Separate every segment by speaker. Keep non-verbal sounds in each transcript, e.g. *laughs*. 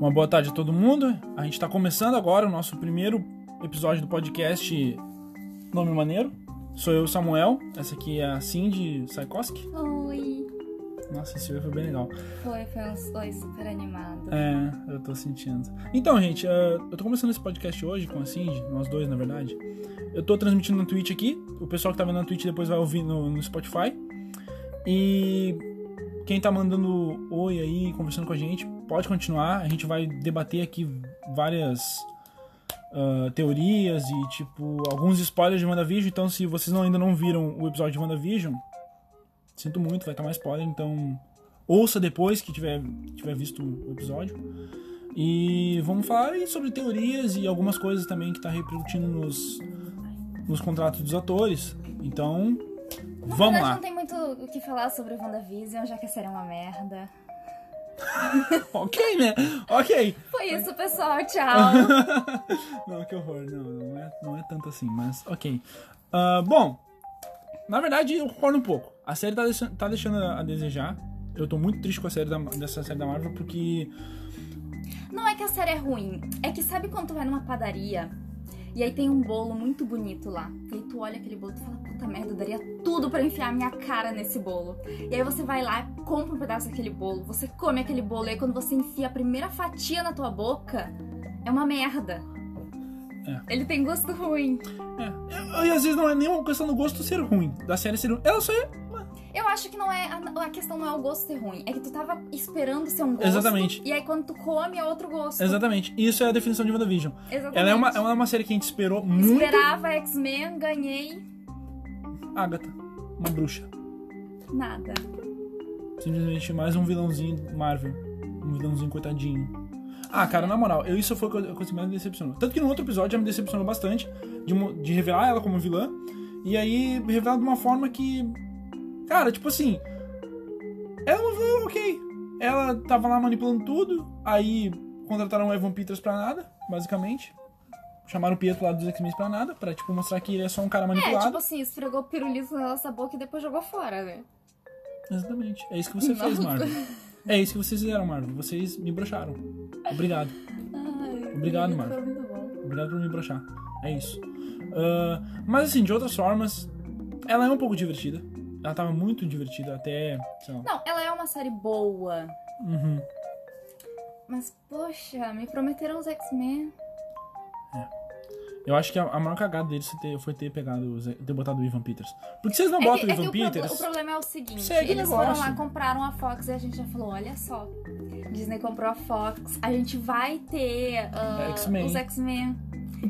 Speaker 1: Uma boa tarde a todo mundo. A gente está começando agora o nosso primeiro episódio do podcast Nome Maneiro. Sou eu, Samuel. Essa aqui é a Cindy Saikoski.
Speaker 2: Oi.
Speaker 1: Nossa, esse foi bem legal.
Speaker 2: Foi, foi um oi super animado.
Speaker 1: É, eu tô sentindo. Então, gente, eh, eu tô começando esse podcast hoje com a Cindy, nós dois, na verdade. Eu tô transmitindo na Twitch aqui. O pessoal que tá vendo na Twitch depois vai ouvir no, no Spotify. E quem tá mandando oi aí, conversando com a gente, pode continuar. A gente vai debater aqui várias ah, teorias e, tipo, alguns spoilers de WandaVision. Então, se vocês não- ainda não viram o episódio de WandaVision, sinto muito, vai tomar spoiler. Então, ouça depois que tiver, tiver visto o episódio. E vamos falar aí sobre teorias e algumas coisas também que tá repercutindo nos, nos contratos dos atores. Então,
Speaker 2: Na
Speaker 1: vamos
Speaker 2: verdade,
Speaker 1: lá.
Speaker 2: *laughs* não tem muito o que falar sobre o WandaVision, já que a série é uma merda.
Speaker 1: Ok, né? Ok.
Speaker 2: Foi isso, pessoal.
Speaker 1: *laughs*
Speaker 2: Tchau.
Speaker 1: não, que horror. Não, não é, não é tanto assim, mas ok. Ah, bom, na verdade eu concordo um pouco. A série tá deixando, tá deixando a desejar. Eu tô muito triste com a série da- dessa série da Marvel porque.
Speaker 2: não é que a série é ruim. É que sabe quando tu vai numa padaria e aí tem um bolo muito bonito lá. E aí tu olha aquele bolo e tu fala, puta merda, eu daria tudo pra enfiar minha cara nesse bolo. E aí você vai lá, compra um pedaço daquele bolo, você come aquele bolo e aí quando você enfia a primeira fatia na tua boca, é uma merda. Ele tem gosto ruim.
Speaker 1: É, e às vezes não é nenhuma questão do gosto ser ruim, da série ser ruim. Ela só é.
Speaker 2: Eu acho que não é. A, a questão não é o gosto ser ruim. É que tu tava esperando ser um gosto.
Speaker 1: Exatamente.
Speaker 2: E aí quando tu come é outro gosto.
Speaker 1: Exatamente. Isso é a definição de WandaVision.
Speaker 2: Exatamente.
Speaker 1: Ela é uma, ela é uma série que a gente esperou muito.
Speaker 2: Esperava X-Men, ganhei
Speaker 1: Agatha, uma bruxa.
Speaker 2: nada.
Speaker 1: Simplesmente mais um vilãozinho Marvel. Um vilãozinho coitadinho. Ah, cara, na moral, eu, isso foi a coisa que mais me decepcionou. Tanto que no outro episódio já me decepcionou bastante de, mo- de revelar ela como vilã. E aí, revelar de uma forma que. Cara, tipo assim. Ela é uma vilã ok. Ela tava lá manipulando tudo. Aí contrataram o Evan Peters pra nada, basicamente. Chamaram o Pietro lá dos X-Men pra nada. Pra, tipo, mostrar que ele é só um cara
Speaker 2: É,
Speaker 1: manipulado.
Speaker 2: tipo assim, esfregou pirulito na nossa boca e depois jogou fora, né?
Speaker 1: Exatamente. É isso que você fez,
Speaker 2: Não.
Speaker 1: Marvel.
Speaker 2: *laughs*
Speaker 1: É isso que vocês fizeram, Marvel. Vocês me broxaram. Obrigado.
Speaker 2: Ai,
Speaker 1: Obrigado,
Speaker 2: foi
Speaker 1: Marvel.
Speaker 2: muito bom.
Speaker 1: Obrigado por me broxar. É isso. Ah, mas assim, de outras formas, ela é um pouco divertida. Ela tava muito divertida até. Sei lá.
Speaker 2: Não, ela é uma série boa.
Speaker 1: Uhum.
Speaker 2: Mas, poxa, me prometeram os X-Men.
Speaker 1: Eu acho que a, a maior cagada deles foi ter, foi ter pegado os- ter botado o Ivan Peters. Por que vocês não
Speaker 2: É
Speaker 1: botam
Speaker 2: que, é
Speaker 1: o
Speaker 2: que
Speaker 1: Ivan
Speaker 2: o, proble-
Speaker 1: Peters?
Speaker 2: o problema é o seguinte:
Speaker 1: Segue o
Speaker 2: eles
Speaker 1: negócio.
Speaker 2: foram lá, compraram a Fox e a gente já falou: olha só, Disney comprou a Fox, a gente vai ter ah,
Speaker 1: X-Men.
Speaker 2: os X-Men.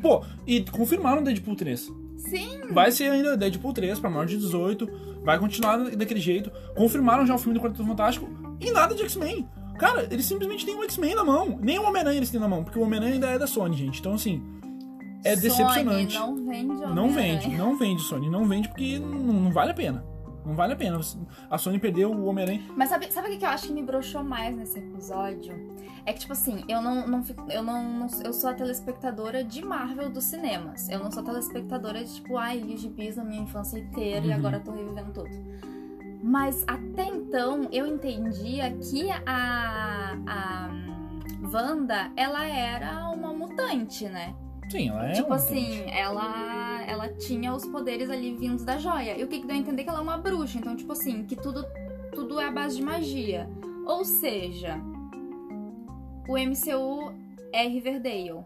Speaker 1: Pô, e confirmaram Deadpool 3.
Speaker 2: Sim,
Speaker 1: Vai ser ainda Deadpool 3 pra maior de 18. Vai continuar daquele jeito. Confirmaram já o filme do Quarteto Fantástico e nada de X-Men. Cara, eles simplesmente têm o X-Men na mão. Nem o Homem-Aranha eles têm na mão, porque o Homem-Aranha ainda é da Sony, gente. Então, assim, é
Speaker 2: Sony
Speaker 1: decepcionante.
Speaker 2: Não vende,
Speaker 1: Não
Speaker 2: Homem-Aranha.
Speaker 1: vende, não vende, Sony. Não vende porque não, não vale a pena. Não vale a pena. A Sony perdeu o Homem-Aranha.
Speaker 2: Mas sabe, sabe o que que eu acho que me broxou mais nesse episódio? É que, tipo assim, eu não, não fico. Eu não, não- Eu sou a telespectadora de Marvel dos cinemas. Eu não sou a telespectadora de, tipo, ai, li os gibis na minha infância inteira e
Speaker 1: Uhum.
Speaker 2: agora tô revivendo tudo. Mas até então eu entendia que a. a Wanda, ela era uma mutante, né?
Speaker 1: Sim, ela é.
Speaker 2: tipo
Speaker 1: um-
Speaker 2: assim, ela ela tinha os poderes ali vindos da joia. E o que, que deu a entender que ela é uma bruxa. Então, tipo assim, que tudo, tudo é a base de magia. Ou seja, o MCU é Riverdale.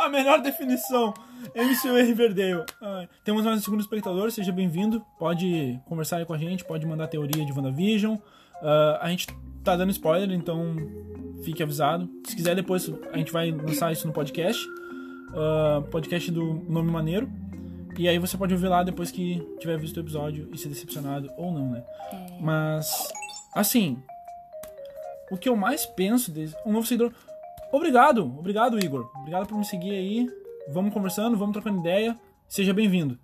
Speaker 1: a melhor definição. MCU Riverdale. Ai. Temos mais um segundo espectador, seja bem-vindo. Pode conversar aí com a gente, pode mandar teoria de WandaVision. Ah, a gente tá dando spoiler, então fique avisado. Se quiser, depois a gente vai lançar isso no podcast. Ah, podcast do Nome Maneiro. E aí você pode ouvir lá depois que tiver visto o episódio e ser decepcionado ou não, né? Mas, assim, o que eu mais penso desse. Um novo seguidor. Obrigado, obrigado, Igor. Obrigado por me seguir aí. Vamos conversando, vamos trocando ideia. Seja bem-vindo.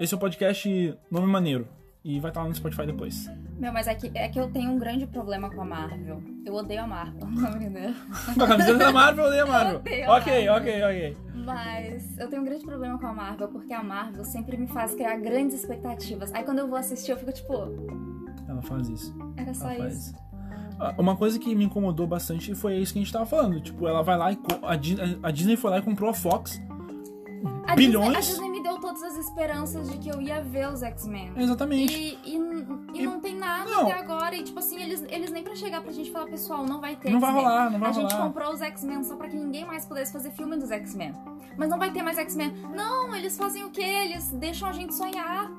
Speaker 1: Esse é o podcast Nome Maneiro. E vai estar lá no Spotify
Speaker 2: *laughs*
Speaker 1: depois.
Speaker 2: Meu, mas é que, é que eu tenho um grande problema com a Marvel. Eu odeio a Marvel, *laughs* não entendeu?
Speaker 1: Com a camiseta da Marvel, odeio a Marvel.
Speaker 2: odeio a
Speaker 1: Ok,
Speaker 2: Marvel.
Speaker 1: ok, ok.
Speaker 2: Mas eu tenho um grande problema com a Marvel, porque a Marvel sempre me faz criar grandes expectativas. Aí quando eu vou assistir, eu fico tipo,
Speaker 1: Ela faz isso.
Speaker 2: era só
Speaker 1: Ela faz
Speaker 2: isso.
Speaker 1: isso. Ah, Uma coisa que me incomodou bastante foi isso que a gente tava falando. Tipo, ela vai lá e. co- A Di- a Disney foi lá e comprou a Fox.
Speaker 2: A
Speaker 1: bilhões.
Speaker 2: Disney, a Disney me deu todas as esperanças de que eu ia ver os X-Men.
Speaker 1: É Exatamente.
Speaker 2: E, e, n- e
Speaker 1: E-
Speaker 2: não tem nada
Speaker 1: não.
Speaker 2: até agora. E tipo assim, eles, eles nem pra chegar pra gente falar, pessoal, não vai ter
Speaker 1: Não vai
Speaker 2: X-Men.
Speaker 1: rolar, não vai
Speaker 2: a gente
Speaker 1: rolar.
Speaker 2: comprou os X-Men só pra que ninguém mais pudesse fazer filme dos X-Men. Mas não vai ter mais X-Men. Não, eles fazem o quê? Eles deixam a gente sonhar.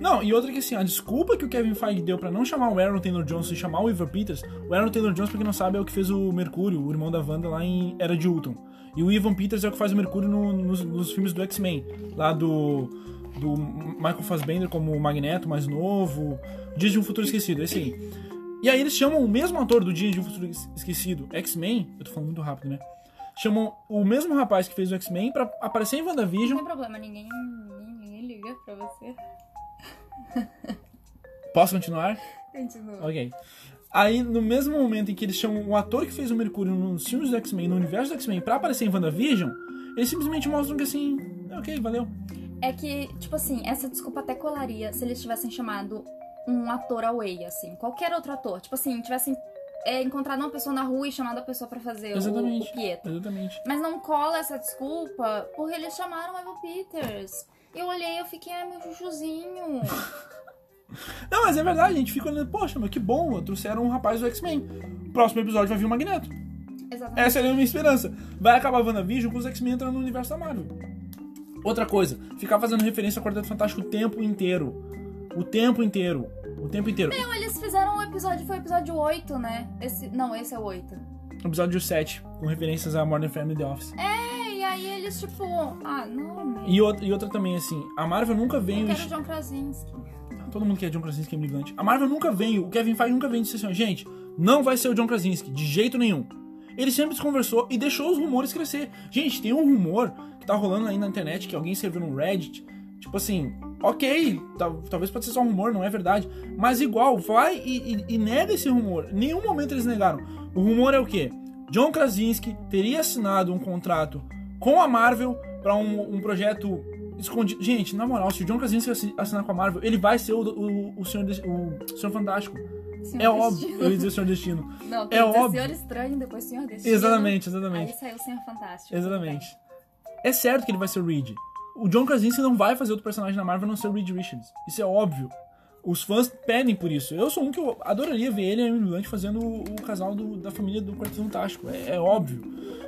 Speaker 1: Não, e outra que assim, a desculpa que o Kevin Feige deu pra não chamar o Aaron Taylor Jones e chamar o Ivan Peters, o Aaron Taylor Jones, pra quem não sabe, é o que fez o Mercúrio, o irmão da Wanda lá em Era de Ultron. E o Ivan Peters é o que faz o Mercúrio no- nos, nos filmes do X-Men, lá do, do Michael Fassbender como Magneto mais novo, Dias de um Futuro Esquecido, esse aí. E aí eles chamam o mesmo ator do Dia de um Futuro Es- Esquecido, X-Men, eu tô falando muito rápido, né? Chamam o mesmo rapaz que fez o X-Men pra aparecer em WandaVision
Speaker 2: Não tem problema, ninguém, ninguém, ninguém liga pra você.
Speaker 1: Posso continuar?
Speaker 2: Continua.
Speaker 1: Ok. Aí, no mesmo momento em que eles chamam o ator que fez o Mercúrio nos filmes do X-Men, no universo do X-Men, pra aparecer em WandaVision, eles simplesmente mostram que assim, é ok, valeu.
Speaker 2: É que, tipo assim, essa desculpa até colaria se eles tivessem chamado um ator away, assim. Qualquer outro ator. Tipo assim, tivessem é, encontrado uma pessoa na rua e chamado a pessoa pra fazer o,
Speaker 1: Exatamente.
Speaker 2: o Pietro.
Speaker 1: Exatamente.
Speaker 2: Mas não cola essa desculpa porque eles chamaram o Evan Peters. Eu olhei e eu fiquei, ai, meu chuchuzinho.
Speaker 1: Não, mas é verdade, a gente fica olhando, poxa, meu, que bom, trouxeram um rapaz do X-Men. Próximo episódio vai vir o Magneto.
Speaker 2: Exatamente.
Speaker 1: Essa era a minha esperança. Vai acabar a WandaVision com os X-Men entrando no universo da Marvel. Outra coisa, ficar fazendo referência ao Quarteto Fantástico o tempo inteiro. O tempo inteiro. O tempo inteiro.
Speaker 2: Então eles fizeram um episódio, foi o episódio 8, né? Esse, não, esse é o 8.
Speaker 1: Episódio 7, com referências a Modern Family The Office.
Speaker 2: É, e aí eles, tipo, ah, não, meu.
Speaker 1: E, outra- e outra também, assim, a Marvel nunca
Speaker 2: Eu
Speaker 1: veio.
Speaker 2: quero o John Krasinski.
Speaker 1: Todo mundo quer John Krasinski é militante. A Marvel nunca veio, o Kevin Feige nunca veio e disse assim, ó, gente, não vai ser o John Krasinski, de jeito nenhum. Ele sempre desconversou e deixou os rumores crescer. Gente, tem um rumor que tá rolando aí na internet que alguém escreveu no Reddit. Tipo assim, ok, tal- talvez pode ser só um rumor, não é verdade. Mas igual, vai e, e- e nega esse rumor. Em nenhum momento eles negaram. O rumor é o quê? John Krasinski teria assinado um contrato com a Marvel pra um, um projeto escondido. Gente, na moral, se o John Krasinski assi- assinar com a Marvel, ele vai ser o, o, o, senhor, Des- o senhor Fantástico.
Speaker 2: Senhor
Speaker 1: É óbvio,
Speaker 2: Destino.
Speaker 1: eu ia dizer o Senhor Destino. É
Speaker 2: Não, tem que dizer
Speaker 1: óbvio.
Speaker 2: Senhor Estranho, depois Senhor Destino.
Speaker 1: Exatamente, exatamente.
Speaker 2: Aí saiu o Senhor Fantástico.
Speaker 1: Exatamente. É certo que ele vai ser o Reed. O John Krasinski não vai fazer outro personagem na Marvel a não ser o Reed Richards. Isso é óbvio. Os fãs pedem por isso. Eu sou um que eu adoraria ver ele e a Emily Blunt fazendo o, o casal do- da família do Quarto Fantástico. É, é óbvio.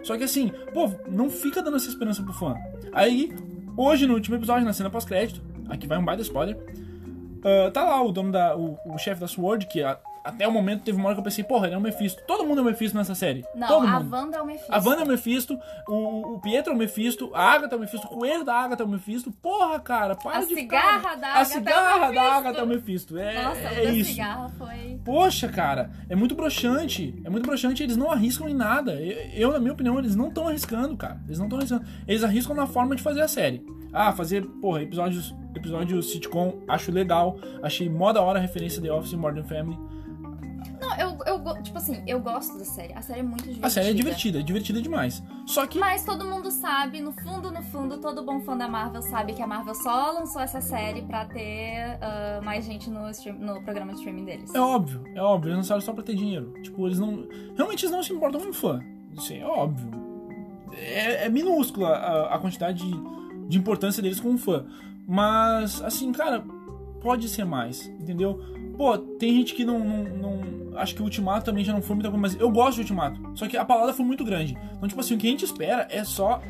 Speaker 1: Só que assim, pô, não fica dando essa esperança pro fã. Aí, hoje, no último episódio, na cena pós-crédito, aqui vai um baita spoiler. ah, tá lá o dono da. o, o chefe da Sword, que a- até o momento teve uma hora que eu pensei, porra, ele é o Mephisto. Todo mundo é o Mephisto nessa série.
Speaker 2: Não,
Speaker 1: Todo
Speaker 2: a
Speaker 1: mundo.
Speaker 2: Wanda é o Mephisto.
Speaker 1: A Wanda é o Mephisto, o, o Pietro é o Mephisto, a Agatha é o Mephisto, o coelho da Agatha é o Mephisto. Porra, cara, para
Speaker 2: A
Speaker 1: de
Speaker 2: cigarra
Speaker 1: ficar.
Speaker 2: da
Speaker 1: A
Speaker 2: Agatha é o
Speaker 1: cigarra da
Speaker 2: Mephisto.
Speaker 1: Agatha é o Mephisto. É,
Speaker 2: Nossa, o
Speaker 1: é
Speaker 2: da
Speaker 1: isso.
Speaker 2: cigarra foi...
Speaker 1: Poxa, cara, é muito broxante. É muito broxante, eles não arriscam em nada. Eu, eu, na minha opinião, eles não estão arriscando, cara. Eles não estão arriscando. Eles arriscam na forma de fazer a série. Ah, fazer, porra, episódios, episódio sitcom, acho legal. Achei mó da hora a referência The Office e Modern Family.
Speaker 2: Não, eu, eu, go- tipo assim, eu gosto da série. A série é muito divertida.
Speaker 1: A série é divertida, é divertida demais. Só que.
Speaker 2: Mas todo mundo sabe, no fundo, no fundo, todo bom fã da Marvel sabe que a Marvel só lançou essa série pra ter ah, mais gente no, stream- no programa de streaming deles.
Speaker 1: É óbvio, é óbvio, eles lançaram só pra ter dinheiro. Tipo, eles não. Realmente eles não se importam com fã. Isso é óbvio. É, é minúscula a, a quantidade de, de importância deles com fã. Mas, assim, cara, pode ser mais, entendeu? Pô, tem gente que não. não- não- acho que o Ultimato também já não foi muita coisa, mas eu gosto de Ultimato. Só que a palavra foi muito grande. Então, tipo assim, o que a gente espera é só.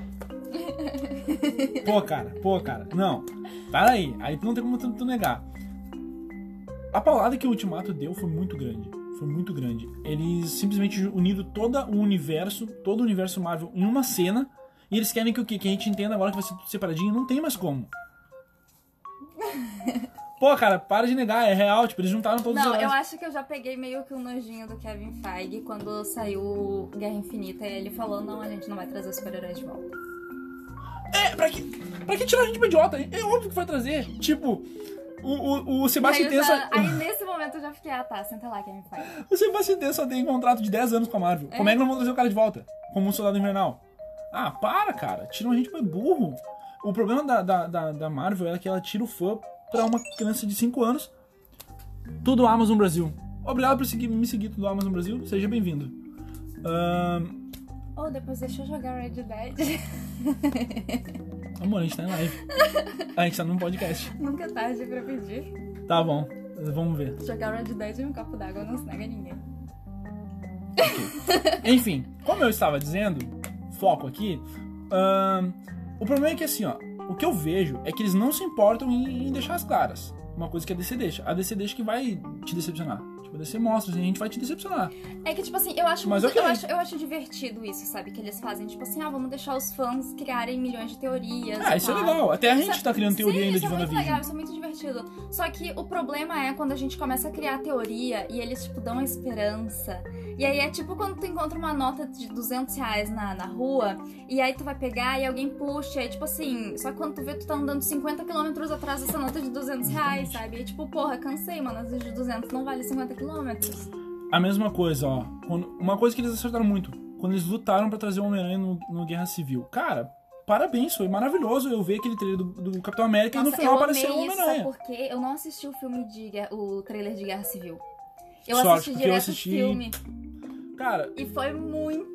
Speaker 1: Pô, cara, pô, cara. Não, para aí. Aí tu não tem como tu, tu negar. A paulada que o Ultimato deu foi muito grande. Foi muito grande. Eles simplesmente uniram todo o universo, todo o universo Marvel em uma cena. E eles querem que o quê? Que a gente entenda agora que vai ser tudo separadinho e não tem mais
Speaker 2: *laughs*
Speaker 1: como. Pô, cara, para de negar, é real, tipo, eles juntaram todos os
Speaker 2: Não, eu
Speaker 1: heróis.
Speaker 2: acho que eu já peguei meio que um nojinho do Kevin Feige quando saiu Guerra Infinita e ele falou: não, a gente não vai trazer os super-heróis de volta.
Speaker 1: É, pra que, pra que tirar a gente pra idiota? É óbvio que vai trazer. Tipo, o, o, o
Speaker 2: Aí,
Speaker 1: Sebastião
Speaker 2: eu
Speaker 1: Tensa.
Speaker 2: já- aí nesse momento eu já fiquei: ah tá, senta lá, Kevin Feige.
Speaker 1: O Sebastian Stan só tem um contrato de 10 anos com a Marvel.
Speaker 2: É.
Speaker 1: Como é que não vão trazer o cara de volta? Como um soldado invernal? Ah, para, cara. Tiram a gente pra burro. O problema da, da, da, da Marvel é que ela tira o fã pra uma criança de 5 anos. Tudo Amazon Brasil. Obrigado por seguir- me seguir do Amazon Brasil. Seja bem-vindo. Ahn,
Speaker 2: Ou depois deixa eu jogar Red Dead. *laughs*
Speaker 1: amor, a gente tá em live. A gente tá num podcast.
Speaker 2: Nunca é tarde pra pedir.
Speaker 1: Tá bom. Vamos ver.
Speaker 2: Jogar Red Dead em um copo d'água não se nega a ninguém.
Speaker 1: *laughs* Enfim, como eu estava dizendo, foco aqui. ahn, o problema é que assim, ó, o que eu vejo é que eles não se importam em, em deixar as claras. Uma coisa que a DC deixa. A DC deixa que vai te decepcionar. Tipo, a DC mostra, assim, a gente vai te decepcionar.
Speaker 2: É que, tipo assim, eu acho,
Speaker 1: Mas
Speaker 2: muito,
Speaker 1: ok.
Speaker 2: eu, acho, eu acho divertido isso, sabe? Que eles fazem, tipo assim, ah, vamos deixar os fãs criarem milhões de teorias.
Speaker 1: Ah,
Speaker 2: e
Speaker 1: isso é
Speaker 2: tal.
Speaker 1: legal. Até a gente
Speaker 2: Sabe?
Speaker 1: tá criando teoria
Speaker 2: Sim,
Speaker 1: ainda
Speaker 2: isso
Speaker 1: de
Speaker 2: é muito legal,
Speaker 1: WandaVision.
Speaker 2: isso é muito divertido. Só que o problema é quando a gente começa a criar teoria e eles, tipo, dão esperança. E aí é tipo quando tu encontra uma nota de 200 reais na, na rua e aí tu vai pegar e alguém puxa, e tipo assim, só que quando tu vê tu tá andando 50 km atrás dessa nota de 200 reais,
Speaker 1: Exatamente.
Speaker 2: sabe? E tipo, porra, cansei, mano, as de 200 não vale 50 quilômetros.
Speaker 1: A mesma coisa, ó. Quando- uma coisa que eles acertaram muito. Quando eles lutaram pra trazer o Homem-Aranha no, no Guerra Civil. Cara, parabéns, foi maravilhoso eu ver aquele trailer do, do Capitão América e no
Speaker 2: Nossa, eu
Speaker 1: final
Speaker 2: amei
Speaker 1: apareceu o
Speaker 2: isso, sabe
Speaker 1: Homem-Aranha.
Speaker 2: por quê? Eu não assisti o filme de guerra- o trailer de Guerra Civil. Eu
Speaker 1: Sorte,
Speaker 2: assisti
Speaker 1: porque eu
Speaker 2: direto
Speaker 1: assisti-
Speaker 2: o filme.
Speaker 1: Cara,
Speaker 2: E foi muito.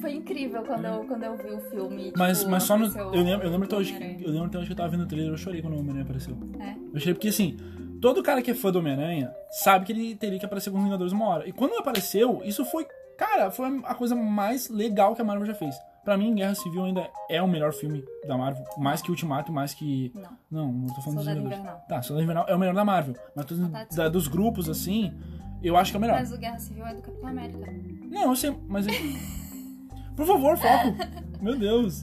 Speaker 2: Foi incrível quando, eu, quando eu vi o filme.
Speaker 1: Mas,
Speaker 2: tipo,
Speaker 1: mas só no.
Speaker 2: aconteceu
Speaker 1: Eu lembro, eu, lembro até hoje,
Speaker 2: Homem-Aranha.
Speaker 1: eu lembro até hoje que eu tava vendo o trailer eu chorei quando o Homem-Aranha apareceu.
Speaker 2: É.
Speaker 1: Eu chorei porque assim, todo cara que é fã do Homem-Aranha sabe que ele teria que aparecer com os Vingadores uma hora. E quando apareceu, isso foi. Cara, foi a coisa mais legal que a Marvel já fez. Pra mim, Guerra Civil ainda é o melhor filme da Marvel. Mais que Ultimato, mais que.
Speaker 2: Não,
Speaker 1: Não, eu tô falando dos
Speaker 2: Soldado
Speaker 1: Vingadores.
Speaker 2: Invernal.
Speaker 1: Tá, Soldado Invernal é o melhor da Marvel. Mas dos,
Speaker 2: Ah, tá, desculpa.
Speaker 1: da- dos grupos, assim, eu acho que é o melhor.
Speaker 2: Mas o Guerra Civil é do Capitão América.
Speaker 1: Não, eu sei, mas. eu- Por favor, foco! Meu Deus!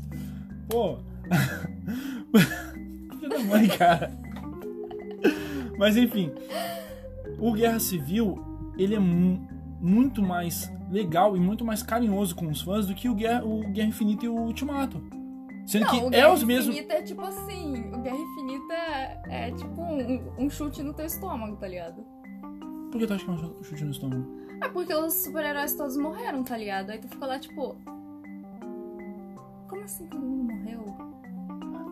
Speaker 1: Pô! *laughs* Filho da mãe, cara! Mas enfim, o Guerra Civil, ele é mu- muito mais legal e muito mais carinhoso com os fãs do que o Guerra, o Guerra Infinita e o Ultimato. Sendo
Speaker 2: Não, o
Speaker 1: que
Speaker 2: Guerra
Speaker 1: é os mesmos.
Speaker 2: Infinita é tipo assim. O Guerra Infinita é tipo um, um chute no teu estômago, tá ligado?
Speaker 1: Por que tu acha que é um chute no estômago?
Speaker 2: É porque os super-heróis todos morreram, tá ligado? Aí tu fica lá tipo. Como assim todo mundo morreu?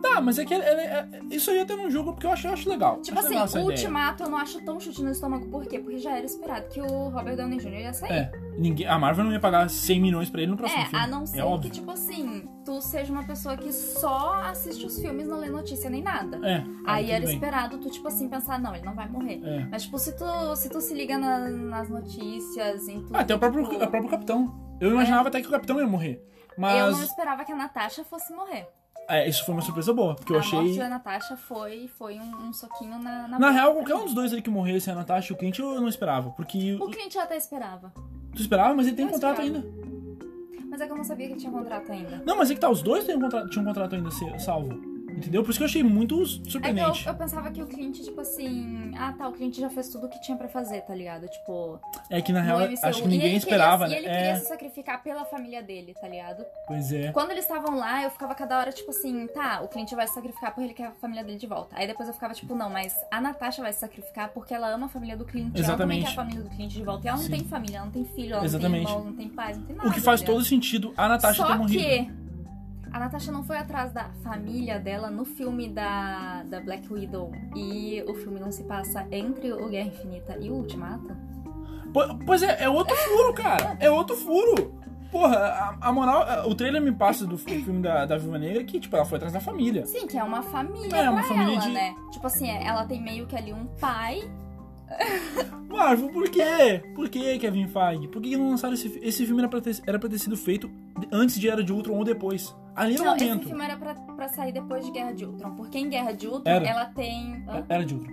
Speaker 1: Tá, mas é que ele- ele- é- isso aí até não jogo porque eu acho, eu acho legal.
Speaker 2: Tipo
Speaker 1: Acho
Speaker 2: assim,
Speaker 1: legal essa
Speaker 2: o
Speaker 1: ideia.
Speaker 2: Ultimato eu não acho tão chute no estômago, por quê? Porque já era esperado que o Robert Downey Jr. ia sair.
Speaker 1: É, ninguém, a Marvel não ia pagar 100 milhões pra ele no próximo
Speaker 2: É,
Speaker 1: filme.
Speaker 2: a não ser
Speaker 1: é óbvio.
Speaker 2: que, tipo assim, tu seja uma pessoa que só assiste os filmes, não lê notícia nem nada.
Speaker 1: É.
Speaker 2: Aí
Speaker 1: tudo
Speaker 2: era
Speaker 1: bem.
Speaker 2: esperado tu, tipo assim, pensar, não, ele não vai morrer.
Speaker 1: É.
Speaker 2: Mas, tipo, se tu se, tu se liga na- nas notícias, em tudo.
Speaker 1: Ah, até o próprio,
Speaker 2: tipo,
Speaker 1: o próprio Capitão. Eu imaginava até que o Capitão ia morrer.
Speaker 2: É. Eu não
Speaker 1: Mas
Speaker 2: esperava que a Natasha fosse morrer.
Speaker 1: é, isso foi uma surpresa boa, porque eu
Speaker 2: a morte
Speaker 1: achei.
Speaker 2: da Natasha foi, foi um, um soquinho na, na
Speaker 1: Na
Speaker 2: boca.
Speaker 1: real, qualquer um dos dois ali que morresse, a Natasha e o Clint, eu não esperava. Porque
Speaker 2: O cliente até esperava.
Speaker 1: tu esperava, mas ele tem um
Speaker 2: Eu
Speaker 1: contrato
Speaker 2: esperava.
Speaker 1: ainda.
Speaker 2: Mas é que eu não sabia que ele tinha contrato ainda.
Speaker 1: Não, mas é que tá, os dois têm um contrato, tinham um contrato ainda se- salvo. Entendeu? Por isso que eu achei muito
Speaker 2: É que eu,
Speaker 1: surpreendente.
Speaker 2: eu pensava que o cliente, tipo assim, ah tá, o cliente já fez tudo o que tinha pra fazer, tá ligado? Tipo,
Speaker 1: É que na
Speaker 2: no
Speaker 1: real,
Speaker 2: MCU.
Speaker 1: acho que
Speaker 2: E
Speaker 1: ninguém
Speaker 2: ele
Speaker 1: esperava,
Speaker 2: queria,
Speaker 1: né?
Speaker 2: E ele queria
Speaker 1: É,
Speaker 2: se sacrificar pela família dele, tá ligado?
Speaker 1: pois é.
Speaker 2: Quando eles estavam lá, eu ficava cada hora, tipo assim, tá, o cliente vai se sacrificar porque ele quer a família dele de volta. Aí depois eu ficava, tipo, não, mas a Natasha vai se sacrificar porque ela ama a família do cliente. Ela também
Speaker 1: Exatamente.
Speaker 2: quer a família do cliente de volta. E ela não
Speaker 1: Sim.
Speaker 2: tem família, ela não tem filho, ela
Speaker 1: Exatamente.
Speaker 2: não tem irmão, não tem pais, não tem nada.
Speaker 1: O que faz
Speaker 2: entendeu?
Speaker 1: todo sentido a Natasha
Speaker 2: Só
Speaker 1: ter morrido.
Speaker 2: que... A Natasha não foi atrás da família dela no filme da, da Black Widow e o filme não se passa entre o Guerra Infinita e o Ultimato?
Speaker 1: Po- Pois é, é outro furo, cara. É outro furo. Porra, a, a moral, a- o trailer me passa do fi- filme da, da Viúva Negra que, tipo, ela foi atrás da família.
Speaker 2: Sim, que é uma família
Speaker 1: É, uma
Speaker 2: pra
Speaker 1: família
Speaker 2: ela,
Speaker 1: de-
Speaker 2: né? Tipo assim, é, ela tem meio que ali um pai.
Speaker 1: Marvel, por quê? Por quê, Kevin Feige? Por que que não lançaram esse filme? Esse filme era pra, ter, era pra ter sido feito de- antes de Era de Ultron ou depois. Ali no
Speaker 2: Não, esse
Speaker 1: momento.
Speaker 2: filme era pra, pra sair depois de Guerra de Ultron. Porque em Guerra de Ultron,
Speaker 1: Era.
Speaker 2: ela tem... Hã?
Speaker 1: Era de Ultron.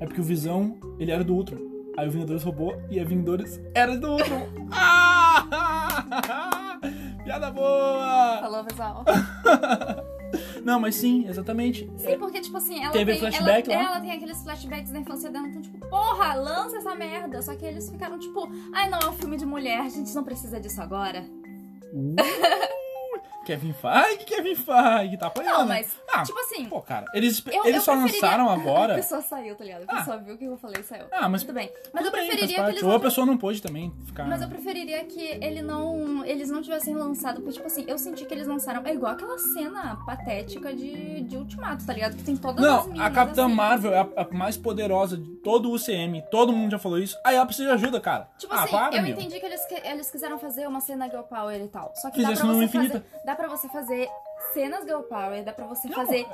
Speaker 1: É porque o Visão, ele era do Ultron. Aí o Vingadores roubou e a Vingadores era do Ultron. *laughs* ah! *laughs* Piada boa! *laughs*
Speaker 2: Falou, pessoal.
Speaker 1: Não, mas sim, exatamente.
Speaker 2: Sim, porque, tipo assim, ela
Speaker 1: Teve
Speaker 2: tem...
Speaker 1: flashback
Speaker 2: ela,
Speaker 1: lá?
Speaker 2: ela tem aqueles flashbacks da infância dela. Então, tipo, porra, lança essa merda. Só que eles ficaram, tipo... Ai, não, é um filme de mulher. A gente não precisa disso agora.
Speaker 1: Uh, Kevin Feige, Kevin Feige, tá apanhando.
Speaker 2: Não, mas,
Speaker 1: Ah,
Speaker 2: tipo assim,
Speaker 1: Pô, cara, eles,
Speaker 2: eu,
Speaker 1: eles
Speaker 2: eu
Speaker 1: só
Speaker 2: preferiria-
Speaker 1: lançaram
Speaker 2: *laughs* A
Speaker 1: agora.
Speaker 2: pessoa saiu, tá ligado? A
Speaker 1: Ah.
Speaker 2: pessoa viu o que eu falei e saiu.
Speaker 1: Ah, mas
Speaker 2: Tudo bem. Mas eu
Speaker 1: tudo bem, faz
Speaker 2: preferiria que
Speaker 1: parte.
Speaker 2: eles
Speaker 1: Ou a
Speaker 2: não
Speaker 1: pessoa não pôde também ficar.
Speaker 2: Mas eu preferiria que ele não, eles não tivessem lançado, porque, tipo assim, eu senti que eles lançaram. É igual aquela cena patética de, de Ultimato, tá ligado? Que tem todas as
Speaker 1: Não,
Speaker 2: minas,
Speaker 1: a Capitã
Speaker 2: assim.
Speaker 1: Marvel é a, a mais poderosa de todo o UCM, todo mundo já falou isso. Aí ela precisa de ajuda, cara.
Speaker 2: Tipo
Speaker 1: ah,
Speaker 2: assim,
Speaker 1: para,
Speaker 2: eu
Speaker 1: meu.
Speaker 2: entendi que eles, que eles quiseram fazer uma cena girl power e tal. Só que
Speaker 1: Fizesse
Speaker 2: dá pra
Speaker 1: numa
Speaker 2: você
Speaker 1: infinita.
Speaker 2: fazer. Dá pra você fazer cenas girl power, dá pra você
Speaker 1: Não,
Speaker 2: fazer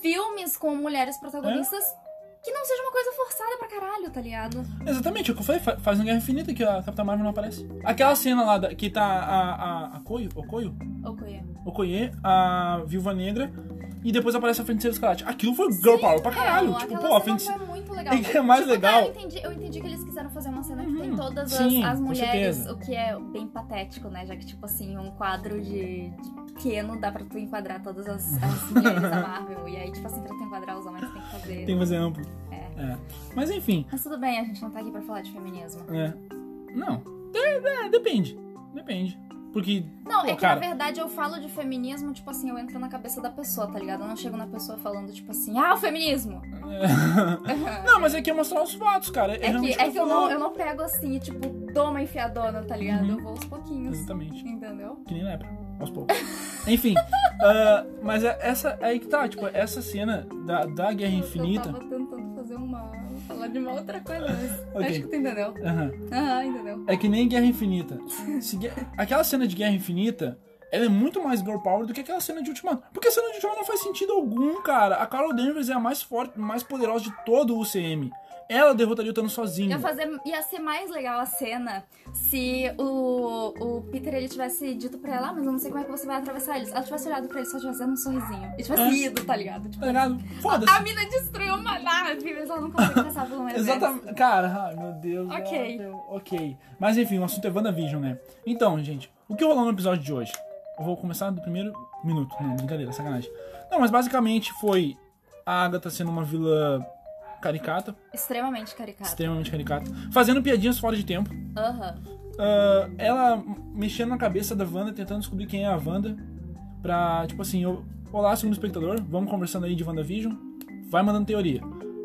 Speaker 2: filmes com mulheres protagonistas
Speaker 1: É?
Speaker 2: que não seja uma coisa forçada pra caralho, tá ligado?
Speaker 1: Exatamente, é o que eu falei, fa- faz uma guerra infinita que a Capitã Marvel não aparece. Aquela cena lá da- que tá a, a, a Koyo, Okoyo,
Speaker 2: Okoye.
Speaker 1: Okoye, a Viúva Negra, e depois aparece a Feiticeira Escarlate. Aquilo foi girl power pra caralho.
Speaker 2: É,
Speaker 1: tipo,
Speaker 2: aquela
Speaker 1: pô, a
Speaker 2: cena
Speaker 1: Feiticeira...
Speaker 2: foi muito legal.
Speaker 1: E que é mais
Speaker 2: Tipo,
Speaker 1: legal-
Speaker 2: tá, eu, entendi, eu entendi que eles quiseram fazer uma cena que tem
Speaker 1: Uhum,
Speaker 2: todas
Speaker 1: sim,
Speaker 2: as, as
Speaker 1: com
Speaker 2: mulheres,
Speaker 1: certeza.
Speaker 2: o que é bem patético, né? Já que, tipo assim, um quadro de, de pequeno dá pra tu enquadrar todas as, as mulheres da Marvel. E aí, tipo assim, pra tu enquadrar os homens, tem que fazer.
Speaker 1: Tem que fazer amplo. É. Mas enfim,
Speaker 2: Mas tudo bem, a gente não tá aqui pra falar de feminismo.
Speaker 1: né? Não. É, é, depende. Depende. Porque.
Speaker 2: Não,
Speaker 1: pô,
Speaker 2: é que
Speaker 1: cara,
Speaker 2: na verdade eu falo de feminismo, tipo assim, eu entro na cabeça da pessoa, tá ligado? Eu não chego na pessoa falando, tipo assim, ah, o feminismo!
Speaker 1: *laughs*
Speaker 2: *laughs*
Speaker 1: é. Não, mas é que é mostrar os fatos, cara.
Speaker 2: É que,
Speaker 1: realmente o
Speaker 2: é que eu, não,
Speaker 1: falo.
Speaker 2: eu não pego assim, tipo, toma enfiadona, tá ligado?
Speaker 1: Uhum.
Speaker 2: Eu vou aos pouquinhos.
Speaker 1: Exatamente.
Speaker 2: Entendeu?
Speaker 1: Que nem lepra, aos poucos. Enfim, *laughs* ah, mas é essa é aí que tá, tipo, essa cena da, da Guerra
Speaker 2: Eu
Speaker 1: Infinita.
Speaker 2: tava tentando fazer uma. falar de uma outra coisa, *laughs* mas
Speaker 1: Ok.
Speaker 2: acho que tu entendeu.
Speaker 1: Aham.
Speaker 2: Ah, entendeu.
Speaker 1: É que nem Guerra Infinita. Se gue- aquela cena de Guerra Infinita, ela é muito mais girl power do que aquela cena de Ultimato. Porque a cena de Ultimato não faz sentido algum, cara. A Carol Danvers é a mais forte, mais poderosa de todo o UCM. Ela derrotaria o Thanos sozinha.
Speaker 2: Ia, fazer, ia ser mais legal a cena se o, o Peter ele tivesse dito pra ela, ah, mas eu não sei como é que você vai atravessar eles. Ela tivesse olhado pra ele só tivesse dando um sorrisinho. E tivesse
Speaker 1: É.
Speaker 2: ido, tá ligado? Tipo,
Speaker 1: Tá ligado?
Speaker 2: a
Speaker 1: Foda-se.
Speaker 2: mina destruiu uma nave, mas ela não consegue passar pelo *laughs* menos.
Speaker 1: Exatamente. Cara, ai meu Deus.
Speaker 2: Ok.
Speaker 1: ai, meu- ok. Mas enfim, o assunto é WandaVision, né? Então, gente, o que rolou no episódio de hoje? Eu vou começar do primeiro minuto. Não, brincadeira, sacanagem. Não, mas basicamente foi a Agatha sendo uma vilã caricata,
Speaker 2: Extremamente caricata.
Speaker 1: extremamente caricata, fazendo piadinhas fora de tempo.
Speaker 2: Aham.
Speaker 1: Ah, ela mexendo na cabeça da Wanda, tentando descobrir quem é a Wanda. Pra, tipo assim, eu, olá, segundo espectador, vamos conversando aí de WandaVision. Vai mandando teoria.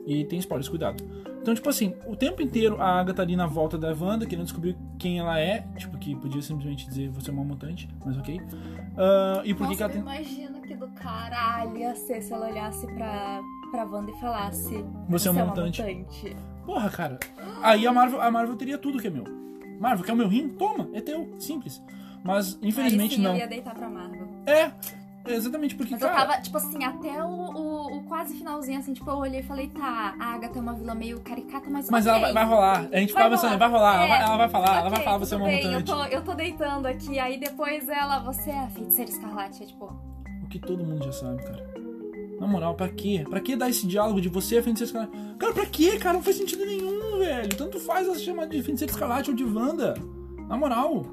Speaker 1: E tem spoilers, cuidado. Então, tipo assim, o tempo inteiro a Agatha ali na volta da Wanda, querendo descobrir quem ela é. Tipo, que podia simplesmente dizer você é uma mutante, mas ok. Ah, e por que
Speaker 2: Nossa,
Speaker 1: que ela
Speaker 2: eu
Speaker 1: tem.
Speaker 2: imagino que do caralho ia ser se ela olhasse pra, pra Wanda e falasse:
Speaker 1: Você é uma mutante.
Speaker 2: mutante.
Speaker 1: Porra, cara. Aí a Marvel, a Marvel teria tudo que é meu. Marvel, quer o meu rim? Toma, é teu. Simples. Mas, infelizmente,
Speaker 2: Aí sim,
Speaker 1: não.
Speaker 2: Eu ia deitar pra Marvel.
Speaker 1: É, exatamente porque,
Speaker 2: Mas eu
Speaker 1: cara.
Speaker 2: tava, tipo assim, até o, o, o quase finalzinho, assim, tipo, eu olhei e falei: tá, a Agatha é uma vilã meio caricata, mas.
Speaker 1: Mas
Speaker 2: ok.
Speaker 1: ela vai, vai rolar. A gente
Speaker 2: Vai
Speaker 1: ficava pensando, vai rolar, ela,
Speaker 2: rolar. É.
Speaker 1: vai, ela vai falar, ela vai
Speaker 2: Ok,
Speaker 1: falar você é
Speaker 2: tudo
Speaker 1: uma
Speaker 2: bem, eu
Speaker 1: mutante.
Speaker 2: tô, eu tô deitando aqui, aí depois ela, você é a feiticeira escarlate, é tipo,
Speaker 1: O que todo mundo já sabe, cara. Na moral, pra quê? Pra que dar esse diálogo de você a feiticeira escarlate? Cara, pra quê, cara? Não faz sentido nenhum, velho. Tanto faz ela se chamar de feiticeira escarlate ou de Wanda. Na moral.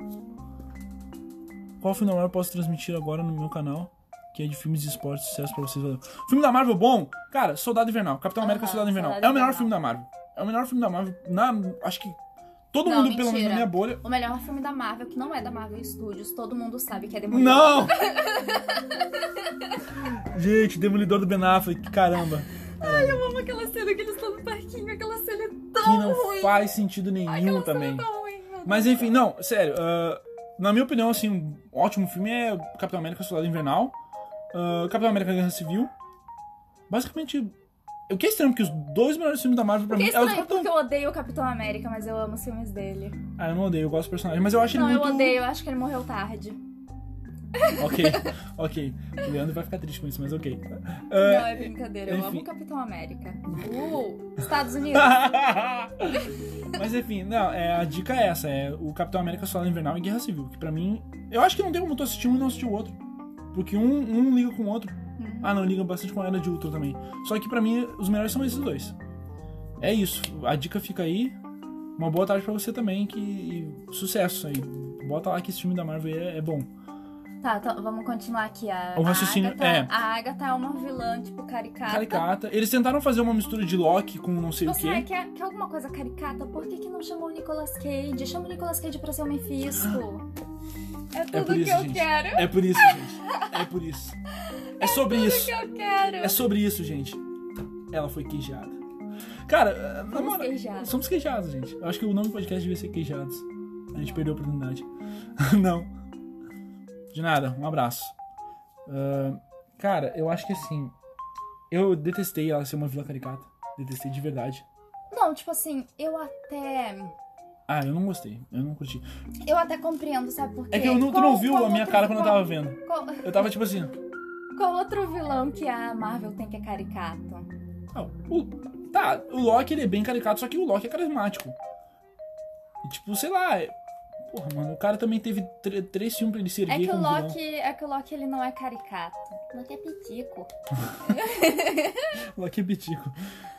Speaker 1: Qual final eu posso transmitir agora no meu canal? Que é de filmes de esporte, sucesso pra vocês. Valeu. Filme da Marvel bom? Cara, Soldado Invernal. Capitão América
Speaker 2: Aham,
Speaker 1: Soldado Invernal.
Speaker 2: Soldado
Speaker 1: é o melhor
Speaker 2: Invernal.
Speaker 1: filme da Marvel. É o melhor filme da Marvel. Na, acho que todo
Speaker 2: Não,
Speaker 1: mundo, pelo menos
Speaker 2: mentira.
Speaker 1: na minha bolha.
Speaker 2: o melhor filme da Marvel, que não é da Marvel Studios, todo mundo sabe que é Demolidor. *laughs*
Speaker 1: Não! Gente, Demolidor do Ben Affleck, caramba.
Speaker 2: Eu amo aquela cena que eles estão no parquinho, aquela cena é tão
Speaker 1: Que não
Speaker 2: ruim.
Speaker 1: faz sentido nenhum
Speaker 2: Aquela
Speaker 1: também.
Speaker 2: cena é tão ruim, meu Deus.
Speaker 1: Mas enfim, não, sério. ah, na minha opinião, assim, um ótimo filme é Capitão América Soldado Invernal. ah, Capitão América Guerra Civil. Basicamente, o que é estranho, porque os dois melhores filmes da Marvel pra
Speaker 2: Porque
Speaker 1: mim é
Speaker 2: é
Speaker 1: o
Speaker 2: estranho,
Speaker 1: do Capitão...
Speaker 2: porque eu odeio o Capitão América, mas eu amo os filmes dele.
Speaker 1: Ah, eu não odeio, eu gosto do personagem, mas eu acho
Speaker 2: não,
Speaker 1: ele é
Speaker 2: eu
Speaker 1: muito...
Speaker 2: odeio, eu acho que ele morreu tarde.
Speaker 1: Ok, ok. O Leandro vai ficar triste com isso, mas ok. Ah,
Speaker 2: não, é brincadeira, eu amo
Speaker 1: enfim.
Speaker 2: o Capitão América. Uh,
Speaker 1: *laughs*
Speaker 2: Estados Unidos.
Speaker 1: Mas enfim, não, é, a dica é essa: é o Capitão América Soldado Invernal e Guerra Civil. Que pra mim, eu acho que não tem como tu assistir um e não assistir o outro. Porque um, um liga com o outro.
Speaker 2: Uhum.
Speaker 1: Ah, não, liga bastante com a Era de Ultron também. Só que pra mim, os melhores são esses dois. É isso, a dica fica aí. Uma boa tarde pra você também, que e sucesso aí. Bota lá que esse filme da Marvel é, é bom.
Speaker 2: Tá, então vamos continuar aqui. A,
Speaker 1: O raciocínio-
Speaker 2: a Agatha,
Speaker 1: é.
Speaker 2: a Agatha é uma vilã, tipo, caricata.
Speaker 1: Caricata. Eles tentaram fazer uma mistura de Loki com não sei o
Speaker 2: Você
Speaker 1: quê.
Speaker 2: quer, quer alguma coisa caricata? Por que, que não chamou o Nicolas Cage? Chama o Nicolas Cage pra ser o Mephisto. um É tudo
Speaker 1: por isso,
Speaker 2: que eu
Speaker 1: gente.
Speaker 2: quero.
Speaker 1: É por isso, gente. É por isso. É sobre
Speaker 2: Tudo
Speaker 1: isso.
Speaker 2: que eu quero.
Speaker 1: É sobre isso, gente. Ela foi queijada. Cara, eh, na
Speaker 2: Somos
Speaker 1: moral,
Speaker 2: queijados.
Speaker 1: somos queijados, gente. Eu acho que o nome do podcast devia ser Queijados. A gente perdeu a oportunidade. *laughs* Não. De nada, um abraço. Ah, cara, eu acho que assim. Eu detestei ela ser uma vila caricata. Detestei de verdade.
Speaker 2: Não, tipo assim, eu até.
Speaker 1: Ah, eu não gostei. Eu não curti.
Speaker 2: Eu até compreendo, sabe por quê?
Speaker 1: É que eu não, tu
Speaker 2: Qual-
Speaker 1: não viu
Speaker 2: qual
Speaker 1: a minha
Speaker 2: outro-
Speaker 1: cara quando eu
Speaker 2: qual-
Speaker 1: tava vendo.
Speaker 2: Qual,
Speaker 1: Eu tava tipo assim.
Speaker 2: qual outro vilão que a Marvel tem que é caricato?
Speaker 1: Ah, o- tá, o Loki ele é bem caricato, só que o Loki é carismático. E, tipo, sei lá. é- Porra, mano, o cara também teve tre- três filmes pra ele se
Speaker 2: É
Speaker 1: erguer
Speaker 2: que o
Speaker 1: como vilão.
Speaker 2: Loki, é que o Loki ele não é caricato. O Loki é pitico.
Speaker 1: O Loki é bitico.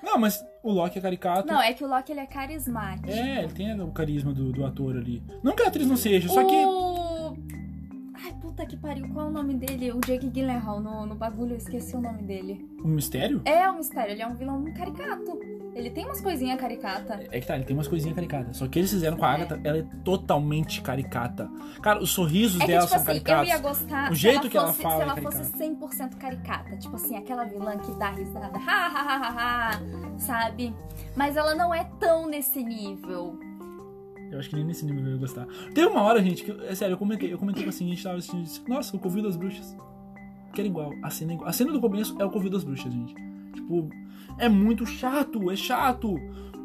Speaker 1: Não, mas o Loki é caricato.
Speaker 2: Não, é que o Loki ele é carismático.
Speaker 1: É, ele tem o carisma do, do ator ali. Não que a atriz não seja, só que.
Speaker 2: O... Ai, puta que pariu, qual é o nome dele? O Jake Gyllenhaal no, no bagulho, eu esqueci o nome dele.
Speaker 1: O mistério?
Speaker 2: É um mistério, ele é um vilão caricato. Ele tem umas coisinhas caricata.
Speaker 1: É que tá, ele tem umas coisinhas caricatas. Só que eles fizeram com a Agatha, ela é totalmente caricata. Cara, os sorrisos
Speaker 2: É que,
Speaker 1: dela
Speaker 2: tipo
Speaker 1: são
Speaker 2: assim, eu
Speaker 1: caricatos.
Speaker 2: ia gostar
Speaker 1: O
Speaker 2: se
Speaker 1: jeito
Speaker 2: ela
Speaker 1: que ela
Speaker 2: fosse,
Speaker 1: fala
Speaker 2: se
Speaker 1: é
Speaker 2: ela fosse 100% caricata. Tipo assim, aquela vilã que dá risada, ha, ha, ha, ha, ha, sabe? Mas ela não é tão nesse nível.
Speaker 1: Eu acho que nem nesse nível eu ia gostar. Tem uma hora, gente, que. eu- É sério, eu comentei, eu comentei com a assim, a gente tava assistindo e disse, nossa, o Covil das Bruxas. Que era igual. A cena, é igual. a cena do começo é o Covil das Bruxas, gente. Tipo, é muito chato, é chato.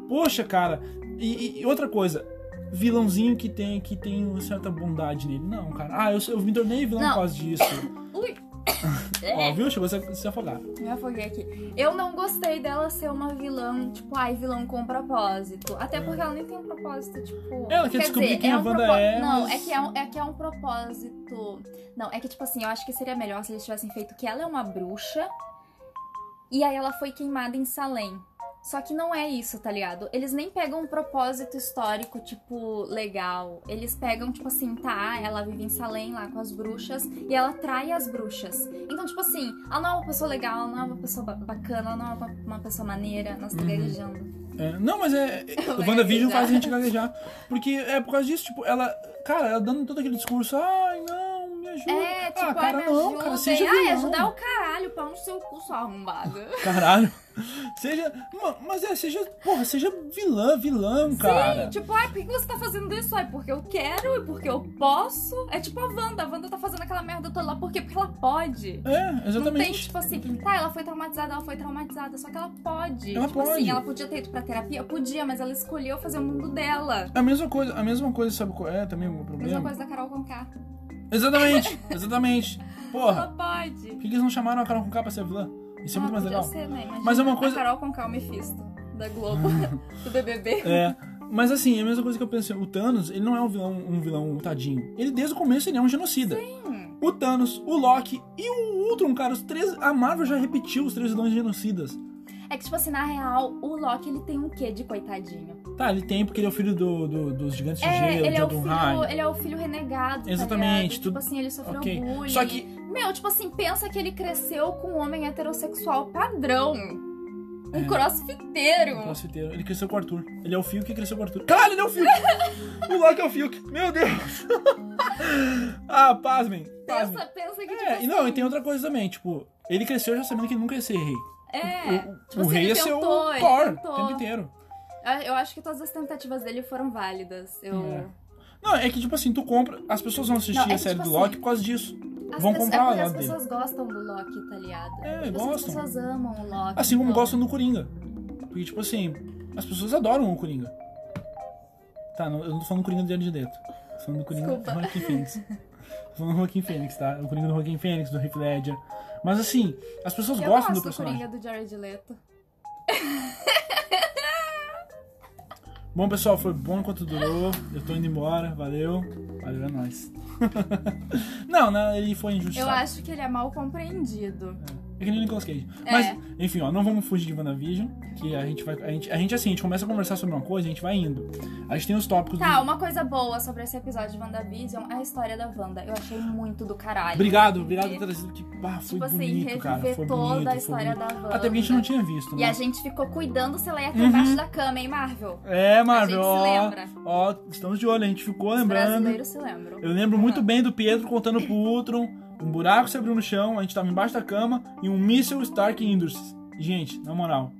Speaker 1: Poxa, cara. E, e- e outra coisa, vilãozinho que tem, que tem uma certa bondade nele. Não, cara. Ah, eu, sou- eu me tornei vilão
Speaker 2: Não.
Speaker 1: por causa disso.
Speaker 2: *coughs* Ui!
Speaker 1: *coughs* Ó, viu? Chegou a se, se afogar.
Speaker 2: Me afoguei aqui. Eu não gostei dela ser uma vilã, tipo, ai, vilão com propósito. Até porque ela nem tem um propósito, tipo.
Speaker 1: Ela quer descobrir quem a Wanda é,
Speaker 2: Não,
Speaker 1: mas-
Speaker 2: é, que é, um, é que é um propósito. Não, é que, tipo assim, eu acho que seria melhor se eles tivessem feito que ela é uma bruxa e aí ela foi queimada em Salem. Só que não é isso, tá ligado? Eles nem pegam um propósito histórico, tipo, legal. Eles pegam, tipo assim, tá, ela vive em Salem lá com as bruxas e ela trai as bruxas. Então, tipo assim, ela não é uma pessoa legal, ela não é uma pessoa ba- bacana, ela não é uma, uma pessoa maneira. Nossa, tô
Speaker 1: Uhum.
Speaker 2: gaguejando.
Speaker 1: É, não, mas é.
Speaker 2: Eu
Speaker 1: O
Speaker 2: vou
Speaker 1: WandaVision
Speaker 2: gaguejar.
Speaker 1: faz a gente gaguejar. Porque é por causa disso, tipo, ela. Cara, ela dando todo aquele discurso, ai, não, me ajuda.
Speaker 2: É, tipo,
Speaker 1: ah,
Speaker 2: ai,
Speaker 1: cara,
Speaker 2: me
Speaker 1: não,
Speaker 2: ajudem.
Speaker 1: cara, seja
Speaker 2: Ai,
Speaker 1: vilão.
Speaker 2: ajudar é o caralho, pau no seu cu, sua arrombada. *laughs*
Speaker 1: Caralho. Seja. ma- Mas é, seja. Porra, seja vilã, vilão, cara.
Speaker 2: Tipo, ai, por que você tá fazendo isso? Ai, porque eu quero e porque eu posso. É tipo a Wanda. A Wanda tá fazendo aquela merda toda lá. Por quê? Porque ela pode.
Speaker 1: É,
Speaker 2: Não tem,
Speaker 1: exatamente.
Speaker 2: tipo assim, tá, ela foi traumatizada, ela foi traumatizada, só que ela pode.
Speaker 1: Ela
Speaker 2: tipo
Speaker 1: pode.
Speaker 2: assim, ela podia ter ido pra terapia? Podia, mas ela escolheu fazer o mundo dela.
Speaker 1: A mesma coisa, a mesma coisa, sabe qual é também o meu
Speaker 2: Mesma
Speaker 1: problema?
Speaker 2: coisa da Carol Conká.
Speaker 1: Exatamente, exatamente.
Speaker 2: Ela
Speaker 1: Porra,
Speaker 2: pode.
Speaker 1: por que eles não chamaram a Carol com K pra ser vilã? Ah. Isso é
Speaker 2: Ela
Speaker 1: muito mais
Speaker 2: podia
Speaker 1: legal.
Speaker 2: Ser, né? Imagina,
Speaker 1: Mas é uma coisa-
Speaker 2: A Carol Conká, o Mephisto, da Globo, *laughs* do BBB.
Speaker 1: É. Mas assim, é a mesma coisa que eu pensei. O Thanos, ele não é um vilão, um vilão tadinho. Ele desde o começo ele é um genocida.
Speaker 2: Sim.
Speaker 1: O Thanos, o Loki e o Ultron, cara, os três. A Marvel já repetiu os três vilões genocidas.
Speaker 2: É que, tipo assim, na real, o Loki, ele tem um quê de coitadinho?
Speaker 1: Tá, ele tem porque ele é o filho do, do- dos gigantes de
Speaker 2: É,
Speaker 1: gelo, de
Speaker 2: ele é, o filho,
Speaker 1: Adonai.
Speaker 2: ele é o filho renegado. tá
Speaker 1: Exatamente,
Speaker 2: ligado?
Speaker 1: tudo-
Speaker 2: tipo assim, ele sofreu
Speaker 1: ok.
Speaker 2: bullying.
Speaker 1: Só que-
Speaker 2: Meu, tipo assim, pensa que ele cresceu com um homem heterossexual padrão. Um
Speaker 1: É.
Speaker 2: crossfiteiro.
Speaker 1: Um crossfiteiro. Ele cresceu com o Arthur. Ele é o Fiuk que cresceu com o Arthur. Caralho, ele é o Fiuk! o Loki é o Fiuk. Meu Deus! *laughs* ah, pasmem. pasmem.
Speaker 2: Pensa, pensa que, tipo
Speaker 1: É,
Speaker 2: assim,
Speaker 1: e não, e tem outra coisa também, tipo, ele cresceu já sabendo que ele nunca ia ser rei.
Speaker 2: é.
Speaker 1: o o-
Speaker 2: tipo
Speaker 1: o
Speaker 2: assim,
Speaker 1: rei
Speaker 2: ele
Speaker 1: ia ser o
Speaker 2: tentou, ele
Speaker 1: Thor o
Speaker 2: tentou.
Speaker 1: tempo inteiro.
Speaker 2: Ah, Eu- Eu acho que todas as tentativas dele foram válidas. Eu...
Speaker 1: É. Não, é que tipo assim, tu compra, as pessoas vão assistir
Speaker 2: Não, é que,
Speaker 1: a série
Speaker 2: tipo
Speaker 1: do
Speaker 2: assim,
Speaker 1: Loki por causa disso.
Speaker 2: As
Speaker 1: Vão
Speaker 2: pessoas-
Speaker 1: comprar
Speaker 2: é porque
Speaker 1: lá
Speaker 2: As
Speaker 1: dele.
Speaker 2: pessoas gostam do Loki, tá ligado?
Speaker 1: É,
Speaker 2: tipo, assim,
Speaker 1: gostam.
Speaker 2: As pessoas amam o Loki.
Speaker 1: Assim como
Speaker 2: então-
Speaker 1: gostam do Coringa. Porque, tipo assim, as pessoas adoram o Coringa. Tá, não- eu não tô falando do Coringa do Diário de Dentro. Tô falando do Coringa
Speaker 2: Desculpa.
Speaker 1: do Joaquim Fênix. Tô falando do Joaquim Fênix, tá? O Coringa do Joaquim Fênix, do Heath Ledger. Mas assim, as pessoas
Speaker 2: Eu
Speaker 1: gostam
Speaker 2: gosto
Speaker 1: do
Speaker 2: do,
Speaker 1: personagem.
Speaker 2: Coringa do Jared Leto.
Speaker 1: Bom, pessoal, foi bom enquanto durou. Eu tô indo embora. Valeu. Valeu, é nóis. *laughs* não, não, ele foi injustiçado.
Speaker 2: Eu acho que ele é mal compreendido.
Speaker 1: É que nem Nicolas Cage.
Speaker 2: É.
Speaker 1: Mas, enfim, ó, não vamos fugir de WandaVision, que a gente vai. A gente, a gente, assim, a gente começa a conversar sobre uma coisa, a gente vai indo. A gente tem os tópicos. do-
Speaker 2: Tá, uma coisa boa sobre esse episódio de WandaVision é a história da Wanda. Eu achei muito do caralho.
Speaker 1: Obrigado, obrigado por
Speaker 2: Porque,
Speaker 1: ter trazido. Que, ah, foi
Speaker 2: Tipo assim,
Speaker 1: bonito, cara.
Speaker 2: reviver
Speaker 1: Foi
Speaker 2: toda
Speaker 1: bonito,
Speaker 2: a
Speaker 1: foi
Speaker 2: história
Speaker 1: bonito.
Speaker 2: da Wanda.
Speaker 1: Até porque a gente não tinha visto,
Speaker 2: E a
Speaker 1: né?
Speaker 2: gente ficou cuidando se ela ia
Speaker 1: Uhum.
Speaker 2: cair embaixo da cama, hein, Marvel?
Speaker 1: É, Marvel.
Speaker 2: a gente se
Speaker 1: ó,
Speaker 2: lembra.
Speaker 1: Ó, estamos de olho, a gente ficou
Speaker 2: Os
Speaker 1: lembrando.
Speaker 2: brasileiros se Uhum. lembram.
Speaker 1: Eu lembro muito bem do Pietro contando pro Ultron. Um buraco se abriu no chão, a gente tava embaixo da cama e um míssil Stark Industries. Gente, na moral.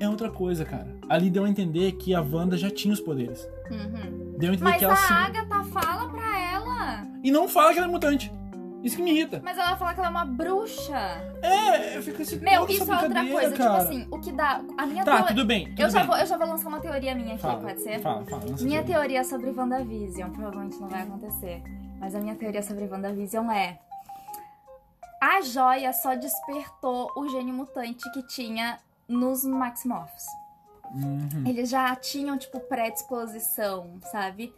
Speaker 1: É outra coisa, cara. Ali deu a entender que a Wanda já tinha os poderes.
Speaker 2: Uhum.
Speaker 1: Deu a entender
Speaker 2: Mas
Speaker 1: que
Speaker 2: a
Speaker 1: ela se...
Speaker 2: Agatha fala pra ela.
Speaker 1: E não fala que ela é mutante. Isso que me irrita.
Speaker 2: Mas ela fala que ela é uma bruxa.
Speaker 1: É, eu fico assim. toda
Speaker 2: Meu,
Speaker 1: essa
Speaker 2: isso é outra
Speaker 1: brincadeira,
Speaker 2: coisa.
Speaker 1: cara.
Speaker 2: Tipo assim, o que dá. A minha
Speaker 1: Tá,
Speaker 2: teoria.
Speaker 1: tudo bem. Tudo
Speaker 2: eu, já
Speaker 1: bem.
Speaker 2: vou, eu já vou lançar uma teoria minha aqui,
Speaker 1: Fala,
Speaker 2: pode ser?
Speaker 1: Fala, fala. lança
Speaker 2: Minha
Speaker 1: tudo.
Speaker 2: teoria é sobre WandaVision, provavelmente não vai acontecer, mas a minha teoria sobre WandaVision é. A joia só despertou o gênio mutante que tinha nos Maximoffs.
Speaker 1: Uhum.
Speaker 2: Eles já tinham, tipo, predisposição, sabe?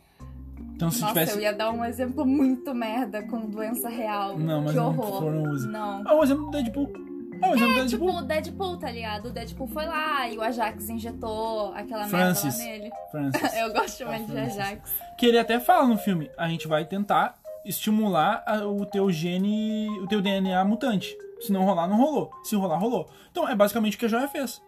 Speaker 1: Então se
Speaker 2: Nossa,
Speaker 1: tivesse.
Speaker 2: eu ia dar um exemplo muito merda com doença real.
Speaker 1: Não, mas
Speaker 2: que
Speaker 1: não
Speaker 2: horror.
Speaker 1: foram os-
Speaker 2: Não.
Speaker 1: É um exemplo do Deadpool. É um exemplo do
Speaker 2: Tipo,
Speaker 1: Deadpool.
Speaker 2: o Deadpool, tá ligado? O Deadpool foi lá e o Ajax injetou aquela
Speaker 1: Francis.
Speaker 2: merda lá nele. *laughs*
Speaker 1: Francis.
Speaker 2: Eu gosto
Speaker 1: Ah,
Speaker 2: mais de
Speaker 1: Francis.
Speaker 2: Ajax.
Speaker 1: Que ele até fala no filme, a gente vai tentar estimular a- o teu gene, o teu DNA mutante. Se não rolar, não rolou. Se rolar, rolou. Então é basicamente o que a Joia fez.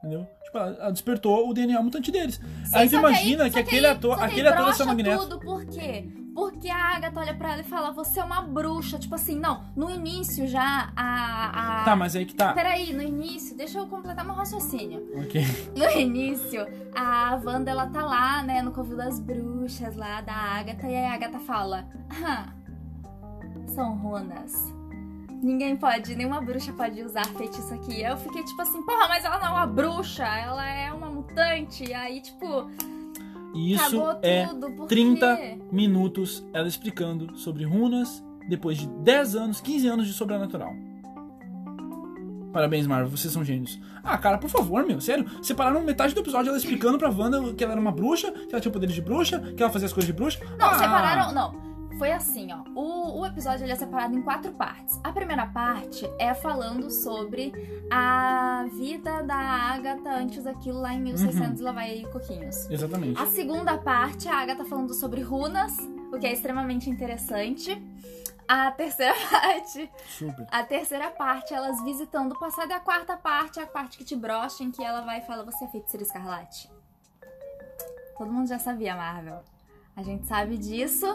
Speaker 1: Entendeu? Tipo, ela ela despertou o DNA mutante deles.
Speaker 2: Sim,
Speaker 1: aí tu
Speaker 2: só
Speaker 1: imagina
Speaker 2: aí-
Speaker 1: que,
Speaker 2: só
Speaker 1: aquele
Speaker 2: aí-
Speaker 1: ator,
Speaker 2: só que aí
Speaker 1: aquele ator é o seu
Speaker 2: brocha
Speaker 1: Magneto.
Speaker 2: tudo, por quê? Porque a Agatha olha pra ela e fala, você é uma bruxa. Tipo assim, não, no início já a... a...
Speaker 1: Tá, mas aí que tá.
Speaker 2: Peraí, no início, deixa eu completar meu raciocínio.
Speaker 1: Ok.
Speaker 2: No *laughs* início, a Wanda, ela tá lá, né, no Covil das Bruxas, lá da Agatha, e aí a Agatha fala, ah, são runas. Ninguém pode, nenhuma bruxa pode usar feitiço aqui. Eu fiquei tipo assim, porra, mas ela não é uma bruxa, ela é uma mutante. E aí, tipo,
Speaker 1: E isso
Speaker 2: Acabou
Speaker 1: é
Speaker 2: tudo, por
Speaker 1: 30
Speaker 2: quê?
Speaker 1: minutos ela explicando sobre runas depois de 10 anos, 15 anos de sobrenatural. Parabéns, Marvel, vocês são gênios. Ah, cara, por favor, meu, sério. Separaram metade do episódio ela explicando pra Wanda que ela era uma bruxa, que ela tinha poderes de bruxa, que ela fazia as coisas de bruxa.
Speaker 2: Não,
Speaker 1: ah,
Speaker 2: separaram. Não. Foi assim, ó. O, o episódio ele é separado em quatro partes. A primeira parte é falando sobre a vida da Agatha antes daquilo lá em 1600 lá vai coquinhos.
Speaker 1: Exatamente.
Speaker 2: A segunda parte, a Agatha falando sobre runas, o que é extremamente interessante. A terceira *laughs* parte
Speaker 1: Super.
Speaker 2: a terceira parte, elas visitando o passado. E a quarta parte, é a parte que te brocha, em que ela vai e fala: Você é feiticeira escarlate. Todo mundo já sabia, Marvel. A gente sabe disso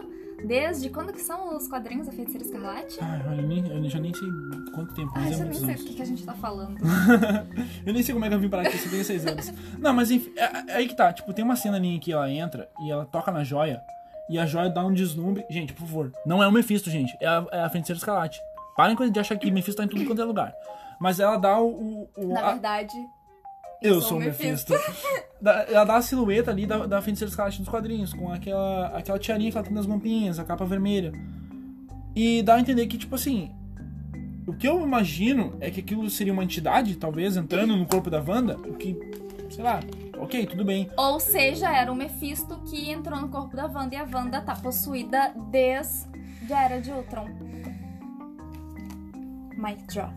Speaker 2: desde quando que são os quadrinhos da feiticeira escarlate?
Speaker 1: Ai, olha, eu, nem, eu já nem sei quanto tempo,
Speaker 2: Ai,
Speaker 1: mas é
Speaker 2: já Ah,
Speaker 1: muitos
Speaker 2: nem sei
Speaker 1: anos.
Speaker 2: do que, que a gente tá falando.
Speaker 1: *laughs* eu nem sei como é que eu vim parar aqui, eu só tenho seis anos. Não, mas enfim, é- é aí que tá. Tipo, tem uma cena ali em que ela entra e ela toca na joia. E a joia dá um deslumbre. Gente, por favor, não é o Mephisto, gente. É a, é a feiticeira escalate. Parem de achar que Mephisto tá em tudo quanto é lugar. Mas ela dá o. o- o-
Speaker 2: Na
Speaker 1: a-
Speaker 2: verdade, é
Speaker 1: eu sou o Mephisto. Da- ela dá a silhueta ali da, da feiticeira escarlate dos quadrinhos, com aquela, aquela tiarinha que ela tem nas mampinhas, a capa vermelha. E dá a entender que, tipo assim. O que eu imagino é que aquilo seria uma entidade, talvez, entrando no corpo da Wanda, o que. Sei lá, ok, tudo bem.
Speaker 2: Ou seja, era o Mephisto que entrou no corpo da Wanda e a Wanda tá possuída desde a Era de Ultron. Mic drop.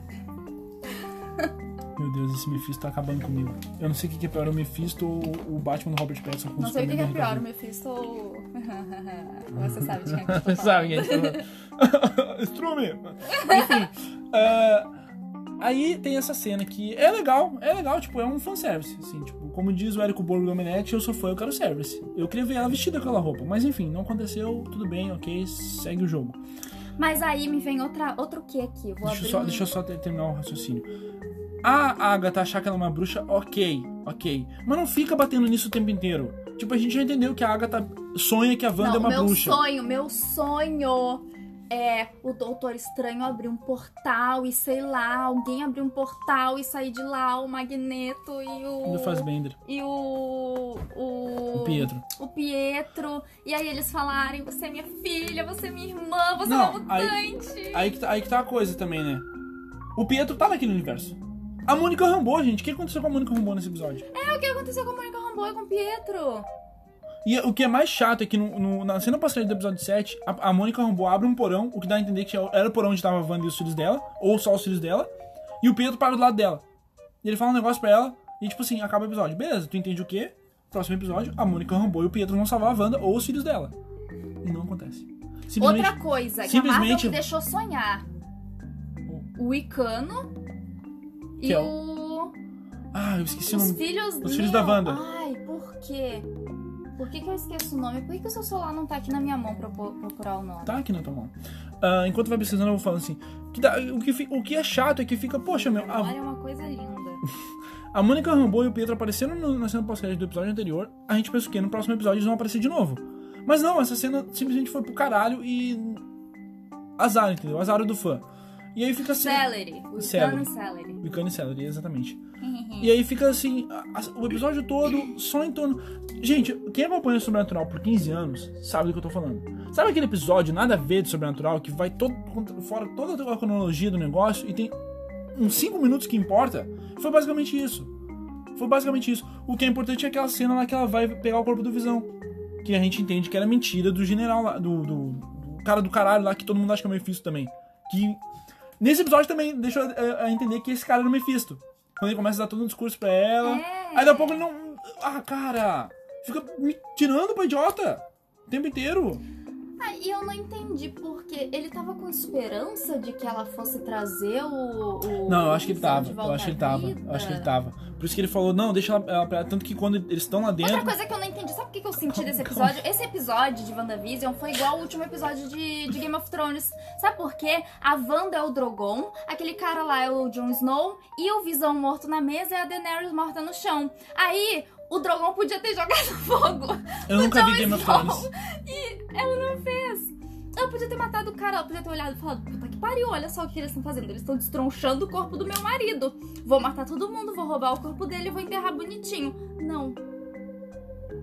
Speaker 1: Meu Deus, esse Mephisto tá acabando comigo. Eu não sei o que que é pior, o Mephisto ou o Batman do Robert Pattinson com
Speaker 2: Não sei o que que é
Speaker 1: Superman da
Speaker 2: pior, o
Speaker 1: Rita
Speaker 2: Mephisto ou. *laughs* Você sabe de quem é que eu tô
Speaker 1: Você *laughs*
Speaker 2: falando.
Speaker 1: sabe quem é *laughs* que Strume! Enfim. ah, aí tem essa cena que é legal, é legal, tipo, é um fanservice, assim, tipo, como diz o Érico Borgo do Omelete, eu sou fã, eu quero service. Eu queria ver ela vestida com aquela roupa, mas enfim, não aconteceu, tudo bem, ok, segue o jogo.
Speaker 2: Mas aí me vem outra, outro que aqui. Eu
Speaker 1: Deixa
Speaker 2: Vou
Speaker 1: eu,
Speaker 2: abrir
Speaker 1: só,
Speaker 2: um-
Speaker 1: deixa eu só ter- terminar o raciocínio. A Agatha achar que ela é uma bruxa, ok, ok. Mas não fica batendo nisso o tempo inteiro. Tipo, a gente já entendeu que a Agatha sonha que a Wanda
Speaker 2: Não,
Speaker 1: é uma
Speaker 2: meu
Speaker 1: bruxa.
Speaker 2: sonho, meu sonho é o Doutor Estranho abrir um portal e sei lá, alguém abrir um portal e sair de lá, o Magneto e o.
Speaker 1: Do Fassbender,
Speaker 2: E o. O,
Speaker 1: o Pietro.
Speaker 2: o Pietro. E aí eles falarem: você é minha filha, você é minha irmã, você é
Speaker 1: Não,
Speaker 2: uma mutante.
Speaker 1: Aí que, tá, aí que tá a coisa também, né? O Pietro tá naquele universo. A Mônica Rambeau, gente. O que aconteceu com a Mônica Rambeau nesse episódio?
Speaker 2: É o que aconteceu com a Mônica Rambeau e com o Pietro.
Speaker 1: E o que é mais chato é que no, no- na cena pós-crédito do episódio 7, a, a Mônica Rambo abre um porão, o que dá a entender que era o porão onde tava a Wanda e os filhos dela, ou só os filhos dela, e o Pedro para do lado dela. E ele fala um negócio pra ela, e tipo assim, acaba o episódio. Beleza, tu entende o quê? Próximo episódio, a Mônica Rambo e o Pedro vão salvar a Wanda ou os filhos dela. E não acontece. Simplesmente-
Speaker 2: Outra coisa que a Marvel
Speaker 1: simplesmente-
Speaker 2: me deixou sonhar. O Icano
Speaker 1: Que
Speaker 2: e
Speaker 1: é
Speaker 2: o...
Speaker 1: Ah, eu esqueci o
Speaker 2: os
Speaker 1: nome.
Speaker 2: filhos...
Speaker 1: os filhos da
Speaker 2: meu,
Speaker 1: Wanda.
Speaker 2: Ai, por quê? Por que, que eu esqueço o nome? Por que, que o seu celular não tá aqui na minha mão pra eu po- procurar o nome?
Speaker 1: Tá aqui na tua mão. Ah, enquanto vai pesquisando, eu vou falando assim. que dá- o, que, fi- o que é chato é que fica, poxa, meu, a,
Speaker 2: Olha, é uma coisa
Speaker 1: *laughs*
Speaker 2: linda.
Speaker 1: A Mônica Rambeau e o Pietro apareceram no- na cena pós-crédito do episódio anterior. A gente pensa que no próximo episódio eles vão aparecer de novo. Mas não, essa cena simplesmente foi pro caralho e. Azar, entendeu? Azar do fã. E aí fica assim.
Speaker 2: Celery. O Icano e Celery.
Speaker 1: Bicane Celery, exatamente. E aí fica assim, a- a- o episódio todo só em torno. Gente, quem acompanha Sobrenatural por 15 anos sabe do que eu tô falando. Sabe aquele episódio nada a ver de Sobrenatural que vai todo contra- fora toda a cronologia do negócio e tem uns 5 minutos que importa? Foi basicamente isso. Foi basicamente isso. O que é importante é aquela cena lá que ela vai pegar o corpo do Visão. Que a gente entende que era mentira do general lá, do, do- do cara do caralho lá que todo mundo acha que é o Mephisto também. Que nesse episódio também deixou a, a é, entender que esse cara era o Mephisto. Quando ele começa a dar todo um discurso pra ela.
Speaker 2: É.
Speaker 1: Aí daqui a pouco ele não. Ah, cara! Fica me tirando pra idiota! O tempo inteiro!
Speaker 2: Ah, e eu não entendi porque ele tava com esperança de que ela fosse trazer o. o-
Speaker 1: Não, eu acho que ele
Speaker 2: o Visão
Speaker 1: tava.
Speaker 2: de
Speaker 1: Eu
Speaker 2: volta
Speaker 1: acho que ele
Speaker 2: à
Speaker 1: tava.
Speaker 2: vida.
Speaker 1: Eu acho que ele tava. Por isso que ele falou, não, deixa ela, ela pra lá. Tanto que quando eles estão lá
Speaker 2: Outra
Speaker 1: dentro.
Speaker 2: coisa que eu não entendi, sabe o que que eu senti
Speaker 1: Calma,
Speaker 2: desse
Speaker 1: calma.
Speaker 2: episódio? Esse episódio de WandaVision foi igual ao último episódio de, de Game of Thrones. Sabe por quê? A Wanda é o Drogon, aquele cara lá é o Jon Snow, e o Visão morto na mesa é a Daenerys morta no chão. Aí, o Drogon podia ter *laughs* jogado fogo.
Speaker 1: Eu nunca
Speaker 2: então
Speaker 1: vi Game of Thrones.
Speaker 2: E ela não fez. Ela podia ter matado o cara, ela podia ter olhado e falado: puta que pariu, olha só o que eles estão fazendo. Eles estão destronchando o corpo do meu marido. Vou matar todo mundo, vou roubar o corpo dele e vou enterrar bonitinho. Não.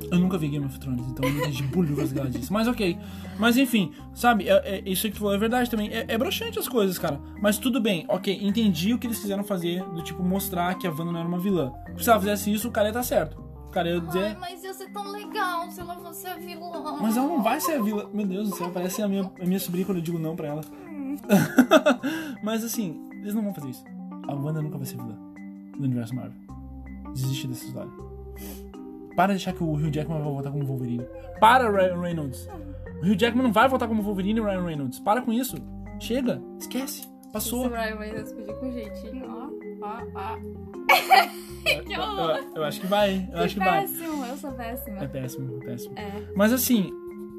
Speaker 1: Eu nunca vi Game of Thrones, então eu não entendi bolhufas que ela disse. Mas ok. Mas enfim, sabe, é- é- isso aí que tu falou é verdade também. É, é broxante as coisas, cara. Mas tudo bem, ok, entendi o que eles quiseram fazer, do tipo, mostrar que a Wanda não era uma vilã. Se ela fizesse isso, o cara ia tá certo. O cara ia dizer.
Speaker 2: Ai, mas ia ser tão legal se ela fosse a vilã.
Speaker 1: É. Mas ela não vai ser a vilã. Meu Deus do céu, parece a minha, a minha sobrinha quando eu digo não pra ela. Mas assim, eles não vão fazer isso. A Wanda nunca vai ser vilã do universo Marvel. Desiste dessa história. Para de achar que o Hugh Jackman vai voltar como Wolverine. Para, Ryan Reynolds. O Hugh Jackman não vai voltar como Wolverine, Ryan Reynolds. Para com isso. Chega. Esquece. Passou.
Speaker 2: Brian vai responder com jeitinho, ó, ó, ó. que
Speaker 1: Eu,
Speaker 2: horror.
Speaker 1: eu acho que vai. Eu acho que vai.
Speaker 2: péssimo, eu sou
Speaker 1: É
Speaker 2: péssima.
Speaker 1: péssimo, é péssimo.
Speaker 2: É.
Speaker 1: Mas assim,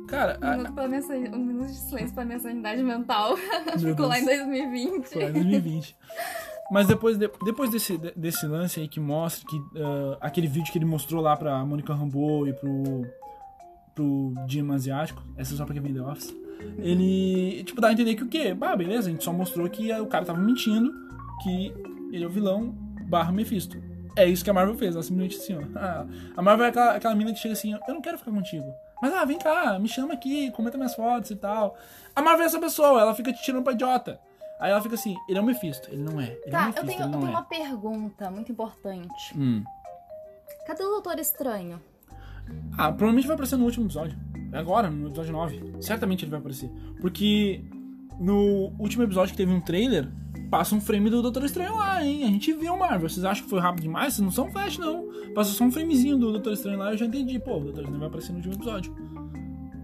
Speaker 1: cara, a-
Speaker 2: Um minuto, pra minha san- um minuto de silêncio pra minha sanidade mental.
Speaker 1: Meu
Speaker 2: *laughs* Ficou lá em
Speaker 1: Deus.
Speaker 2: 2020.
Speaker 1: Foi lá em 2020. Mas depois, de- depois desse, de- desse lance aí que mostra que ah, aquele vídeo que ele mostrou lá pra Mônica Rambeau e pro, pro Jim Asiático, essa é só pra quem vem The Office, ele, tipo, dá a entender que o quê? Bah, beleza, a gente só mostrou que ah, o cara tava mentindo, que ele é o vilão barra Mephisto. É isso que a Marvel fez, ela simplesmente assim, ó. Ah, A Marvel é aquela, aquela mina que chega assim, ó, eu não quero ficar contigo. Mas, ah, vem cá, me chama aqui, comenta minhas fotos e tal. A Marvel é essa pessoa, ela fica te tirando pra idiota. Aí ela fica assim, ele é o Mephisto, ele não é. Ele é o
Speaker 2: Tá,
Speaker 1: Mephisto,
Speaker 2: eu tenho, eu
Speaker 1: ele não
Speaker 2: tenho
Speaker 1: é.
Speaker 2: uma pergunta muito importante.
Speaker 1: Hum.
Speaker 2: Cadê o Doutor Estranho?
Speaker 1: Ah, provavelmente vai aparecer no último episódio. É Agora, no episódio 9. Certamente ele vai aparecer. Porque no último episódio que teve um trailer, passa um frame do Doutor Estranho lá, hein? A gente viu, Marvel. Vocês acham que foi rápido demais? Vocês não são flash, não. Passa só um framezinho do Doutor Estranho lá e eu já entendi. Pô, o Doutor Estranho vai aparecer no último episódio.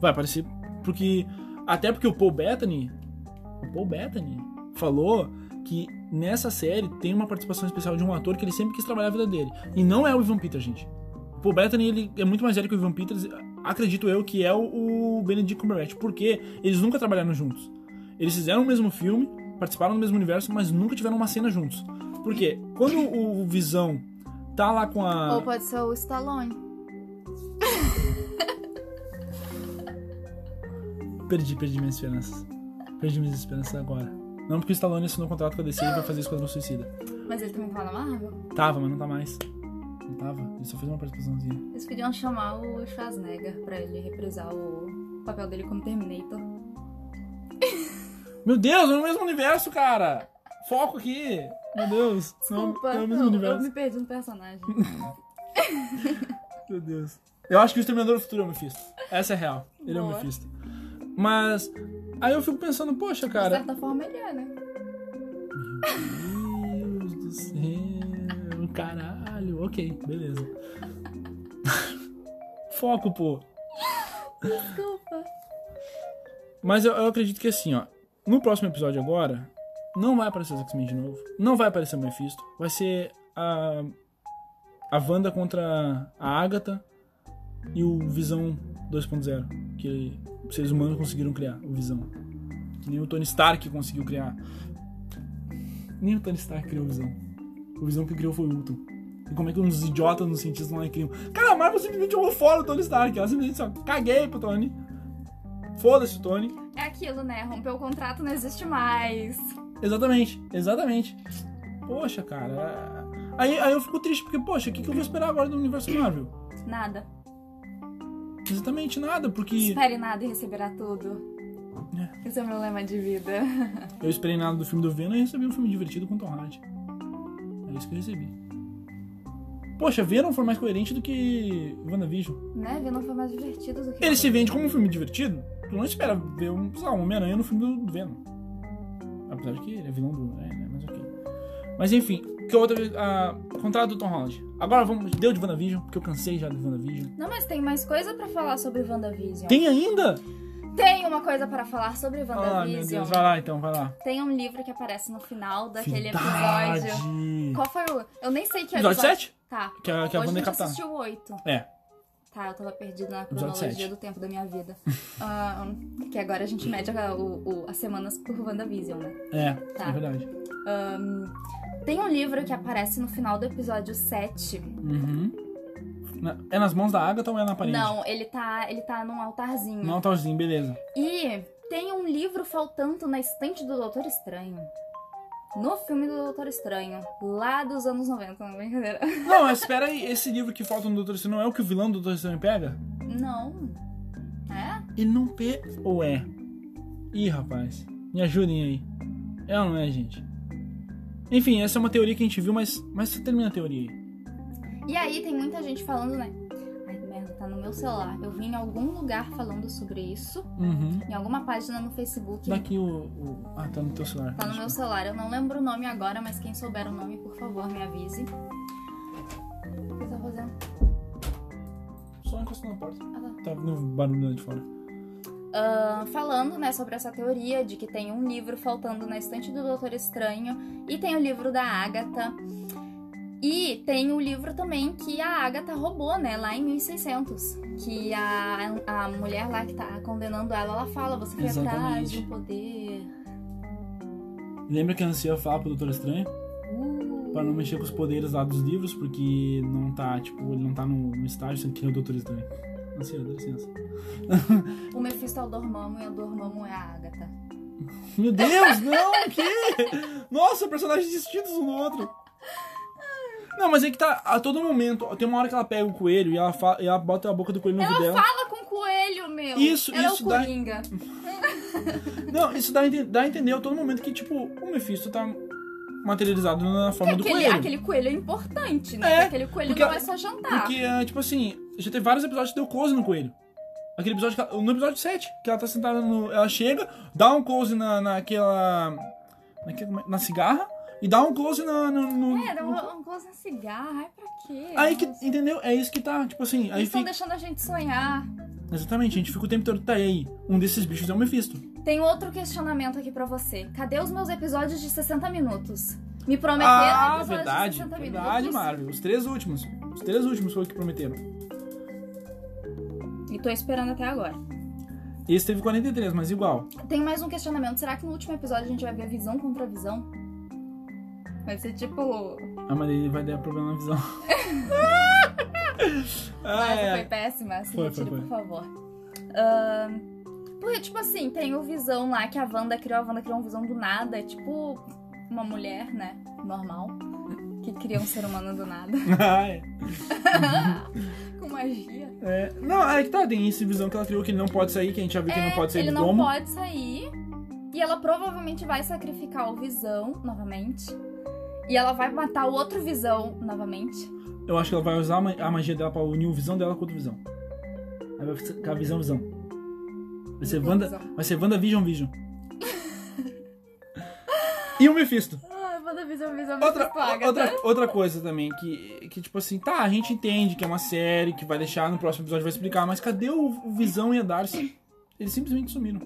Speaker 1: Vai aparecer porque... Até porque o Paul Bettany... O Paul Bettany falou que nessa série tem uma participação especial de um ator que ele sempre quis trabalhar a vida dele. E não é o Ivan Peter, gente. Paul Bettany, ele é muito mais velho que o Ivan Peters, acredito eu que é o, o Benedict Cumberbatch, porque eles nunca trabalharam juntos. Eles fizeram o mesmo filme, participaram do mesmo universo, mas nunca tiveram uma cena juntos. Por quê? Quando o Visão tá lá com a...
Speaker 2: Ou pode ser o Stallone?
Speaker 1: Perdi, perdi minhas esperanças. Perdi minhas esperanças agora. Não porque o Stallone assinou um contrato com a DC e vai fazer Esquadrão Suicida.
Speaker 2: Mas ele também tá na Marvel?
Speaker 1: Tava, mas não tá mais. Não tava. Ele só fez uma participaçãozinha.
Speaker 2: Eles podiam chamar o Schwarzenegger pra ele reprisar o papel dele como Terminator.
Speaker 1: Meu Deus, é o mesmo universo, cara! Foco aqui! Meu Deus. não é-
Speaker 2: Desculpa,
Speaker 1: não é o
Speaker 2: não,
Speaker 1: mesmo
Speaker 2: eu
Speaker 1: universo.
Speaker 2: me perdi no personagem.
Speaker 1: Meu Deus. Eu acho que o Exterminador do Futuro é o Mephisto. Essa é real. Ele é o
Speaker 2: Boa.
Speaker 1: Mephisto. Mas. Aí eu fico pensando, poxa,
Speaker 2: De
Speaker 1: cara.
Speaker 2: certa forma ele é, né?
Speaker 1: Meu Deus do céu. Caralho. Ok, beleza. *laughs* Foco, pô.
Speaker 2: Desculpa.
Speaker 1: Mas eu, eu acredito que assim, ó. No próximo episódio agora, não vai aparecer os X-Men de novo. Não vai aparecer o Mephisto. Vai ser a. A Wanda contra a Agatha e o Visão 2.0. Que os seres humanos conseguiram criar, o Visão. Que nem o Tony Stark conseguiu criar. Nem o Tony Stark criou o Visão. O Visão que criou foi o Ultron. E como é que uns idiotas, uns cientistas lá criam? Cara, a Marvel simplesmente jogou fora o Tony Stark. Ela simplesmente só caguei pro Tony. Foda-se o Tony.
Speaker 2: É aquilo, né? Rompeu o contrato, não existe mais.
Speaker 1: Exatamente, exatamente. Poxa, cara. é, Aí, aí eu fico triste, porque, poxa, o que, que eu vou esperar agora do universo Marvel?
Speaker 2: Nada.
Speaker 1: Exatamente nada, porque
Speaker 2: Espere nada e receberá tudo. Esse é o meu lema de vida. *laughs*
Speaker 1: eu esperei nada do filme do Venom e recebi um filme divertido com Tom Hardy. É isso que eu recebi. Poxa, Venom foi mais coerente do que WandaVision.
Speaker 2: né? Venom foi mais divertido do que.
Speaker 1: Ele se vende como um filme divertido. Tu não espera ver um, sei lá, um Homem-Aranha no filme do Venom. Apesar de que ele é vilão do Homem-Aranha, né? Mas ok. Mas enfim, que outra vez. ah, contrato do Tom Holland. Agora vamos. Deu de WandaVision, porque eu cansei já de WandaVision.
Speaker 2: Não, mas tem mais coisa pra falar sobre WandaVision.
Speaker 1: Tem ainda?
Speaker 2: Tem uma coisa para falar sobre
Speaker 1: Ah, meu
Speaker 2: WandaVision.
Speaker 1: Deus, vai lá então, vai lá.
Speaker 2: tem um livro que aparece no final daquele
Speaker 1: Verdade.
Speaker 2: episódio. Qual foi o. Eu nem sei que
Speaker 1: Episódio 7?
Speaker 2: Tá.
Speaker 1: Que a, que a
Speaker 2: Hoje
Speaker 1: Wanda
Speaker 2: a
Speaker 1: é
Speaker 2: gente
Speaker 1: capitã.
Speaker 2: assistiu o 8.
Speaker 1: É.
Speaker 2: Tá, eu tava perdida na
Speaker 1: Episódio
Speaker 2: cronologia
Speaker 1: sete.
Speaker 2: do tempo da minha vida. Ah, que agora a gente mede a- o- o- as semanas por WandaVision, né?
Speaker 1: É,
Speaker 2: Tá.
Speaker 1: é verdade.
Speaker 2: Tem um livro que aparece no final do episódio 7.
Speaker 1: Uhum. Na- é nas mãos da Agatha ou é na parede?
Speaker 2: Não, ele tá, ele tá num altarzinho.
Speaker 1: Não, talzinho, beleza.
Speaker 2: E tem um livro faltando na estante do Doutor Estranho. No filme do Doutor Estranho, lá dos anos 90, não é brincadeira. *laughs*
Speaker 1: Não, mas espera aí, esse livro que falta no Doutor Estranho não é o que o vilão do Doutor Estranho pega?
Speaker 2: Não. É?
Speaker 1: Ele não pega. Ou é? Ih, rapaz. Me ajudem aí. É ou não é, gente? Enfim, essa é uma teoria que a gente viu, mas, mas você termina a teoria aí.
Speaker 2: E aí tem muita gente falando, né? Ai, merda, tá no meu celular. Eu vi em algum lugar falando sobre isso.
Speaker 1: Uhum.
Speaker 2: Em alguma página no Facebook.
Speaker 1: Daqui o, o- Ah, tá no teu celular.
Speaker 2: Tá no meu celular. Eu não lembro o nome agora, mas quem souber o nome, por favor, me avise. O que eu tô fazendo?
Speaker 1: Só encostou na porta.
Speaker 2: Ah, tá.
Speaker 1: Tá no barulho lá de fora.
Speaker 2: Ah, falando, né, sobre essa teoria de que tem um livro faltando na estante do Doutor Estranho e tem o livro da Agatha. E tem o livro também que a Agatha roubou, né, lá em 1600. Que a, a mulher lá que tá condenando ela, ela fala, você foi atrás
Speaker 1: Exatamente.
Speaker 2: do poder.
Speaker 1: Lembra que a Ancia fala pro Doutor Estranho
Speaker 2: Uh.
Speaker 1: pra não mexer com os poderes lá dos livros, porque não tá, tipo, ele não tá no, no estágio, sendo que ele é o Doutor Estranho. Ancia, dá licença.
Speaker 2: O Mephisto é o Dormammu e o Dormammu é a Agatha.
Speaker 1: Meu Deus, não, o quê? Nossa, personagens distintos um do outro. Não, mas é que tá a todo momento. ó, Tem uma hora que ela pega o coelho e ela, fa- e ela bota a boca do coelho no ouvido dela.
Speaker 2: Fala com o coelho, meu!
Speaker 1: Isso,
Speaker 2: ela
Speaker 1: isso
Speaker 2: é o
Speaker 1: dá- um
Speaker 2: Coringa.
Speaker 1: Não, isso dá a, enten- dá a entender a todo momento que, tipo, o Mephisto tá materializado na forma do
Speaker 2: Aquele,
Speaker 1: coelho.
Speaker 2: aquele coelho é importante,
Speaker 1: É,
Speaker 2: né? aquele coelho
Speaker 1: porque
Speaker 2: não
Speaker 1: a-
Speaker 2: é só jantar.
Speaker 1: Porque, ah, tipo assim, já tem vários episódios que deu close no coelho. Aquele episódio que ela- No episódio 7, que ela tá sentada no. Ela chega, dá um close na, naquela. naquele- como é- na cigarra e dá um close na. na- no,
Speaker 2: É, Era
Speaker 1: no-
Speaker 2: um, um gosto na cigarra, ai pra quê?
Speaker 1: Aí que.
Speaker 2: Eles
Speaker 1: Entendeu? É isso que tá. Tipo assim, aí
Speaker 2: estão
Speaker 1: fica.
Speaker 2: deixando a gente sonhar.
Speaker 1: Exatamente, a gente fica o tempo todo. Tá, e aí? Um desses bichos é o Mephisto.
Speaker 2: Tem outro questionamento aqui pra você. Cadê os meus episódios de 60 minutos? Me prometeram
Speaker 1: ah,
Speaker 2: episódios de
Speaker 1: verdade.
Speaker 2: 60
Speaker 1: Verdade,
Speaker 2: minutos.
Speaker 1: Marvel. Os três últimos. Os três últimos foi o que prometeram.
Speaker 2: E tô esperando até agora.
Speaker 1: Esse teve 43, mas igual.
Speaker 2: Tem mais um questionamento. Será que no último episódio a gente vai ver visão contra visão? Vai ser tipo.
Speaker 1: Ah, mas ele vai dar problema na
Speaker 2: *laughs*
Speaker 1: visão.
Speaker 2: Ah,
Speaker 1: ah,
Speaker 2: essa
Speaker 1: é.
Speaker 2: foi péssima. Essa
Speaker 1: Foi,
Speaker 2: me tira,
Speaker 1: foi, foi.
Speaker 2: por favor. Ahn, porque, tipo assim, tem o Visão lá que a Wanda criou. A Wanda criou um Visão do nada. É tipo uma mulher, né? Normal. Que cria um ser humano
Speaker 1: *laughs*
Speaker 2: do nada.
Speaker 1: Ah, é.
Speaker 2: Com magia.
Speaker 1: É, não, é que tá, tem essa visão que ela criou que ele não pode sair, que a gente já viu que ele não pode sair
Speaker 2: É, Ele
Speaker 1: do
Speaker 2: não
Speaker 1: domo.
Speaker 2: pode sair. E ela provavelmente vai sacrificar o Visão novamente. E ela vai matar o outro Visão novamente.
Speaker 1: Eu acho que ela vai usar a ma- a magia dela pra unir o visão dela com o outro visão. Aí vai ficar visão, visão. Vai ser,
Speaker 2: Visão,
Speaker 1: Wanda,
Speaker 2: visão.
Speaker 1: vai ser Wanda Vision Vision. e o Mephisto.
Speaker 2: Ah, WandaVision, visão, visão,
Speaker 1: Outra,
Speaker 2: visão, Agatha.
Speaker 1: outra, outra coisa também, que, que tipo assim, tá, a gente entende que é uma série, que vai deixar, no próximo episódio vai explicar, mas cadê o, o Visão e a Darcy? Eles simplesmente sumiram.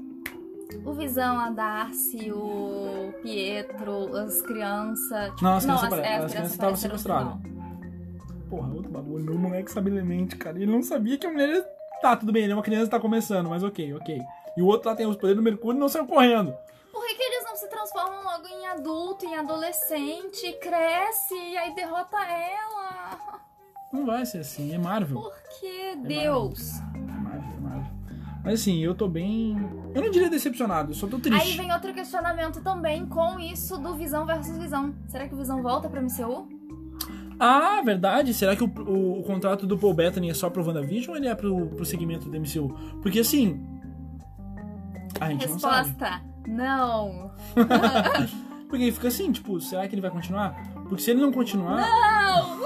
Speaker 2: O Visão, a Darcy, o Pietro, as crianças.
Speaker 1: Não, as
Speaker 2: Não,
Speaker 1: crianças,
Speaker 2: as-
Speaker 1: apare-
Speaker 2: é, as
Speaker 1: as crianças
Speaker 2: crianças
Speaker 1: estavam
Speaker 2: apareceram no
Speaker 1: sequestradas. Porra, é outro bagulho. Meu moleque sabe lemente, cara. Ele não sabia que a mulher. ia- Tá, tudo bem, ele é uma criança tá começando, mas ok, ok. E o outro lá tem os poderes do Mercúrio e não saiu correndo.
Speaker 2: Por que, que eles não se transformam logo em adulto, em adolescente, cresce e aí derrota ela?
Speaker 1: Não vai ser assim, é Marvel.
Speaker 2: Por que, Deus?
Speaker 1: É Marvel, é Marvel. Mas assim, eu tô bem. Eu não diria decepcionado, eu só tô triste.
Speaker 2: Aí vem outro questionamento também com isso do Visão versus Visão. Será que o Visão volta pra MCU?
Speaker 1: Ah, verdade. Será que o, o- o contrato do Paul Bettany é só pro WandaVision ou ele é pro, pro segmento do MCU? Porque assim. A gente não sabe.
Speaker 2: Resposta: Não. *laughs*
Speaker 1: Porque fica assim, tipo, será que ele vai continuar? Porque se ele não continuar.
Speaker 2: Não!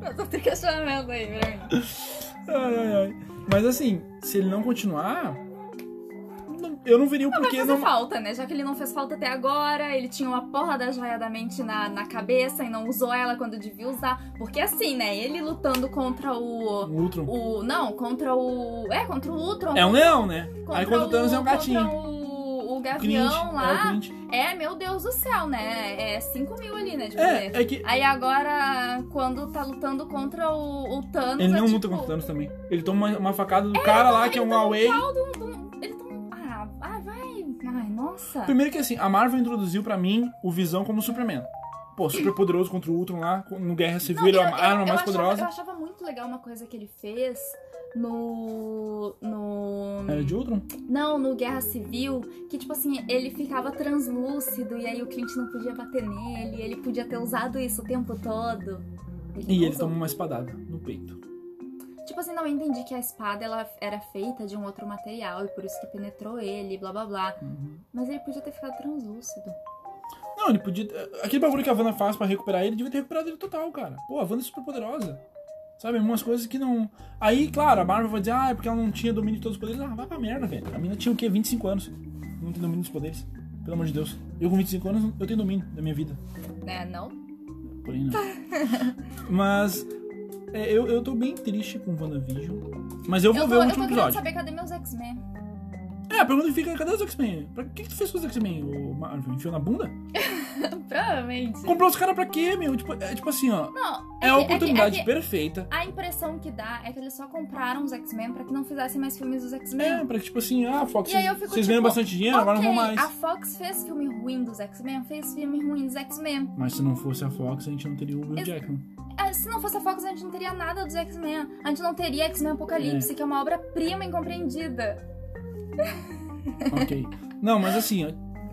Speaker 2: Faz outro questionamento aí pra mim.
Speaker 1: Ai, ai, ai. Mas assim, se ele não continuar. não- eu não veria o
Speaker 2: Vai
Speaker 1: porquê
Speaker 2: fazer
Speaker 1: não.
Speaker 2: falta, né? Já que ele não fez falta até agora, ele tinha uma porra da joia da mente na, na cabeça e não usou ela quando devia usar. Porque assim, né? Ele lutando contra o.
Speaker 1: O Ultron.
Speaker 2: O. Não, contra o. É, contra o Ultron.
Speaker 1: É um leão, né?
Speaker 2: Contra
Speaker 1: Aí quando o Thanos é um gatinho.
Speaker 2: Contra o, o
Speaker 1: O Clint,
Speaker 2: Gavião
Speaker 1: é o
Speaker 2: lá.
Speaker 1: Clint.
Speaker 2: É, meu Deus do céu, né? É 5 mil ali, né? De poder.
Speaker 1: É, é que.
Speaker 2: Aí agora, quando tá lutando contra o, o Thanos.
Speaker 1: Ele
Speaker 2: é
Speaker 1: não
Speaker 2: tipo,
Speaker 1: luta contra o Thanos também. Ele toma uma, uma facada do cara lá, que é um Huawei.
Speaker 2: Ele tá. um- Ah, ah, vai. Ai, nossa.
Speaker 1: Primeiro que assim, a Marvel introduziu pra mim o Visão como Superman. Pô, super poderoso contra o Ultron lá, no Guerra Civil,
Speaker 2: Não,
Speaker 1: ele é
Speaker 2: eu-
Speaker 1: a
Speaker 2: eu-
Speaker 1: arma
Speaker 2: eu
Speaker 1: mais
Speaker 2: achava-
Speaker 1: poderosa.
Speaker 2: Eu achava muito legal uma coisa que ele fez no. no.
Speaker 1: Era de Ultron?
Speaker 2: Não, no Guerra Civil, que tipo assim, ele ficava translúcido e aí o Clint não podia bater nele, ele podia ter usado isso o tempo todo. não
Speaker 1: E ele
Speaker 2: usou.
Speaker 1: toma uma espadada no peito.
Speaker 2: Tipo assim, não eu entendi que a espada ela era feita de um outro material e por isso que penetrou ele, blá blá blá.
Speaker 1: Uhum.
Speaker 2: Mas ele podia ter ficado translúcido.
Speaker 1: Não, ele podia. eh, Aquele bagulho que a Wanda faz pra recuperar ele, devia ter recuperado ele total, cara. Pô, a Wanda é super poderosa. Sabe, umas coisas que não. Aí, claro, a Marvel vai dizer, ah, é porque ela não tinha domínio de todos os poderes. Ah, vai pra merda, velho. A mina tinha o quê? 25 anos. Não tem domínio dos poderes. Pelo amor de Deus. Eu com 25 anos, eu tenho domínio da minha vida. É,
Speaker 2: Né, não?
Speaker 1: Porém, não. *laughs* Mas é, eu, eu tô bem triste com WandaVision. Mas eu vou
Speaker 2: eu
Speaker 1: ver o
Speaker 2: tô, eu
Speaker 1: último
Speaker 2: tô querendo
Speaker 1: episódio.
Speaker 2: saber cadê meus X-Men.
Speaker 1: *laughs* É, a pergunta fica: cadê os X-Men? Pra que, que tu fez com os X-Men? O Marvel enfiou na bunda?
Speaker 2: Provavelmente.
Speaker 1: Comprou os caras pra quê, meu? Tipo, é, tipo assim, ó.
Speaker 2: Não,
Speaker 1: É a
Speaker 2: que- que-
Speaker 1: oportunidade
Speaker 2: é que
Speaker 1: perfeita.
Speaker 2: A impressão que dá é que eles só compraram os X-Men pra que não fizessem mais filmes dos X-Men.
Speaker 1: É, pra que, tipo assim, ah, Fox,
Speaker 2: E aí
Speaker 1: vocês,
Speaker 2: eu fico
Speaker 1: vocês ganham
Speaker 2: tipo,
Speaker 1: bastante dinheiro, É, agora não vão
Speaker 2: Ok,
Speaker 1: mais.
Speaker 2: A Fox fez filme ruim dos X-Men, fez filme ruim dos X-Men.
Speaker 1: Mas se não fosse a Fox, a gente não teria o Will
Speaker 2: Ex-
Speaker 1: Jackman.
Speaker 2: Ah, Se não fosse a Fox, a gente não teria nada dos X-Men. A gente não teria X-Men Apocalipse, que é uma obra-prima incompreendida.
Speaker 1: ok. Não, mas assim,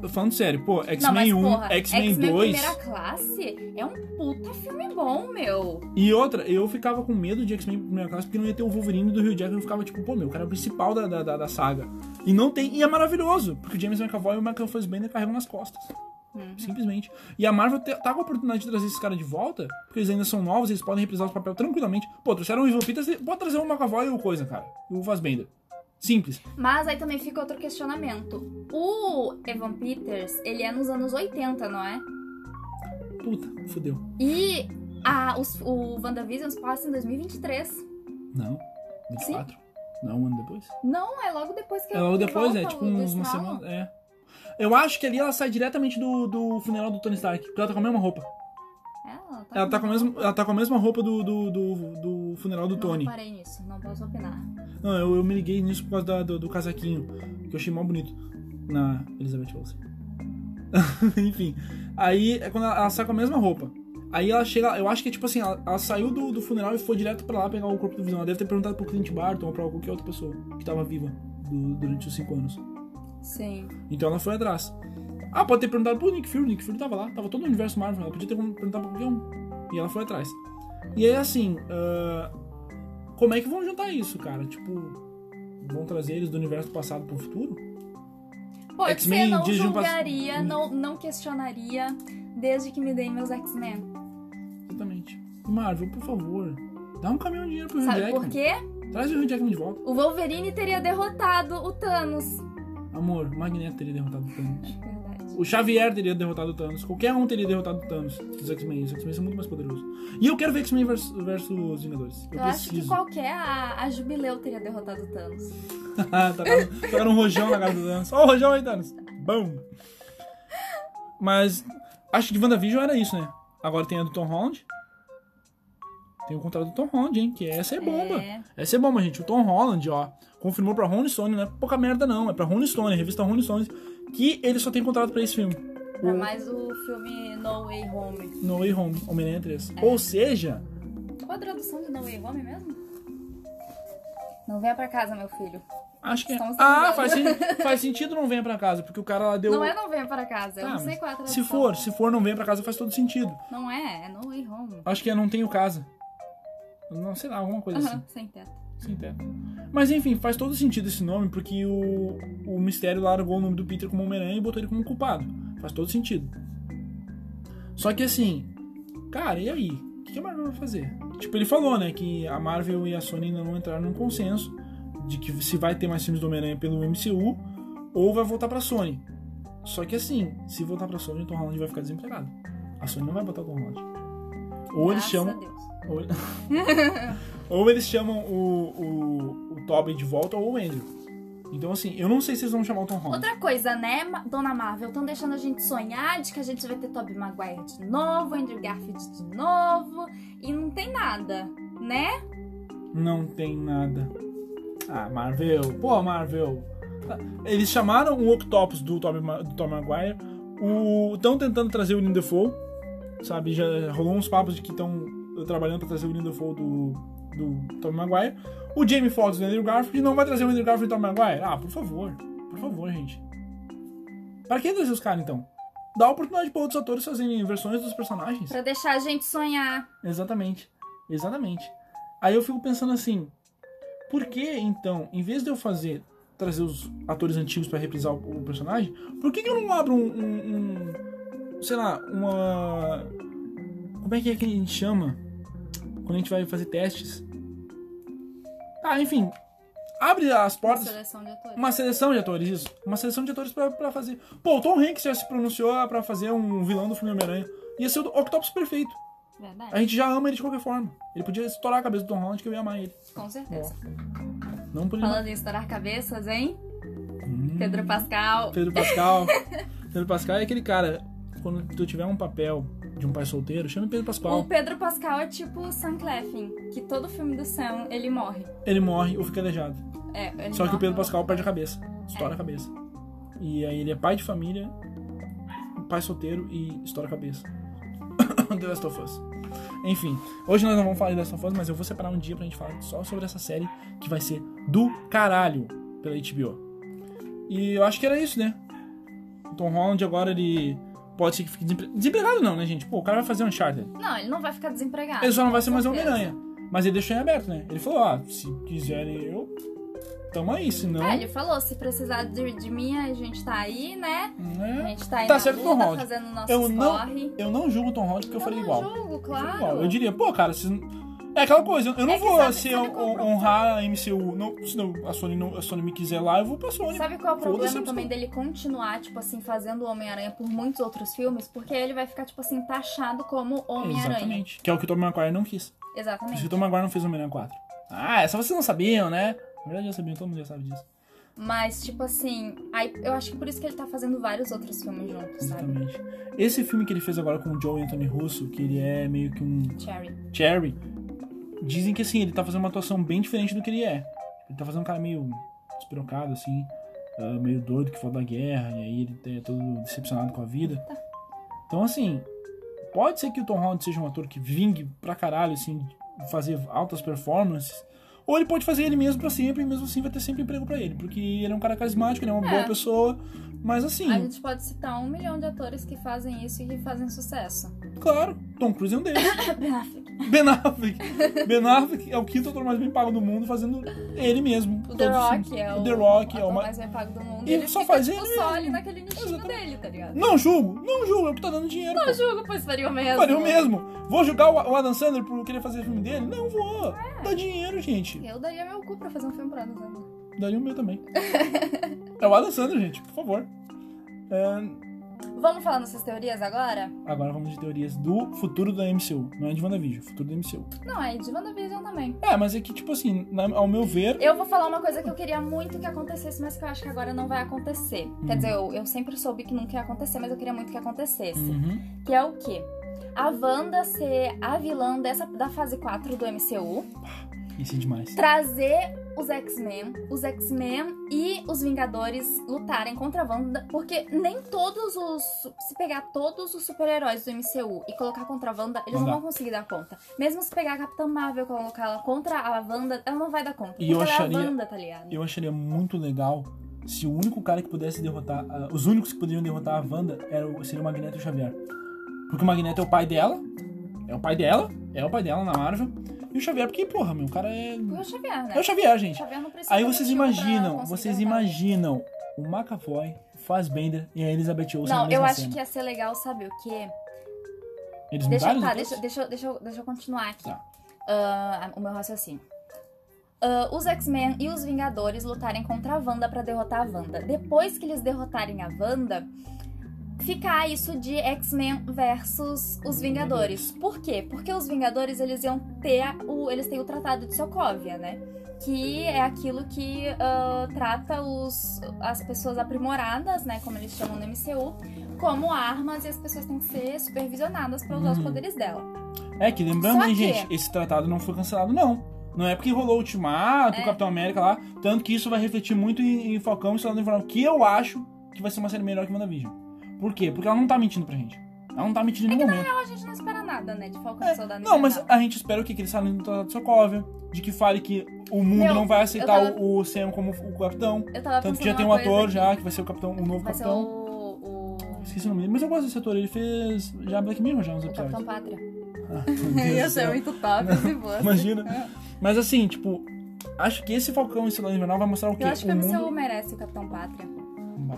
Speaker 1: ó, falando sério, pô,
Speaker 2: não, mas
Speaker 1: X-Men 1,
Speaker 2: porra,
Speaker 1: X-Men 2.
Speaker 2: Primeira Classe é um puta filme bom, meu.
Speaker 1: E outra, eu ficava com medo de X-Men primeira classe porque não ia ter o Wolverine do Rio Jackman. Eu ficava tipo, pô, meu, o cara é o principal da, da, da- da saga. E não tem, e é maravilhoso, porque o James McAvoy e o Michael Fassbender carregam nas costas.
Speaker 2: Uhum.
Speaker 1: Simplesmente. E a Marvel te- tá com a oportunidade de trazer esses caras de volta, porque eles ainda são novos, eles podem reprisar os papel tranquilamente. Pô, trouxeram o Ivan Peters, pode trazer o McAvoy e o coisa, cara. E o Fassbender. Simples.
Speaker 2: Mas aí também fica outro questionamento. O Evan Peters, ele é nos anos 80, não é?
Speaker 1: Puta, fudeu.
Speaker 2: E a, os, o WandaVision se passa em 2023.
Speaker 1: Não. 24? Não, um ano depois?
Speaker 2: Não, é logo depois que
Speaker 1: É logo
Speaker 2: que
Speaker 1: depois, é
Speaker 2: volta
Speaker 1: tipo
Speaker 2: o- do
Speaker 1: uns- uma
Speaker 2: estralo.
Speaker 1: semana. É. Eu acho que ali ela sai diretamente do, do funeral do Tony Stark, porque ela tá com a mesma roupa.
Speaker 2: É, ela tá,
Speaker 1: Ela tá com a
Speaker 2: mesmo
Speaker 1: mesma, ela tá com a mesma roupa do, do, do, do funeral do Tony.
Speaker 2: Não parei nisso, não posso opinar.
Speaker 1: Não, eu, eu me liguei nisso por causa da- do, do casaquinho, que eu achei mó bonito na Elizabeth Olsen. *laughs* Enfim, aí é quando ela, ela sai com a mesma roupa. Aí ela chega, eu acho que é tipo assim, ela, ela saiu do, do funeral e foi direto pra lá pegar o corpo do Visão. Ela deve ter perguntado pro Clint Barton ou pra qualquer outra pessoa que tava viva do- durante os cinco anos.
Speaker 2: Sim.
Speaker 1: Então ela foi atrás. Ah, pode ter perguntado pro Nick Fury, Nick Fury tava lá, tava todo o universo Marvel, ela podia ter perguntado pra qualquer um. E ela foi atrás. E aí, assim, ah, como é que vão juntar isso, cara? Tipo, vão trazer eles do universo passado pro futuro?
Speaker 2: Pode
Speaker 1: X-Men,
Speaker 2: ser, não
Speaker 1: dias de um pass-
Speaker 2: julgaria, não, não questionaria, desde que me deem meus X-Men.
Speaker 1: Exatamente. Marvel, por favor, dá um caminhão de dinheiro pro Hugh
Speaker 2: Sabe
Speaker 1: Jackman.
Speaker 2: por quê?
Speaker 1: Traz o Hugh Jackman de volta.
Speaker 2: O Wolverine teria derrotado o Thanos.
Speaker 1: Amor, o Magneto teria derrotado o Thanos.
Speaker 2: Verdade.
Speaker 1: O Xavier teria derrotado o Thanos. Qualquer um teria derrotado o Thanos. Os X-Men. Os X-Men são muito mais poderosos. E eu quero ver X-Men versus, versus os Vingadores. Eu,
Speaker 2: Eu, acho que
Speaker 1: preciso.
Speaker 2: qualquer a, a Jubileu teria derrotado o Thanos.
Speaker 1: *laughs* Tocaram um rojão na cara do Thanos. Ó o rojão aí, Thanos. Bom. Mas acho que de WandaVision era isso, né? Agora tem a do Tom Holland. Tem o contrato do Tom Holland, hein? Que essa é bomba.
Speaker 2: É.
Speaker 1: Essa é bomba, gente. O Tom Holland, ó, confirmou pra Rolling Stone, não é pouca merda não, é pra Rolling Stone, revista Rolling Stone, que ele só tem contrato pra esse filme. Hum.
Speaker 2: Ainda mais o filme No Way Home.
Speaker 1: No Way Home, Homem-Aranha 3.
Speaker 2: É.
Speaker 1: Ou seja,
Speaker 2: Qual a tradução de No Way Home mesmo? Não venha pra casa, meu filho.
Speaker 1: acho que é.
Speaker 2: Estamos
Speaker 1: Ah,
Speaker 2: tentando.
Speaker 1: faz, sen-
Speaker 2: *laughs*
Speaker 1: faz sentido não venha pra casa, porque o cara lá deu.
Speaker 2: Não é não venha pra casa. Eu
Speaker 1: Ah,
Speaker 2: não sei
Speaker 1: mas
Speaker 2: qual é a tradução.
Speaker 1: Se for, se for não venha pra casa faz todo sentido.
Speaker 2: Não é, é No Way Home.
Speaker 1: Acho que é não tenho casa. Não sei lá, alguma coisa
Speaker 2: Aham,
Speaker 1: assim.
Speaker 2: sem teto.
Speaker 1: Sem teto. Mas enfim, faz todo sentido esse nome, porque o, o mistério largou o nome do Peter como Homem-Aranha e botou ele como culpado. Faz todo sentido. Só que assim, cara, e aí? O que a Marvel vai fazer? Tipo, ele falou, né, que a Marvel e a Sony ainda não entraram num consenso de que se vai ter mais filmes do Homem-Aranha pelo MCU ou vai voltar pra Sony. Só que assim, se voltar pra Sony, o Tom Holland vai ficar desempregado. A Sony não vai botar o Tom Holland. Ou eles
Speaker 2: Graças
Speaker 1: chamam.
Speaker 2: a Deus.
Speaker 1: Ou, Ou eles chamam o, o, o Tobey de volta ou o Andrew. Então, assim, eu não sei se eles vão chamar o Tom Holland.
Speaker 2: Outra coisa, né, Ma- Dona Marvel? Estão deixando a gente sonhar de que a gente vai ter Tobey Maguire de novo, Andrew Garfield de novo, e não tem nada, né?
Speaker 1: Não tem nada. Ah, Marvel. Pô, Marvel. Eles chamaram o Octopus do, Tobey Ma- do Tom Maguire. Estão tentando trazer o Willem Dafoe. Sabe, já rolou uns papos de que estão trabalhando pra trazer o Willem Dafoe do, do Tom Maguire. O Jamie Foxx do Andrew Garfield não vai trazer o Andrew Garfield do Tom Maguire. Ah, por favor. Por favor, gente. Pra que trazer os caras, então? Dá oportunidade pra outros atores fazerem versões dos personagens.
Speaker 2: Pra deixar a gente sonhar.
Speaker 1: Exatamente. Exatamente. Aí eu fico pensando assim, por que então, em vez de eu fazer trazer os atores antigos pra reprisar o, o personagem, por que, que eu não abro um, um- um- sei lá, uma como é que é que a gente chama quando a gente vai fazer testes? Tá, enfim, abre as portas
Speaker 2: Seleção de atores.
Speaker 1: uma seleção de atores, isso. Uma seleção de atores pra, pra fazer. Pô, o Tom Hanks já se pronunciou pra fazer um vilão do filme Homem-Aranha. Ia ser o Octopus perfeito. A
Speaker 2: Verdade,
Speaker 1: gente já ama ele de qualquer forma. Ele podia estourar a cabeça do Tom Holland que eu ia amar ele.
Speaker 2: com certeza.
Speaker 1: Não por ele.
Speaker 2: Falando em estourar cabeças, hein?
Speaker 1: É. Hum,
Speaker 2: Pedro Pascal.
Speaker 1: Pedro Pascal. Pedro Pascal é aquele cara. Quando tu tiver um papel de um pai solteiro, chama Pedro
Speaker 2: O
Speaker 1: Pascal.
Speaker 2: Pedro Pascal é tipo o Sam Cleffin, que todo filme do Sam, ele morre.
Speaker 1: Ele morre ou fica aleijado.
Speaker 2: É, ele
Speaker 1: Só que o
Speaker 2: morre
Speaker 1: Pedro
Speaker 2: no-
Speaker 1: Pascal perde a cabeça.
Speaker 2: É.
Speaker 1: Estoura a cabeça. E aí ele é pai de família, pai solteiro e estoura a cabeça. *coughs* The Last of Us. Enfim, hoje nós não vamos falar de The Last of Us, mas eu vou separar um dia pra gente falar só sobre essa série que vai ser do caralho pela HBO. E eu acho que era isso, né? O Tom Holland agora ele pode ser que fique desempre... desempregado, não, né, gente? Pô, o cara vai fazer um Uncharted.
Speaker 2: Não, ele não vai ficar desempregado.
Speaker 1: Ele só não vai ser mais
Speaker 2: Ah,
Speaker 1: um
Speaker 2: certeza.
Speaker 1: Homem-Aranha. Mas ele deixou em aberto, né? Ele falou: ah, se quiserem eu, tamo aí, se não.
Speaker 2: É, ele falou, se precisar de, de mim, a gente tá aí, né? A
Speaker 1: né?
Speaker 2: gente tá aí
Speaker 1: Tá
Speaker 2: na
Speaker 1: certo,
Speaker 2: luta,
Speaker 1: Tom Holland.
Speaker 2: fazendo o nosso
Speaker 1: Eu não-
Speaker 2: corre.
Speaker 1: Eu não julgo o Tom Holland porque eu, faria
Speaker 2: não
Speaker 1: igual.
Speaker 2: jogo,
Speaker 1: Eu faria
Speaker 2: claro.
Speaker 1: igual. Eu diria, pô, cara, vocês... é aquela coisa, eu não
Speaker 2: É que
Speaker 1: vou
Speaker 2: sabe-
Speaker 1: se
Speaker 2: sabe
Speaker 1: eu
Speaker 2: qual é o
Speaker 1: honrar a MCU. Não, se não, a, Sony não, a Sony me quiser lá, eu vou pra Sony.
Speaker 2: Sabe qual é o
Speaker 1: Foda-se,
Speaker 2: problema
Speaker 1: eu
Speaker 2: também dele continuar, tipo assim, fazendo o Homem-Aranha por muitos outros filmes? Porque ele vai ficar, tipo assim, taxado como Homem-Aranha.
Speaker 1: Exatamente. Que é o que o Tom Maguire não quis. Por isso tá- que
Speaker 2: Exatamente.
Speaker 1: o Tom Maguire não fez o Homem-Aranha 4. Ah, essa vocês não sabiam, né? Na verdade já sabiam, todo mundo já sabe disso.
Speaker 2: Mas, tipo assim, aí eu acho que por isso que ele tá fazendo vários outros filmes juntos, sabe?
Speaker 1: Exatamente. Esse filme que ele fez agora com o Joe Anthony Russo, que ele é meio que um
Speaker 2: Cherry.
Speaker 1: Cherry, dizem que assim, ele tá fazendo uma atuação bem diferente do que ele é. Ele tá fazendo um cara meio despirocado, assim, ah, meio doido que falou da guerra, e aí ele é todo decepcionado com a vida. Então, assim, pode ser que o Tom Holland seja um ator que vingue pra caralho, assim, fazer altas performances. Ou ele pode fazer ele mesmo pra sempre, e mesmo assim vai ter sempre emprego pra ele. Porque ele é um cara carismático, ele é uma
Speaker 2: É.
Speaker 1: boa pessoa. Mas assim,
Speaker 2: A gente pode citar um milhão de atores que fazem isso e que fazem sucesso.
Speaker 1: *laughs* claro, Tom Cruise é um deles.
Speaker 2: Ben Affleck.
Speaker 1: Ben Affleck. ben Affleck é o quinto ator mais bem pago do mundo fazendo ele mesmo.
Speaker 2: O The
Speaker 1: Todos os
Speaker 2: Rock
Speaker 1: filmes.
Speaker 2: é o,
Speaker 1: The Rock é o
Speaker 2: ator
Speaker 1: ma-
Speaker 2: mais bem pago do mundo. mundo.
Speaker 1: E
Speaker 2: ele
Speaker 1: só
Speaker 2: fica,
Speaker 1: faz
Speaker 2: tipo,
Speaker 1: ele
Speaker 2: só
Speaker 1: mesmo.
Speaker 2: ali naquele nichinho
Speaker 1: Exatamente.
Speaker 2: dele, tá ligado?
Speaker 1: Não julgo, não julgo, é porque tá dando dinheiro.
Speaker 2: Não julgo, pois faria o mesmo.
Speaker 1: Faria o mesmo. Vou julgar o o Adam Sandler por querer fazer filme dele? Não vou.
Speaker 2: É.
Speaker 1: Dá dinheiro, gente.
Speaker 2: Eu daria meu cu pra fazer um filme pra Adam Sandler.
Speaker 1: Daria o meu também. *laughs* é o Adam Sandler, gente, por favor. É,
Speaker 2: Vamos falar nossas teorias agora?
Speaker 1: agora vamos de teorias do futuro da MCU. Não é de WandaVision, futuro da MCU.
Speaker 2: Não, é de WandaVision também.
Speaker 1: É, mas é que, tipo assim, na- ao meu ver,
Speaker 2: Eu vou falar uma coisa que eu queria muito que acontecesse, mas que eu acho que agora não vai acontecer. Quer dizer, eu, eu sempre soube que nunca ia acontecer, mas eu queria muito que acontecesse.
Speaker 1: Uhum.
Speaker 2: Que é o quê? A Wanda ser a vilã dessa, da fase 4 do MCU.
Speaker 1: Isso é demais.
Speaker 2: Trazer os X-Men, os X-Men e os Vingadores lutarem contra a Wanda. Porque nem todos os. Se pegar todos os super-heróis do MCU e colocar contra a Wanda, eles
Speaker 1: Não
Speaker 2: não,
Speaker 1: dá.
Speaker 2: vão conseguir dar conta. Mesmo se pegar a Capitã Marvel e colocar ela contra a Wanda, ela não vai dar conta.
Speaker 1: E
Speaker 2: porque
Speaker 1: eu acharia-
Speaker 2: ela é a Wanda, tá ligado?
Speaker 1: Eu acharia muito legal se o único cara que pudesse derrotar. ah, os únicos que poderiam derrotar a Wanda era, o- seria o Magneto e o Xavier. Porque o Magneto é o pai dela. É o pai dela. É o pai dela na Marvel. E o Xavier, porque, porra, meu, o cara é.
Speaker 2: E o Xavier, né?
Speaker 1: É o Xavier, gente.
Speaker 2: Xavier não precisa
Speaker 1: Aí
Speaker 2: de
Speaker 1: vocês
Speaker 2: motivo pra
Speaker 1: imaginam,
Speaker 2: conseguir
Speaker 1: vocês
Speaker 2: derrotar.
Speaker 1: imaginam o McAvoy, o Fassbender e a Elizabeth Olsen na
Speaker 2: Não, eu
Speaker 1: mesma
Speaker 2: acho
Speaker 1: cena.
Speaker 2: que ia ser legal, sabe o quê?
Speaker 1: Eles
Speaker 2: Deixa,
Speaker 1: mudaram
Speaker 2: tá,
Speaker 1: depois?
Speaker 2: deixa, deixa, eu- deixa, eu- deixa eu continuar aqui.
Speaker 1: Tá.
Speaker 2: Ah, o meu raciocínio. Ah, os X-Men e os Vingadores lutarem contra a Wanda pra derrotar a Wanda. Depois que eles derrotarem a Wanda, ficar isso de X-Men versus os Vingadores. Por quê? Porque os Vingadores eles iam ter o eles têm o Tratado de Sokovia, né? Que é aquilo que ah, trata os, as pessoas aprimoradas, né? Como eles chamam no MCU, como armas e as pessoas têm que ser supervisionadas para usar os
Speaker 1: Uhum.
Speaker 2: poderes dela.
Speaker 1: É que lembrando,
Speaker 2: Só
Speaker 1: hein,
Speaker 2: que-
Speaker 1: gente, esse tratado não foi cancelado, não. Não é porque rolou o Ultimato, o
Speaker 2: É.
Speaker 1: Capitão América lá, tanto que isso vai refletir muito em, em Falcão e Soldado Invernal, que eu acho que vai ser uma série melhor que WandaVision. Por quê? Porque ela não tá mentindo pra gente. Ela não tá mentindo em nenhum momento.
Speaker 2: Então, A gente É não espera nada, né? De Falcão
Speaker 1: É,
Speaker 2: e Soldado
Speaker 1: Não, mas
Speaker 2: Invernal.
Speaker 1: a gente espera o quê? Que eles falem do Tratado de Sokovia, de que fale que o mundo
Speaker 2: Meu,
Speaker 1: não vai aceitar
Speaker 2: eu tava-
Speaker 1: o, o Sam como o capitão.
Speaker 2: Eu tava
Speaker 1: Tanto
Speaker 2: pensando
Speaker 1: que já tem um
Speaker 2: uma coisa
Speaker 1: ator
Speaker 2: que
Speaker 1: já, Tá que vai ser o capitão, o novo
Speaker 2: Vai ser
Speaker 1: capitão.
Speaker 2: o, o,
Speaker 1: Esqueci o nome dele, mas eu gosto desse ator, ele fez já Black Mirror já uns
Speaker 2: o
Speaker 1: episódios. *laughs*
Speaker 2: Capitão Pátria.
Speaker 1: Ah, meu Deus do céu.
Speaker 2: muito
Speaker 1: *laughs*
Speaker 2: top se fosse.
Speaker 1: Imagina. Mas assim, tipo, acho que esse Falcão e Soldado Invernal vai mostrar o quê?
Speaker 2: Eu acho que
Speaker 1: o
Speaker 2: o MCU
Speaker 1: mundo...
Speaker 2: merece o Capitão Pátria.
Speaker 1: Bah,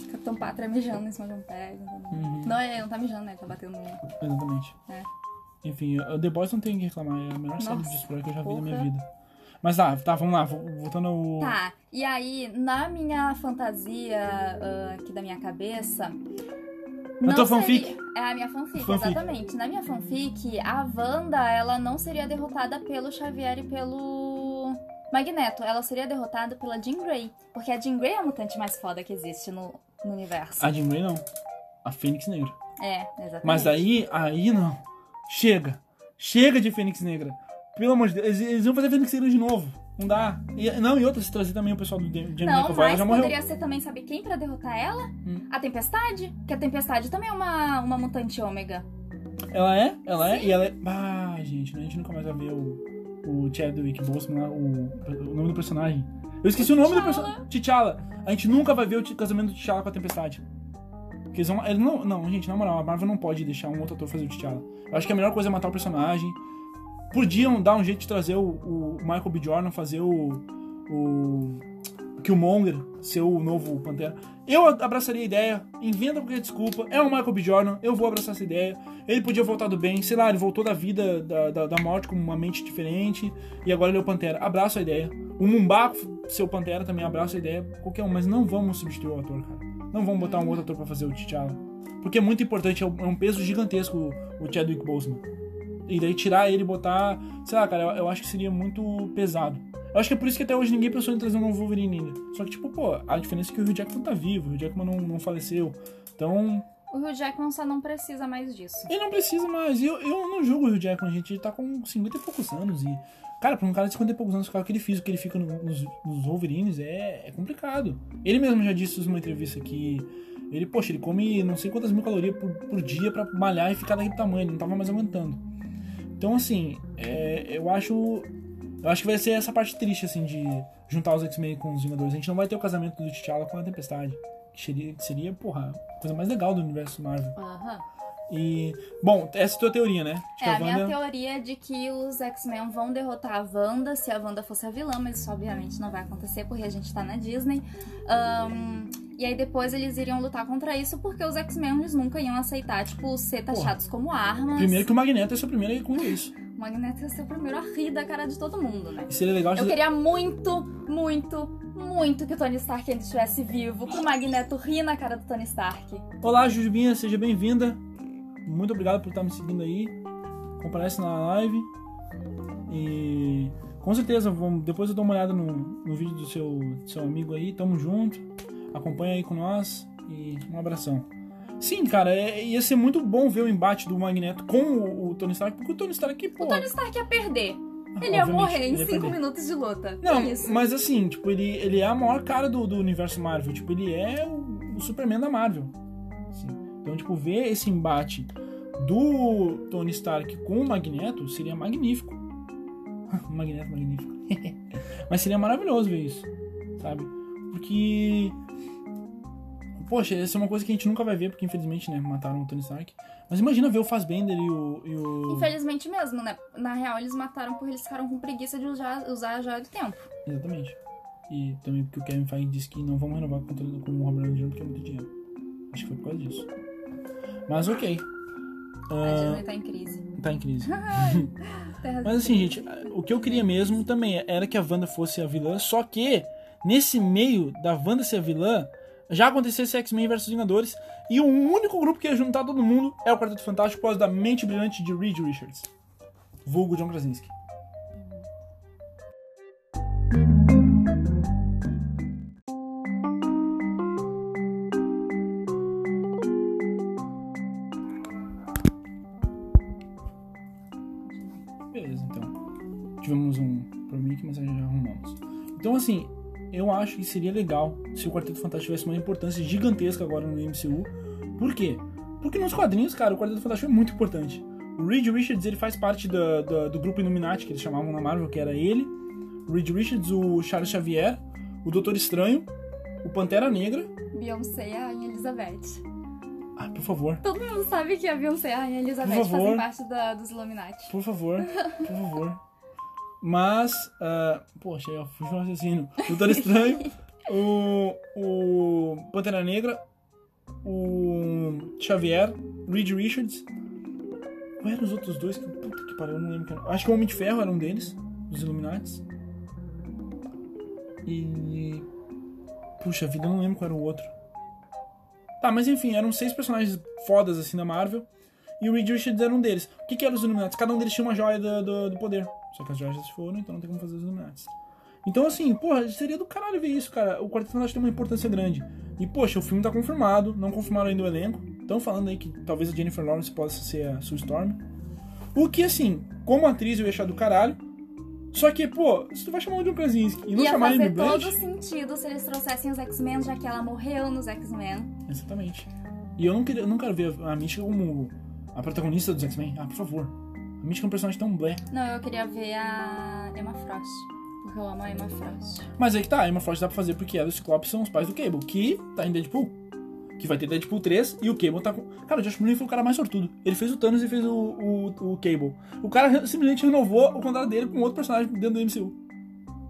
Speaker 2: O Capitão Pátria mijando em cima de um pé.
Speaker 1: uhum,
Speaker 2: Não, ele não tá mijando, né? Ele tá batendo no.
Speaker 1: Exatamente.
Speaker 2: É.
Speaker 1: Enfim, o The Boys não tem o que reclamar, é a melhor série
Speaker 2: Nossa,
Speaker 1: de super que eu já vi na minha
Speaker 2: porra.
Speaker 1: vida. Mas tá, tá, vamos lá, vo- voltando ao.
Speaker 2: Tá, e aí, na minha fantasia ah, aqui da minha cabeça. não
Speaker 1: tua
Speaker 2: seria-
Speaker 1: fanfic?
Speaker 2: É a minha fanfic,
Speaker 1: Fanfic.
Speaker 2: exatamente. Na minha fanfic, a Wanda, ela não seria derrotada pelo Xavier e pelo Magneto. Ela seria derrotada pela Jean Grey. Porque a Jean Grey é a mutante mais foda que existe no, no universo.
Speaker 1: A Jean Grey não. A Fênix Negra.
Speaker 2: É, exatamente.
Speaker 1: Ah, Mas aí, aí não. Chega. Chega de Fênix Negra. Pelo amor de Deus, eles, eles vão fazer Fênix Negra de novo. Não dá. E- não, e outra, se trazer também o pessoal do Jamie
Speaker 2: Não,
Speaker 1: McAvoy, ela
Speaker 2: mas
Speaker 1: já morreu.
Speaker 2: poderia ser também, sabe quem pra derrotar ela?
Speaker 1: Hum.
Speaker 2: A Tempestade? Que a Tempestade também é uma, uma mutante ômega.
Speaker 1: Ela é? Ela é? E ela é. Ah, gente, a gente nunca mais vai ver o, o Chadwick Boseman lá, o, o nome do personagem. Eu esqueci o nome do
Speaker 2: T'Challa.
Speaker 1: personagem. T'Challa. A gente nunca vai ver o t- casamento do T'Challa com a Tempestade. Porque eles vão. Eles não, não, gente, na moral, a Marvel não pode deixar um outro ator fazer o T'Challa. Eu acho que a melhor coisa é matar o personagem. Podiam dar um jeito de trazer o, o Michael B. Jordan, fazer o. o. Killmonger, ser o novo Pantera. Eu abraçaria a ideia, inventa qualquer desculpa. É o Michael B. Jordan, eu vou abraçar essa ideia. Ele podia voltar do bem, sei lá, ele voltou da vida, da, da, da morte, com uma mente diferente, e agora ele é o Pantera. Abraço a ideia. O Mumbaco, seu Pantera, também abraço a ideia. Qualquer um, mas não vamos substituir o ator, cara. Não vamos botar um outro ator pra fazer o T'Challa. Porque é muito importante, é um é um peso gigantesco o- o Chadwick Boseman. E daí tirar ele e botar, sei lá, cara, eu, eu acho que seria muito pesado. Eu acho que é por isso que até hoje ninguém pensou em trazer um novo Wolverine ainda. Só que, tipo, pô, a diferença é que o Hugh Jackman tá vivo, o Hugh Jackman não, não faleceu. Então,
Speaker 2: O Hugh Jackman só não precisa mais disso.
Speaker 1: ele não precisa mais. E Eu, eu não julgo o Hugh Jackman, gente. Ele tá com 50 e poucos anos. E, cara, pra um cara de 50 e poucos anos, ficar o que ele fez, o que ele fica no- nos, nos Wolverines, é, é complicado. Ele mesmo já disse isso numa entrevista que. Ele, poxa, ele come não sei quantas mil calorias por, por dia pra malhar e ficar daquele tamanho. Ele não tava mais aguentando. Então, assim, é, eu acho. Eu acho que vai ser essa parte triste, assim, de juntar os X-Men com os Vingadores. A gente não vai ter o casamento do T'Challa com a Tempestade. Que seria, que seria, porra, a coisa mais legal do universo Marvel.
Speaker 2: Aham.
Speaker 1: E. Bom, essa é a tua teoria, né? De que
Speaker 2: É, a
Speaker 1: Wanda-
Speaker 2: minha teoria é de que os X-Men vão derrotar a Wanda se a Wanda fosse a vilã, mas isso obviamente não vai acontecer porque a gente tá na Disney. Ahn, e aí depois eles iriam lutar contra isso porque os X-Men eles nunca iam aceitar, tipo, ser taxados como armas.
Speaker 1: Primeiro que o Magneto é seu primeiro aí com isso.
Speaker 2: O Magneto ia ser o primeiro a rir da cara de todo mundo, né?
Speaker 1: E seria legal se.
Speaker 2: Eu queria muito, muito, muito que o Tony Stark ainda estivesse vivo, pro Magneto rir na cara do Tony Stark.
Speaker 1: Olá, Jujubinha, seja bem-vinda. Muito obrigado por estar me seguindo aí. Comparece na live. E com certeza, vamos, depois eu dou uma olhada no, no vídeo do seu, do seu amigo aí. Tamo junto. Acompanha aí com nós e um abração. Sim, cara, é- ia ser muito bom ver o embate do Magneto com o, o Tony Stark, porque o Tony Stark, pô.
Speaker 2: O Tony Stark ia perder. Ele ia
Speaker 1: obviamente,
Speaker 2: morrer em
Speaker 1: ele ia
Speaker 2: 5
Speaker 1: perder.
Speaker 2: minutos de luta.
Speaker 1: Não,
Speaker 2: é isso.
Speaker 1: mas assim, tipo, ele, ele é a maior cara do, do universo Marvel. Tipo, ele é o, o Superman da Marvel. assim. Então, tipo, ver esse embate do Tony Stark com o Magneto seria magnífico. *laughs* Magneto
Speaker 2: *laughs*
Speaker 1: magnífico. mas seria maravilhoso ver isso, sabe? Porque. Poxa, essa é uma coisa que a gente nunca vai ver, porque infelizmente, né, mataram o Tony Stark. Mas imagina ver o Fassbender e o. E o...
Speaker 2: Infelizmente mesmo, né? Na real, eles mataram porque eles ficaram com preguiça de usar, usar a joia do tempo.
Speaker 1: Exatamente. E também porque o Kevin Feige disse que não vamos renovar o contrato com o Robert Downey Jr. porque é muito dinheiro. Acho que foi por causa disso. Mas ok, Ah.
Speaker 2: A Disney tá em crise.
Speaker 1: tá em crise.
Speaker 2: Terra-
Speaker 1: Mas assim, gente, o que eu queria mesmo também era que a Wanda fosse a vilã, só que nesse meio da Wanda ser a vilã, já acontecesse X-Men vs Vingadores e o único grupo que ia juntar todo mundo é o Quarteto Fantástico por causa da mente brilhante de Reed Richards. Vulgo John Krasinski. Beleza, então. Tivemos um probleminha aqui, mas já arrumamos. Então, assim, eu acho que seria legal se o Quarteto Fantástico tivesse uma importância gigantesca agora no MCU. Por quê? Porque nos quadrinhos, cara, o Quarteto Fantástico é muito importante. O Reed Richards, ele faz parte da- da- do grupo Illuminati, que eles chamavam na Marvel, que era ele. O Reed Richards, o Charles Xavier, o Doutor Estranho, o Pantera Negra.
Speaker 2: Beyoncé e a Rainha Elizabeth.
Speaker 1: Ah, por favor,
Speaker 2: Todo mundo sabe que a Beyoncé e a Rainha Elizabeth
Speaker 1: Por favor.
Speaker 2: fazem parte da- dos Illuminati.
Speaker 1: Por favor, por favor. Mas, ah, poxa, eu fugi um assassino. Doutor Estranho, o, o Pantera Negra, o Xavier, Reed Richards. Quais eram os outros dois? Que, puta que pariu, eu não lembro. quem era. Acho que o Homem de Ferro era um deles, dos Illuminates. E. Puxa vida, eu não lembro qual era o outro. Tá, mas enfim, eram seis personagens fodas assim da Marvel. E o Reed Richards era um deles. O que, que eram os Illuminati? Cada um deles tinha uma joia do, do, do poder. Só que as joias já se foram, então não tem como fazer os Illuminati. Então, assim, porra, seria do caralho ver isso, cara. O Quarteto Fantástico tem uma importância grande. E, poxa, o filme tá confirmado, não confirmaram ainda o elenco. Estão falando aí que talvez a Jennifer Lawrence possa ser a Sue Storm. O que, assim, como atriz eu ia achar do caralho. Só que, pô, se tu vai chamar o John Krasinski e não
Speaker 2: Ia
Speaker 1: chamar a Amy
Speaker 2: fazer
Speaker 1: Blunt...
Speaker 2: todo sentido se eles trouxessem os X-Men, já que ela morreu nos X-Men.
Speaker 1: Exatamente. E eu não, queria, eu não quero ver a Mística como a protagonista dos X-Men. Ah, por favor. A Mística é um personagem tão blé.
Speaker 2: Não, eu queria ver a Emma Frost. Porque eu amo a Emma Frost.
Speaker 1: Mas aí que tá, a Emma Frost dá pra fazer porque ela e o Ciclope são os pais do Cable, que tá em Deadpool. Que vai ter Deadpool 3 e o Cable tá com. Cara, o Josh Brolin foi o cara mais sortudo. Ele fez o Thanos e fez o, o, o Cable. O cara re- simplesmente renovou o contrato dele com outro personagem dentro do MCU.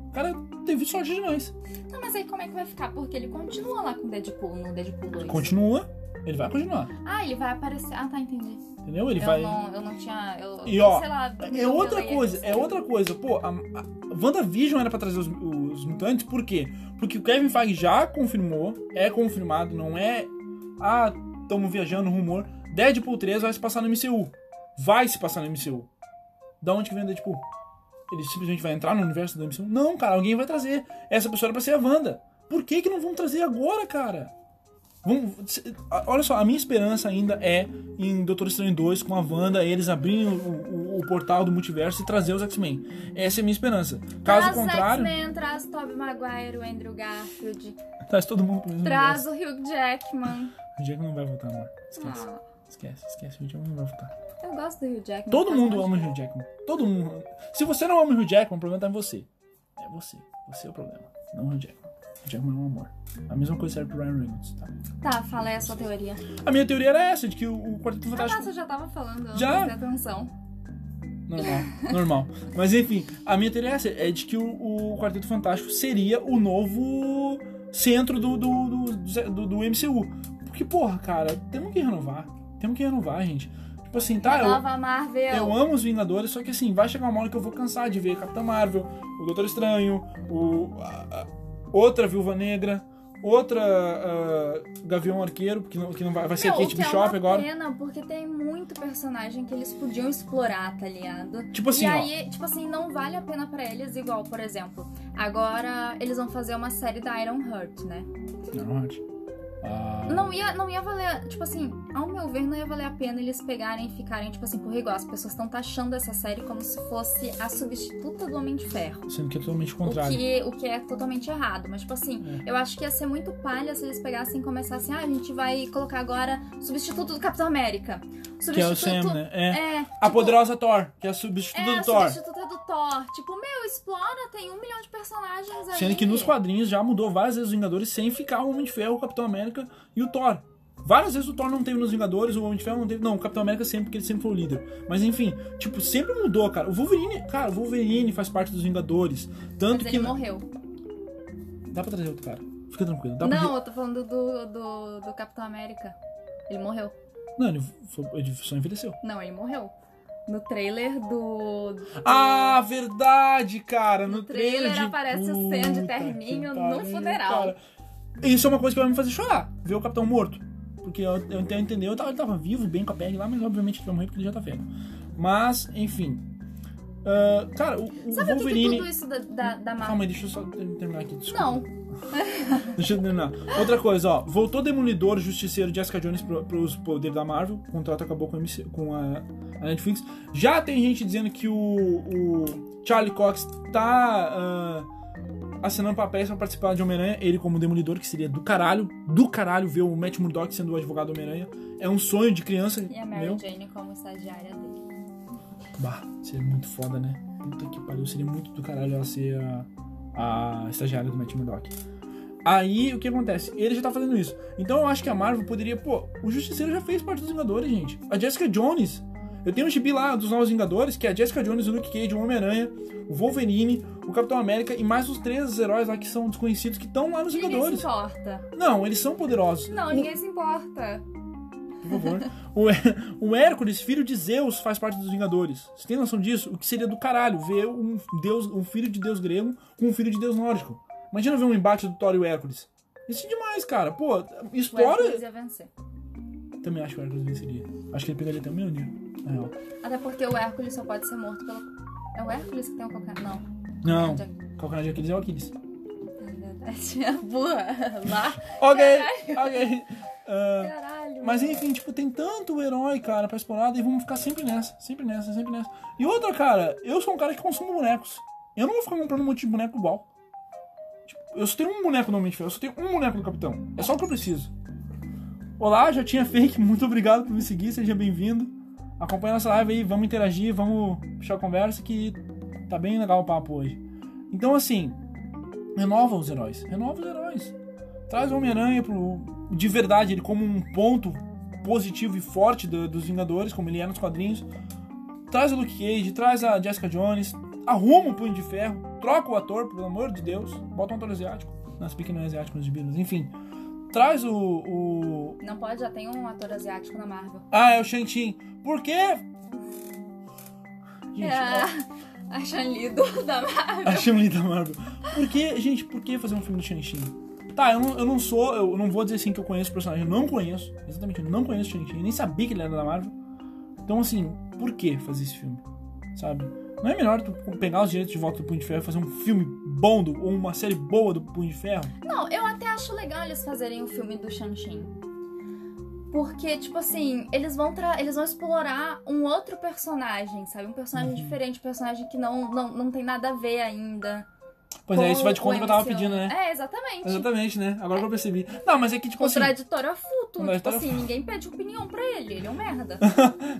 Speaker 1: O cara teve sorte demais.
Speaker 2: Não, mas aí como é que vai ficar? Porque ele continua lá com o Deadpool no Deadpool 2.
Speaker 1: Continua, ele vai continuar,
Speaker 2: Ah, ele vai aparecer. Ah, tá, entendi.
Speaker 1: entendeu? Ele
Speaker 2: eu,
Speaker 1: vai.
Speaker 2: não, eu não tinha. Eu,
Speaker 1: E, ó,
Speaker 2: sei lá,
Speaker 1: É outra
Speaker 2: eu-
Speaker 1: coisa, é outra coisa. Pô, a, a WandaVision era pra trazer os, os mutantes, por quê? Porque o Kevin Feige já confirmou, é confirmado, não é. Ah, tamo viajando, rumor. Deadpool 3 vai se passar no MCU. Vai se passar no MCU. Da onde que vem o Deadpool? Ele simplesmente vai entrar no universo do MCU? Não, cara, alguém vai trazer. Essa pessoa era pra ser a Wanda. Por que que não vão trazer agora, cara? Vamos, se- a- olha só, a minha esperança ainda é em Doutor Estranho 2 com a Wanda, eles abrirem o, o- o portal do multiverso e trazer os X-Men. Essa é a minha esperança. Caso
Speaker 2: traz
Speaker 1: contrário,
Speaker 2: X-Men, traz o Tobey Maguire, o Andrew Garfield,
Speaker 1: traz todo mundo pro mesmo
Speaker 2: traz
Speaker 1: universo.
Speaker 2: o Hugh Jackman.
Speaker 1: O Jack não vai voltar, amor. Esquece,
Speaker 2: Ah,
Speaker 1: esquece, esquece. O Jack não vai voltar.
Speaker 2: eu gosto do Hugh Jackman.
Speaker 1: Todo
Speaker 2: faz
Speaker 1: mundo
Speaker 2: parte
Speaker 1: ama o
Speaker 2: dele.
Speaker 1: Hugh Jackman. Todo mundo. ama. Se você não ama o Hugh Jackman, o problema tá em você. É você. Você é o problema, não o Hugh Jackman. Jack não é um amor. A mesma coisa serve pro Ryan Reynolds, tá?
Speaker 2: Tá, fala aí a sua teoria.
Speaker 1: A minha teoria era essa, de que o, o Quarteto
Speaker 2: Ah, tá,
Speaker 1: Fantástico...
Speaker 2: você já tava falando, eu
Speaker 1: Já?
Speaker 2: não prestei atenção.
Speaker 1: Normal, normal. Mas enfim, a minha teoria é essa, é de que o, o Quarteto Fantástico seria o novo centro do, do, do, do- do MCU. Porque, porra, cara, temos que renovar. Temos que renovar, gente. Tipo assim, tá, eu,
Speaker 2: Nova Marvel.
Speaker 1: eu amo os Vingadores, só que assim, vai chegar uma hora que eu vou cansar de ver Capitã Marvel, o Doutor Estranho, o, a- a- outra Viúva Negra, outra ah, Gavião Arqueiro, porque não, que não vai, vai ser
Speaker 2: Meu,
Speaker 1: a Kate
Speaker 2: o que
Speaker 1: Bishop
Speaker 2: é uma
Speaker 1: agora.
Speaker 2: pena, porque tem muito personagem que eles podiam explorar, tá ligado?
Speaker 1: Tipo assim,
Speaker 2: e
Speaker 1: ó.
Speaker 2: aí, tipo assim, não vale a pena pra eles igual, por exemplo, agora eles vão fazer uma série da Iron Heart, né?
Speaker 1: Não, não, acho. Ah,
Speaker 2: Não ia, não ia valer, tipo assim, ao meu ver, não ia valer a pena eles pegarem e ficarem, tipo assim, por igual. As pessoas estão taxando essa série como se fosse a substituta do Homem de Ferro.
Speaker 1: Sendo que é totalmente o
Speaker 2: O
Speaker 1: contrário. É.
Speaker 2: que, o que é totalmente errado. Mas, tipo assim, eu acho que ia ser muito palha se eles pegassem e começassem, ah, a gente vai colocar agora substituto do Capitão América. Substituto.
Speaker 1: Que é o Sam, né? É.
Speaker 2: É,
Speaker 1: A
Speaker 2: tipo,
Speaker 1: poderosa Thor, que é a substituta
Speaker 2: é,
Speaker 1: do Thor.
Speaker 2: substituta do Thor. Tipo, meu, explora, tem um milhão de personagens aí.
Speaker 1: Sendo que nos quadrinhos já mudou várias vezes os Vingadores sem ficar o Homem de Ferro, o Capitão América e o Thor. Várias vezes o Thor não teve nos Vingadores, o Homem de Ferro não teve. Não, o Capitão América sempre, porque ele sempre foi o líder. Mas enfim, tipo, sempre mudou, cara. O Wolverine, cara, o Wolverine faz parte dos Vingadores. Tanto
Speaker 2: Mas
Speaker 1: que.
Speaker 2: ele morreu.
Speaker 1: Dá pra trazer outro cara. Fica tranquilo. Dá
Speaker 2: Não,
Speaker 1: Pra...
Speaker 2: eu tô falando do, do, do Capitão América. Ele morreu.
Speaker 1: Não, ele, foi- ele só envelheceu.
Speaker 2: Não, ele morreu. No trailer do.
Speaker 1: Ah, verdade, cara. No,
Speaker 2: No trailer
Speaker 1: de-
Speaker 2: aparece o Sam de
Speaker 1: Puta
Speaker 2: terninho
Speaker 1: que
Speaker 2: no funeral.
Speaker 1: Isso é uma coisa que vai me fazer chorar, ver o Capitão morto. Porque eu, eu tento entender, eu tava, ele tava vivo, bem com a pele lá, mas obviamente ele vai morrer porque ele já tá velho. Mas, enfim. Ah, cara, o, o
Speaker 2: Sabe o que, que
Speaker 1: Wolverine.
Speaker 2: tudo isso da, da, da Marvel?
Speaker 1: Calma aí, deixa eu só ter- terminar aqui. Desculpa.
Speaker 2: Não.
Speaker 1: Deixa eu terminar. Outra coisa, ó. Voltou Demolidor, Justiceiro, Jessica Jones pro, pros poderes da Marvel. O contrato acabou com, a MC com a, a Netflix. Já tem gente dizendo que o, o Charlie Cox tá ah, assinando papéis pra participar de Homem-Aranha. Ele como Demolidor, que seria do caralho. Do caralho ver o Matt Murdock sendo o advogado do Homem-Aranha. É um sonho de criança
Speaker 2: E a Mary
Speaker 1: meu.
Speaker 2: Jane como estagiária dele.
Speaker 1: Bah, seria muito foda, né? Puta que pariu, seria muito do caralho ela ser a, a estagiária do Matt Murdock. Aí, o que acontece? Ele já tá fazendo isso. Então eu acho que a Marvel poderia... Pô, o Justiceiro já fez parte dos Vingadores, gente. A Jessica Jones... Eu tenho um gibi lá dos Novos Vingadores, que é a Jessica Jones, o Luke Cage, o Homem-Aranha, o Wolverine, o Capitão América e mais os três heróis lá que são desconhecidos que estão lá nos
Speaker 2: Ninguém se
Speaker 1: Vingadores.
Speaker 2: importa.
Speaker 1: Não, eles são poderosos.
Speaker 2: Não,
Speaker 1: O-
Speaker 2: ninguém se importa.
Speaker 1: por favor. O, Hé- o Hércules, filho de Zeus, faz parte dos Vingadores. Você tem noção disso? O que seria do caralho ver um, deus, um filho de deus grego com um filho de deus nórdico. Imagina ver um embate do Thor e o Hércules. Isso é demais, cara. Pô,
Speaker 2: O
Speaker 1: história.
Speaker 2: Hércules ia vencer.
Speaker 1: Também acho que o Hércules venceria. Acho que ele pegaria também o Neo. Na real.
Speaker 2: Até porque o Hércules só pode ser morto pelo. É o Hércules que tem o qualquer. Não.
Speaker 1: Não,
Speaker 2: Jack-
Speaker 1: calcanhar de Aquiles é o Aquiles.
Speaker 2: Na *laughs* verdade, a burra é lá.
Speaker 1: Ok, ok. *laughs* Ah,
Speaker 2: Caralho.
Speaker 1: Mas enfim, tipo, tem tanto herói, cara, pra explorar, e vamos ficar sempre nessa, sempre nessa, sempre nessa. E outra, cara, eu sou um cara que consome bonecos. Eu não vou ficar comprando um monte de boneco igual. Tipo, eu só tenho um boneco no Homem de Ferro, eu só tenho um boneco do Capitão. É só o que eu preciso. Olá, já tinha fake, *laughs* muito obrigado por me seguir, seja bem-vindo. Acompanha nossa live aí, vamos interagir, vamos puxar a conversa que tá bem legal o papo hoje. Então, assim, renova os heróis, renova os heróis. Traz o Homem-Aranha pro. De verdade, ele como um ponto positivo e forte do- dos Vingadores, como ele é nos quadrinhos. Traz o Luke Cage, traz a Jessica Jones, arruma o Punho de Ferro, troca o ator, pelo amor de Deus, bota um ator asiático. Nas pequenas asiáticas, nos gibis, mas enfim. Traz o, o-
Speaker 2: Não pode, já tem um ator asiático na Marvel.
Speaker 1: Ah, é o Shantin. Por quê? Gente,
Speaker 2: é *laughs* a Shanli do
Speaker 1: *laughs*
Speaker 2: da Marvel.
Speaker 1: A Chun-Li da Marvel. Por que, gente, por que fazer um filme do Shang-Chi? Tá, eu não, eu não sou, eu não vou dizer assim que eu conheço o personagem, eu não conheço, exatamente, eu não conheço o Shang-Chi, nem sabia que ele era da Marvel. Então, assim, por que fazer esse filme? Sabe? Não é melhor tu pegar os direitos de volta do Punho de Ferro e fazer um filme bom do, ou uma série boa do Punho de Ferro?
Speaker 2: Não, eu até acho legal eles fazerem o filme do Shang-Chi. Porque, tipo assim, eles vão, tra- eles vão explorar um outro personagem, sabe? Um
Speaker 1: Uhum.
Speaker 2: personagem diferente, um personagem que não, não, não tem nada a ver ainda.
Speaker 1: Pois é, isso vai de
Speaker 2: com o
Speaker 1: conta que eu tava
Speaker 2: MCU.
Speaker 1: pedindo, né?
Speaker 2: É, exatamente.
Speaker 1: Exatamente, né? Agora que eu percebi. Não, mas é que, tipo assim.
Speaker 2: Contraditório a futo. Tipo
Speaker 1: Contraditório a *laughs*
Speaker 2: assim, ninguém pede opinião pra ele, ele é um merda.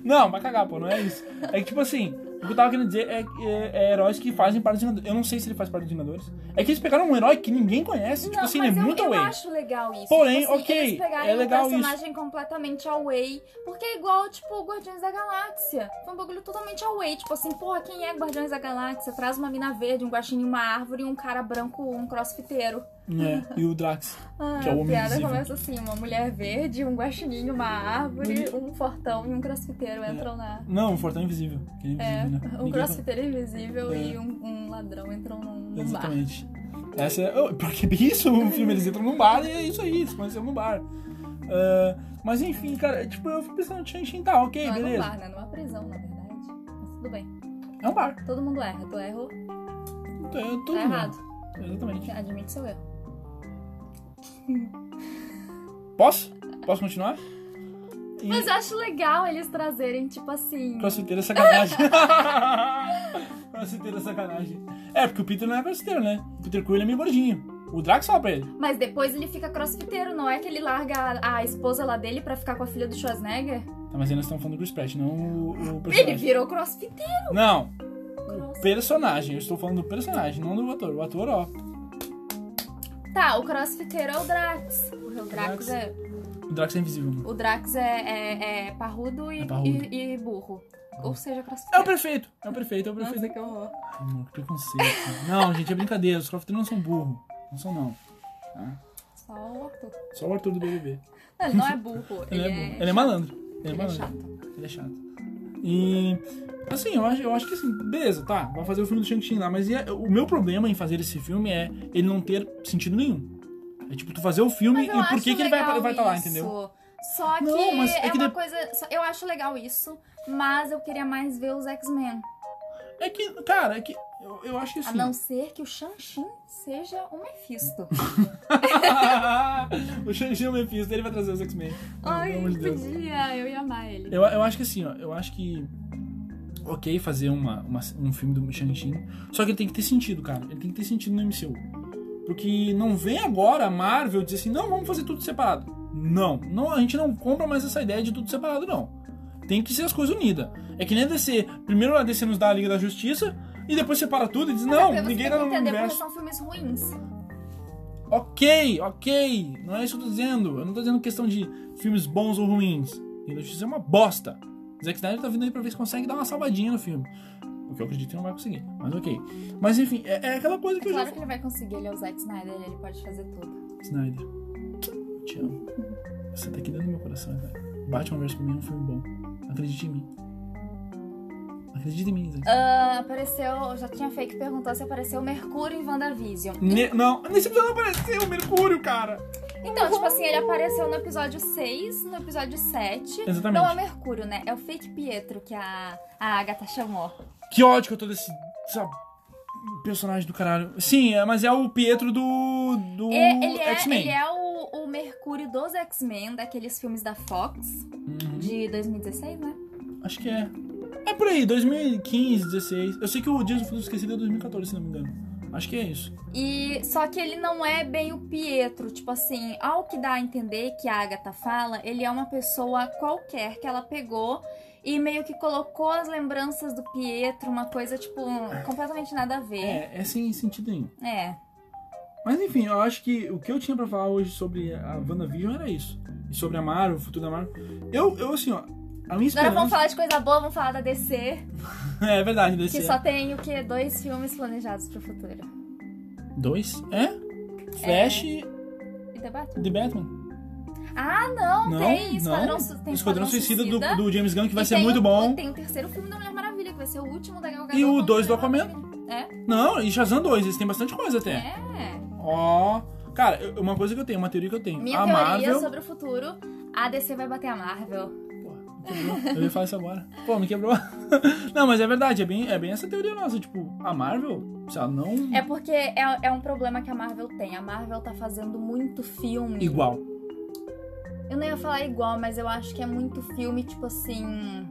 Speaker 1: Não, vai cagar, pô, não é isso. É que, tipo assim, O que eu tava querendo dizer é, é, é heróis que fazem parte dos Vingadores. Eu não sei se ele faz parte dos Vingadores. É que eles pegaram um herói que ninguém conhece. tipo assim,
Speaker 2: mas
Speaker 1: ele é
Speaker 2: eu,
Speaker 1: muito
Speaker 2: eu
Speaker 1: away.
Speaker 2: acho legal isso.
Speaker 1: Porém,
Speaker 2: tipo assim,
Speaker 1: ok,
Speaker 2: eles pegarem
Speaker 1: é legal
Speaker 2: um
Speaker 1: isso.
Speaker 2: personagem completamente away, porque é igual, tipo, o Guardiões da Galáxia. Foi um bagulho totalmente away, tipo assim, porra, quem é Guardiões da Galáxia? Traz uma mina verde, um guaxinim, uma árvore e um cara branco, um crossfiteiro.
Speaker 1: É, e o Drax.
Speaker 2: Ah,
Speaker 1: Que é o
Speaker 2: a
Speaker 1: homem
Speaker 2: piada
Speaker 1: invisível.
Speaker 2: começa assim, uma mulher verde, um guaxinim, uma árvore, um fortão e um crossfiteiro entram na...
Speaker 1: Não, o Fortão Invisível. Que é invisível,
Speaker 2: É,
Speaker 1: né?
Speaker 2: um
Speaker 1: Ninguém-
Speaker 2: crossfiteiro invisível
Speaker 1: É.
Speaker 2: e um, um ladrão entram num, num bar.
Speaker 1: Exatamente. Essa é. oh, Porque é isso, o filme, eles entram num bar e é isso aí, eles conheceram num bar. Ah, mas enfim, cara, tipo, eu fico pensando, Shang-Chi tá, ok,
Speaker 2: Não é num
Speaker 1: beleza.
Speaker 2: bar, né? Numa prisão, na verdade. Mas tudo bem.
Speaker 1: É um bar.
Speaker 2: Todo mundo erra. Tu errou,
Speaker 1: Então, É tudo
Speaker 2: tá
Speaker 1: bem.
Speaker 2: errado.
Speaker 1: Exatamente.
Speaker 2: Admite seu erro.
Speaker 1: Posso? Posso continuar? E-
Speaker 2: Mas eu acho legal eles trazerem, tipo assim.
Speaker 1: Crossfiteiro é sacanagem. *laughs* crossfiteiro é sacanagem. É, porque o Peter não é crossfiteiro, né? O Peter Quill ele é meio gordinho. O Drax fala pra ele.
Speaker 2: Mas depois ele fica crossfiteiro, não é que ele larga a, a esposa lá dele pra ficar com a filha do Schwarzenegger?
Speaker 1: Tá, mas aí nós estamos falando do Chris Pratt, não o, o
Speaker 2: Ele
Speaker 1: personagem.
Speaker 2: virou crossfiteiro.
Speaker 1: Não,
Speaker 2: Cross-
Speaker 1: personagem. Eu estou falando do personagem, não do ator. O ator, ó.
Speaker 2: Tá, o crossfiteiro é o Drax. O Drax
Speaker 1: Drax.
Speaker 2: é.
Speaker 1: O Drax é invisível.
Speaker 2: O Drax é, é, é parrudo, e,
Speaker 1: É parrudo.
Speaker 2: E, e burro. Ou seja,
Speaker 1: É o
Speaker 2: crossfiteiro.
Speaker 1: perfeito. É o perfeito, é o perfeito.
Speaker 2: Nossa, que um horror.
Speaker 1: Ai, mano, que preconceito. Não, gente, é brincadeira. Os crossfiteiros não são burro. Não são, não. Tá?
Speaker 2: Só o Arthur.
Speaker 1: Só o Arthur do BBB.
Speaker 2: Não, ele não é burro.
Speaker 1: Ele, é, burro. Ele é
Speaker 2: chato.
Speaker 1: malandro. Ele é
Speaker 2: Ele é
Speaker 1: malandro.
Speaker 2: chato.
Speaker 1: Ele é chato. E. Assim, eu acho, eu acho que assim, beleza, tá, vai fazer o filme do Shang-Chi lá, mas e a- o meu problema em fazer esse filme é ele não ter sentido nenhum. É tipo, tu fazer o filme
Speaker 2: Mas eu
Speaker 1: e por
Speaker 2: acho
Speaker 1: que, que ele vai
Speaker 2: legal
Speaker 1: estar vai tá lá,
Speaker 2: isso.
Speaker 1: entendeu?
Speaker 2: Só que
Speaker 1: Não, mas é
Speaker 2: é,
Speaker 1: que
Speaker 2: uma
Speaker 1: de-
Speaker 2: coisa. só- Eu acho legal isso, mas eu queria mais ver os X-Men.
Speaker 1: É que, cara, é que. Eu, eu acho que
Speaker 2: A
Speaker 1: assim. *laughs*
Speaker 2: não ser que o Shang-Chi seja o Mephisto.
Speaker 1: o Shang-Chi é o Mephisto, ele vai trazer os X-Men.
Speaker 2: Ai,
Speaker 1: *laughs* Pelo amor de Deus.
Speaker 2: podia, eu ia amar ele.
Speaker 1: Eu, eu acho que assim, ó, eu acho que. Ok, fazer uma, uma- um filme do Shang-Chi. Só que ele tem que ter sentido, cara. Ele tem que ter sentido no MCU. Porque não vem agora a Marvel dizer assim, não, vamos fazer tudo separado. Não, não, a gente não compra mais essa ideia de tudo separado, não. Tem que ser as coisas unidas. É que nem a DC. Primeiro a DC nos dá a Liga da Justiça e depois separa tudo e diz, não,
Speaker 2: Porque é você
Speaker 1: ninguém
Speaker 2: tem
Speaker 1: dá
Speaker 2: que
Speaker 1: no
Speaker 2: entender porque
Speaker 1: universo.
Speaker 2: são filmes ruins. É
Speaker 1: Ok, ok. Não é isso que eu tô dizendo. Eu não tô dizendo questão de filmes bons ou ruins. Liga da Justiça é uma bosta. Zack Snyder tá vindo aí pra ver se consegue dar uma salvadinha no filme. O que eu acredito que não vai conseguir, mas ok. Mas enfim, é, é aquela coisa que Hum. eu já
Speaker 2: Claro que ele vai conseguir, ele é o Zack Snyder, ele pode fazer tudo.
Speaker 1: Snyder. Te amo. Você tá aqui dentro do meu coração, cara. Batman vs Superman é um filme bom. Acredite em mim. Acredite em mim, Zack.
Speaker 2: Ah, apareceu, já tinha fake perguntou se apareceu o Mercúrio em WandaVision.
Speaker 1: Ne- não, nesse episódio não apareceu o Mercúrio, cara.
Speaker 2: Então, tipo assim,
Speaker 1: Uhum.
Speaker 2: ele apareceu no episódio 6, no episódio 7.
Speaker 1: Exatamente.
Speaker 2: Não é o Mercúrio, né? É o fake Pietro que a, a Agatha chamou.
Speaker 1: Que ódio que eu tô desse dessa personagem do caralho. Sim, é, mas é o Pietro do, do
Speaker 2: É, ele, é,
Speaker 1: X-Men.
Speaker 2: ele é o, o Mercúrio dos X-Men, daqueles filmes da Fox,
Speaker 1: Uhum,
Speaker 2: de 2016, né?
Speaker 1: acho que é. É por aí, 2015, 16. Eu sei que o Dias do Futuro Esquecido é 2014, se não me engano. Acho que é isso.
Speaker 2: E só que ele não é bem o Pietro, tipo assim, ao que dá a entender que a Agatha fala, ele é uma pessoa qualquer que ela pegou e meio que colocou as lembranças do Pietro, uma coisa tipo completamente nada a ver.
Speaker 1: É, é sem sentido nenhum.
Speaker 2: É.
Speaker 1: Mas enfim, eu acho que o que eu tinha pra falar hoje sobre a WandaVision era isso. E sobre a Marvel, o futuro da Marvel. Eu, eu assim, ó. A minha
Speaker 2: Agora vamos
Speaker 1: esperança.
Speaker 2: falar de coisa boa, vamos falar da DC,
Speaker 1: *laughs* é verdade, desse.
Speaker 2: que só tem o quê? Dois filmes planejados pro futuro.
Speaker 1: Dois? É? Flash e
Speaker 2: E debate?
Speaker 1: The Batman.
Speaker 2: Ah, não,
Speaker 1: Não,
Speaker 2: tem Esquadrão,
Speaker 1: não.
Speaker 2: Su- tem
Speaker 1: Esquadrão Suicida, do-
Speaker 2: Suicida.
Speaker 1: do, James Gunn, que vai
Speaker 2: E
Speaker 1: ser
Speaker 2: tem um
Speaker 1: muito
Speaker 2: o-
Speaker 1: bom.
Speaker 2: Tem o terceiro filme da Mulher Maravilha, que vai ser o último da Gal Gadot.
Speaker 1: E o
Speaker 2: com a
Speaker 1: dois do
Speaker 2: Mulher
Speaker 1: Aquaman.
Speaker 2: Maravilha. É?
Speaker 1: Não, e Shazam 2, eles têm bastante coisa até.
Speaker 2: É.
Speaker 1: Ó. Cara, eu- uma coisa que eu tenho, uma teoria que eu tenho.
Speaker 2: Minha
Speaker 1: a
Speaker 2: teoria
Speaker 1: Marvel.
Speaker 2: sobre o futuro, a DC vai bater a Marvel.
Speaker 1: Pô, me quebrou. Eu ia falar isso agora. Pô, me quebrou. *laughs* Não, mas é verdade, é bem, é bem essa teoria nossa. Tipo, a Marvel, se ela não.
Speaker 2: É porque é, é um problema que a Marvel tem. A Marvel tá fazendo muito filme.
Speaker 1: Igual.
Speaker 2: Eu não ia falar igual, mas eu acho que é muito filme, tipo assim.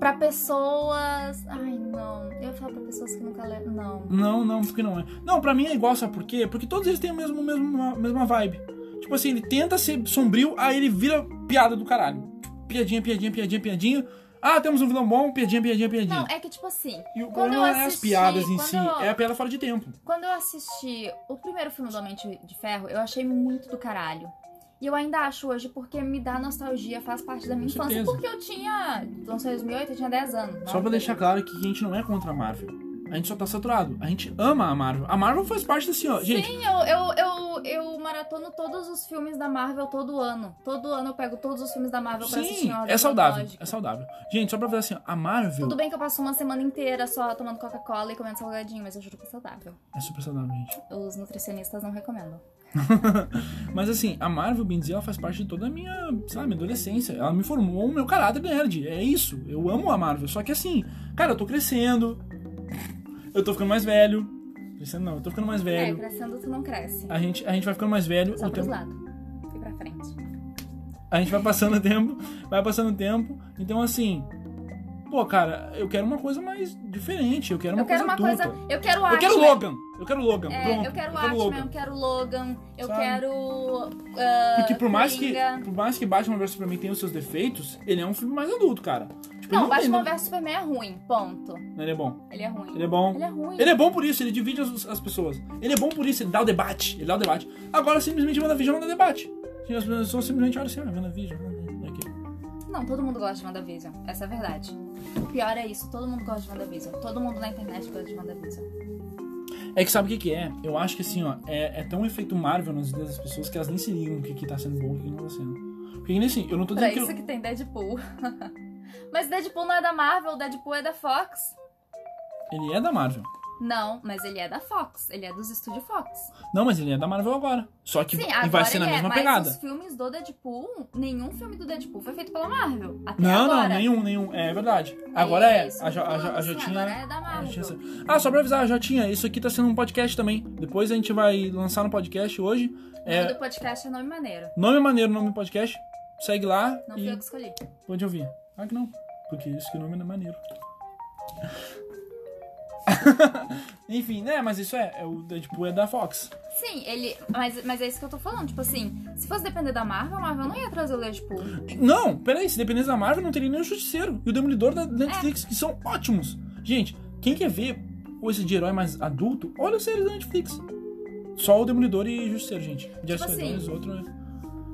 Speaker 2: Pra pessoas. Ai, não. Eu ia falar pra pessoas que nunca leram. Não.
Speaker 1: Não, não, porque não é. Não, pra mim é igual, sabe por quê? Porque todos eles têm a mesma, mesma, mesma vibe. Tipo assim, ele tenta ser sombrio, aí ele vira piada do caralho. Piadinha, piadinha, piadinha, piadinha. Ah, temos um vilão bom, piadinha, piadinha, piadinha.
Speaker 2: Não, é que tipo assim,
Speaker 1: E o
Speaker 2: quando
Speaker 1: problema
Speaker 2: eu
Speaker 1: não é as
Speaker 2: assisti-
Speaker 1: piadas em
Speaker 2: quando
Speaker 1: si,
Speaker 2: eu-
Speaker 1: é a piada fora de tempo.
Speaker 2: Quando eu assisti o primeiro filme do Homem de de Ferro, eu achei muito do caralho. E eu ainda acho hoje porque me dá nostalgia, faz parte da minha
Speaker 1: Com
Speaker 2: infância.
Speaker 1: certeza.
Speaker 2: Porque eu tinha. Lançou em 2008, eu tinha 10 anos.
Speaker 1: Só pra deixar claro que a gente não é contra a Marvel. A gente só tá saturado. A gente ama a Marvel. A Marvel faz parte desse ano. Gente,
Speaker 2: Sim, eu, eu, eu, eu maratono todos os filmes da Marvel todo ano. Todo ano eu pego todos os filmes da Marvel pra assistir
Speaker 1: sim,
Speaker 2: em ordem
Speaker 1: é saudável.
Speaker 2: cronológica.
Speaker 1: É saudável. Gente, só pra fazer assim, ó, a Marvel
Speaker 2: Tudo bem que eu passo uma semana inteira só tomando Coca-Cola e comendo salgadinho, mas eu juro que é saudável.
Speaker 1: é super saudável, gente.
Speaker 2: Os nutricionistas não recomendam.
Speaker 1: *laughs* Mas assim, a Marvel, bem dizer, ela faz parte de toda a minha, sabe, adolescência. Ela me formou o meu caráter nerd. É isso. Eu amo a Marvel. Só que assim, cara, eu tô crescendo. Eu tô ficando mais velho. Crescendo não, eu Ah, tô ficando mais
Speaker 2: É,
Speaker 1: velho.
Speaker 2: crescendo tu não cresce.
Speaker 1: A gente, a gente vai ficando mais velho.
Speaker 2: É, Só
Speaker 1: o
Speaker 2: pros
Speaker 1: tempo-
Speaker 2: lados. E pra frente.
Speaker 1: A gente vai passando o tempo, vai passando o tempo. Então, assim, pô, cara, eu quero uma coisa mais diferente. Eu quero É uma
Speaker 2: eu quero
Speaker 1: coisa
Speaker 2: uma
Speaker 1: adulta.
Speaker 2: coisa. Eu quero
Speaker 1: Eu
Speaker 2: Atman.
Speaker 1: quero Logan. Eu quero Logan.
Speaker 2: É,
Speaker 1: Pronto.
Speaker 2: eu quero
Speaker 1: eu quero
Speaker 2: Atman,
Speaker 1: Logan.
Speaker 2: eu quero Logan, eu
Speaker 1: Sabe?
Speaker 2: quero.
Speaker 1: E que por mais que,
Speaker 2: Ah, Coringa.
Speaker 1: por mais que Batman vs Superman tenha os seus defeitos, ele é um filme mais adulto, cara. Tipo,
Speaker 2: Não,
Speaker 1: ele
Speaker 2: Batman
Speaker 1: ele
Speaker 2: vs Superman é ruim. Ponto.
Speaker 1: não- Ele é bom.
Speaker 2: Ele é ruim.
Speaker 1: Ele é bom.
Speaker 2: Ele é ruim.
Speaker 1: Ele é bom por isso, ele divide as, as pessoas. Ele é bom por isso, ele dá o debate. Ele dá o debate. Agora simplesmente manda vídeo, manda debate. E As pessoas simplesmente olham assim, ah, manda vídeo, manda aqui.
Speaker 2: Não, todo mundo gosta de WandaVision. Essa é a verdade. O pior é isso, todo mundo gosta de WandaVision. Todo mundo na internet gosta de WandaVision.
Speaker 1: É que sabe o que, que é? Eu acho que assim, ó, é, é tão efeito Marvel nas vidas das pessoas que elas nem se ligam o que, que tá sendo bom e o que não tá sendo. Porque nem assim, eu não tô
Speaker 2: Pra
Speaker 1: dizendo que.
Speaker 2: isso
Speaker 1: Eu,
Speaker 2: que tem Deadpool. *laughs* mas Deadpool não é da Marvel, Deadpool é da Fox.
Speaker 1: ele é da Marvel.
Speaker 2: Não, mas ele é da Fox. Ele é dos estúdios Fox.
Speaker 1: Não, mas ele é da Marvel agora. Só que
Speaker 2: Sim,
Speaker 1: e
Speaker 2: agora
Speaker 1: vai ser na
Speaker 2: ele é,
Speaker 1: mesma
Speaker 2: mas
Speaker 1: pegada.
Speaker 2: os filmes do Deadpool, nenhum filme do Deadpool foi feito pela Marvel. Até
Speaker 1: Não,
Speaker 2: agora.
Speaker 1: não, nenhum, nenhum. É verdade. Agora é.
Speaker 2: isso
Speaker 1: A, Jo-
Speaker 2: que eu tô
Speaker 1: a, Jo- a
Speaker 2: falando, assim,
Speaker 1: Jotinha.
Speaker 2: Agora é da
Speaker 1: a
Speaker 2: Marvel.
Speaker 1: Jotinha- Ah, só pra avisar, a Jotinha, isso aqui tá sendo um podcast também. Depois a gente vai lançar no podcast hoje.
Speaker 2: O nome
Speaker 1: É,
Speaker 2: do podcast é Nome Maneiro.
Speaker 1: nome é maneiro, nome do podcast. Segue lá
Speaker 2: Não fui eu
Speaker 1: e
Speaker 2: que escolhi.
Speaker 1: pode ouvir. Ah, que não. Porque isso que o nome não é maneiro. Enfim, né? Mas isso é. é o Deadpool é da Fox.
Speaker 2: Sim, ele. Mas, mas é isso que eu tô falando. Tipo assim, se fosse depender da Marvel, a Marvel não ia trazer o tipo, Deadpool.
Speaker 1: Não, peraí, se dependesse da Marvel, não teria nem o Justiceiro e o Demolidor da Netflix,
Speaker 2: É.
Speaker 1: que são ótimos. Gente, quem quer ver coisa de herói mais adulto, olha as séries da Netflix. Só o Demolidor e o Justiceiro, gente. O Justiceiro
Speaker 2: assim.
Speaker 1: dois, outro. né?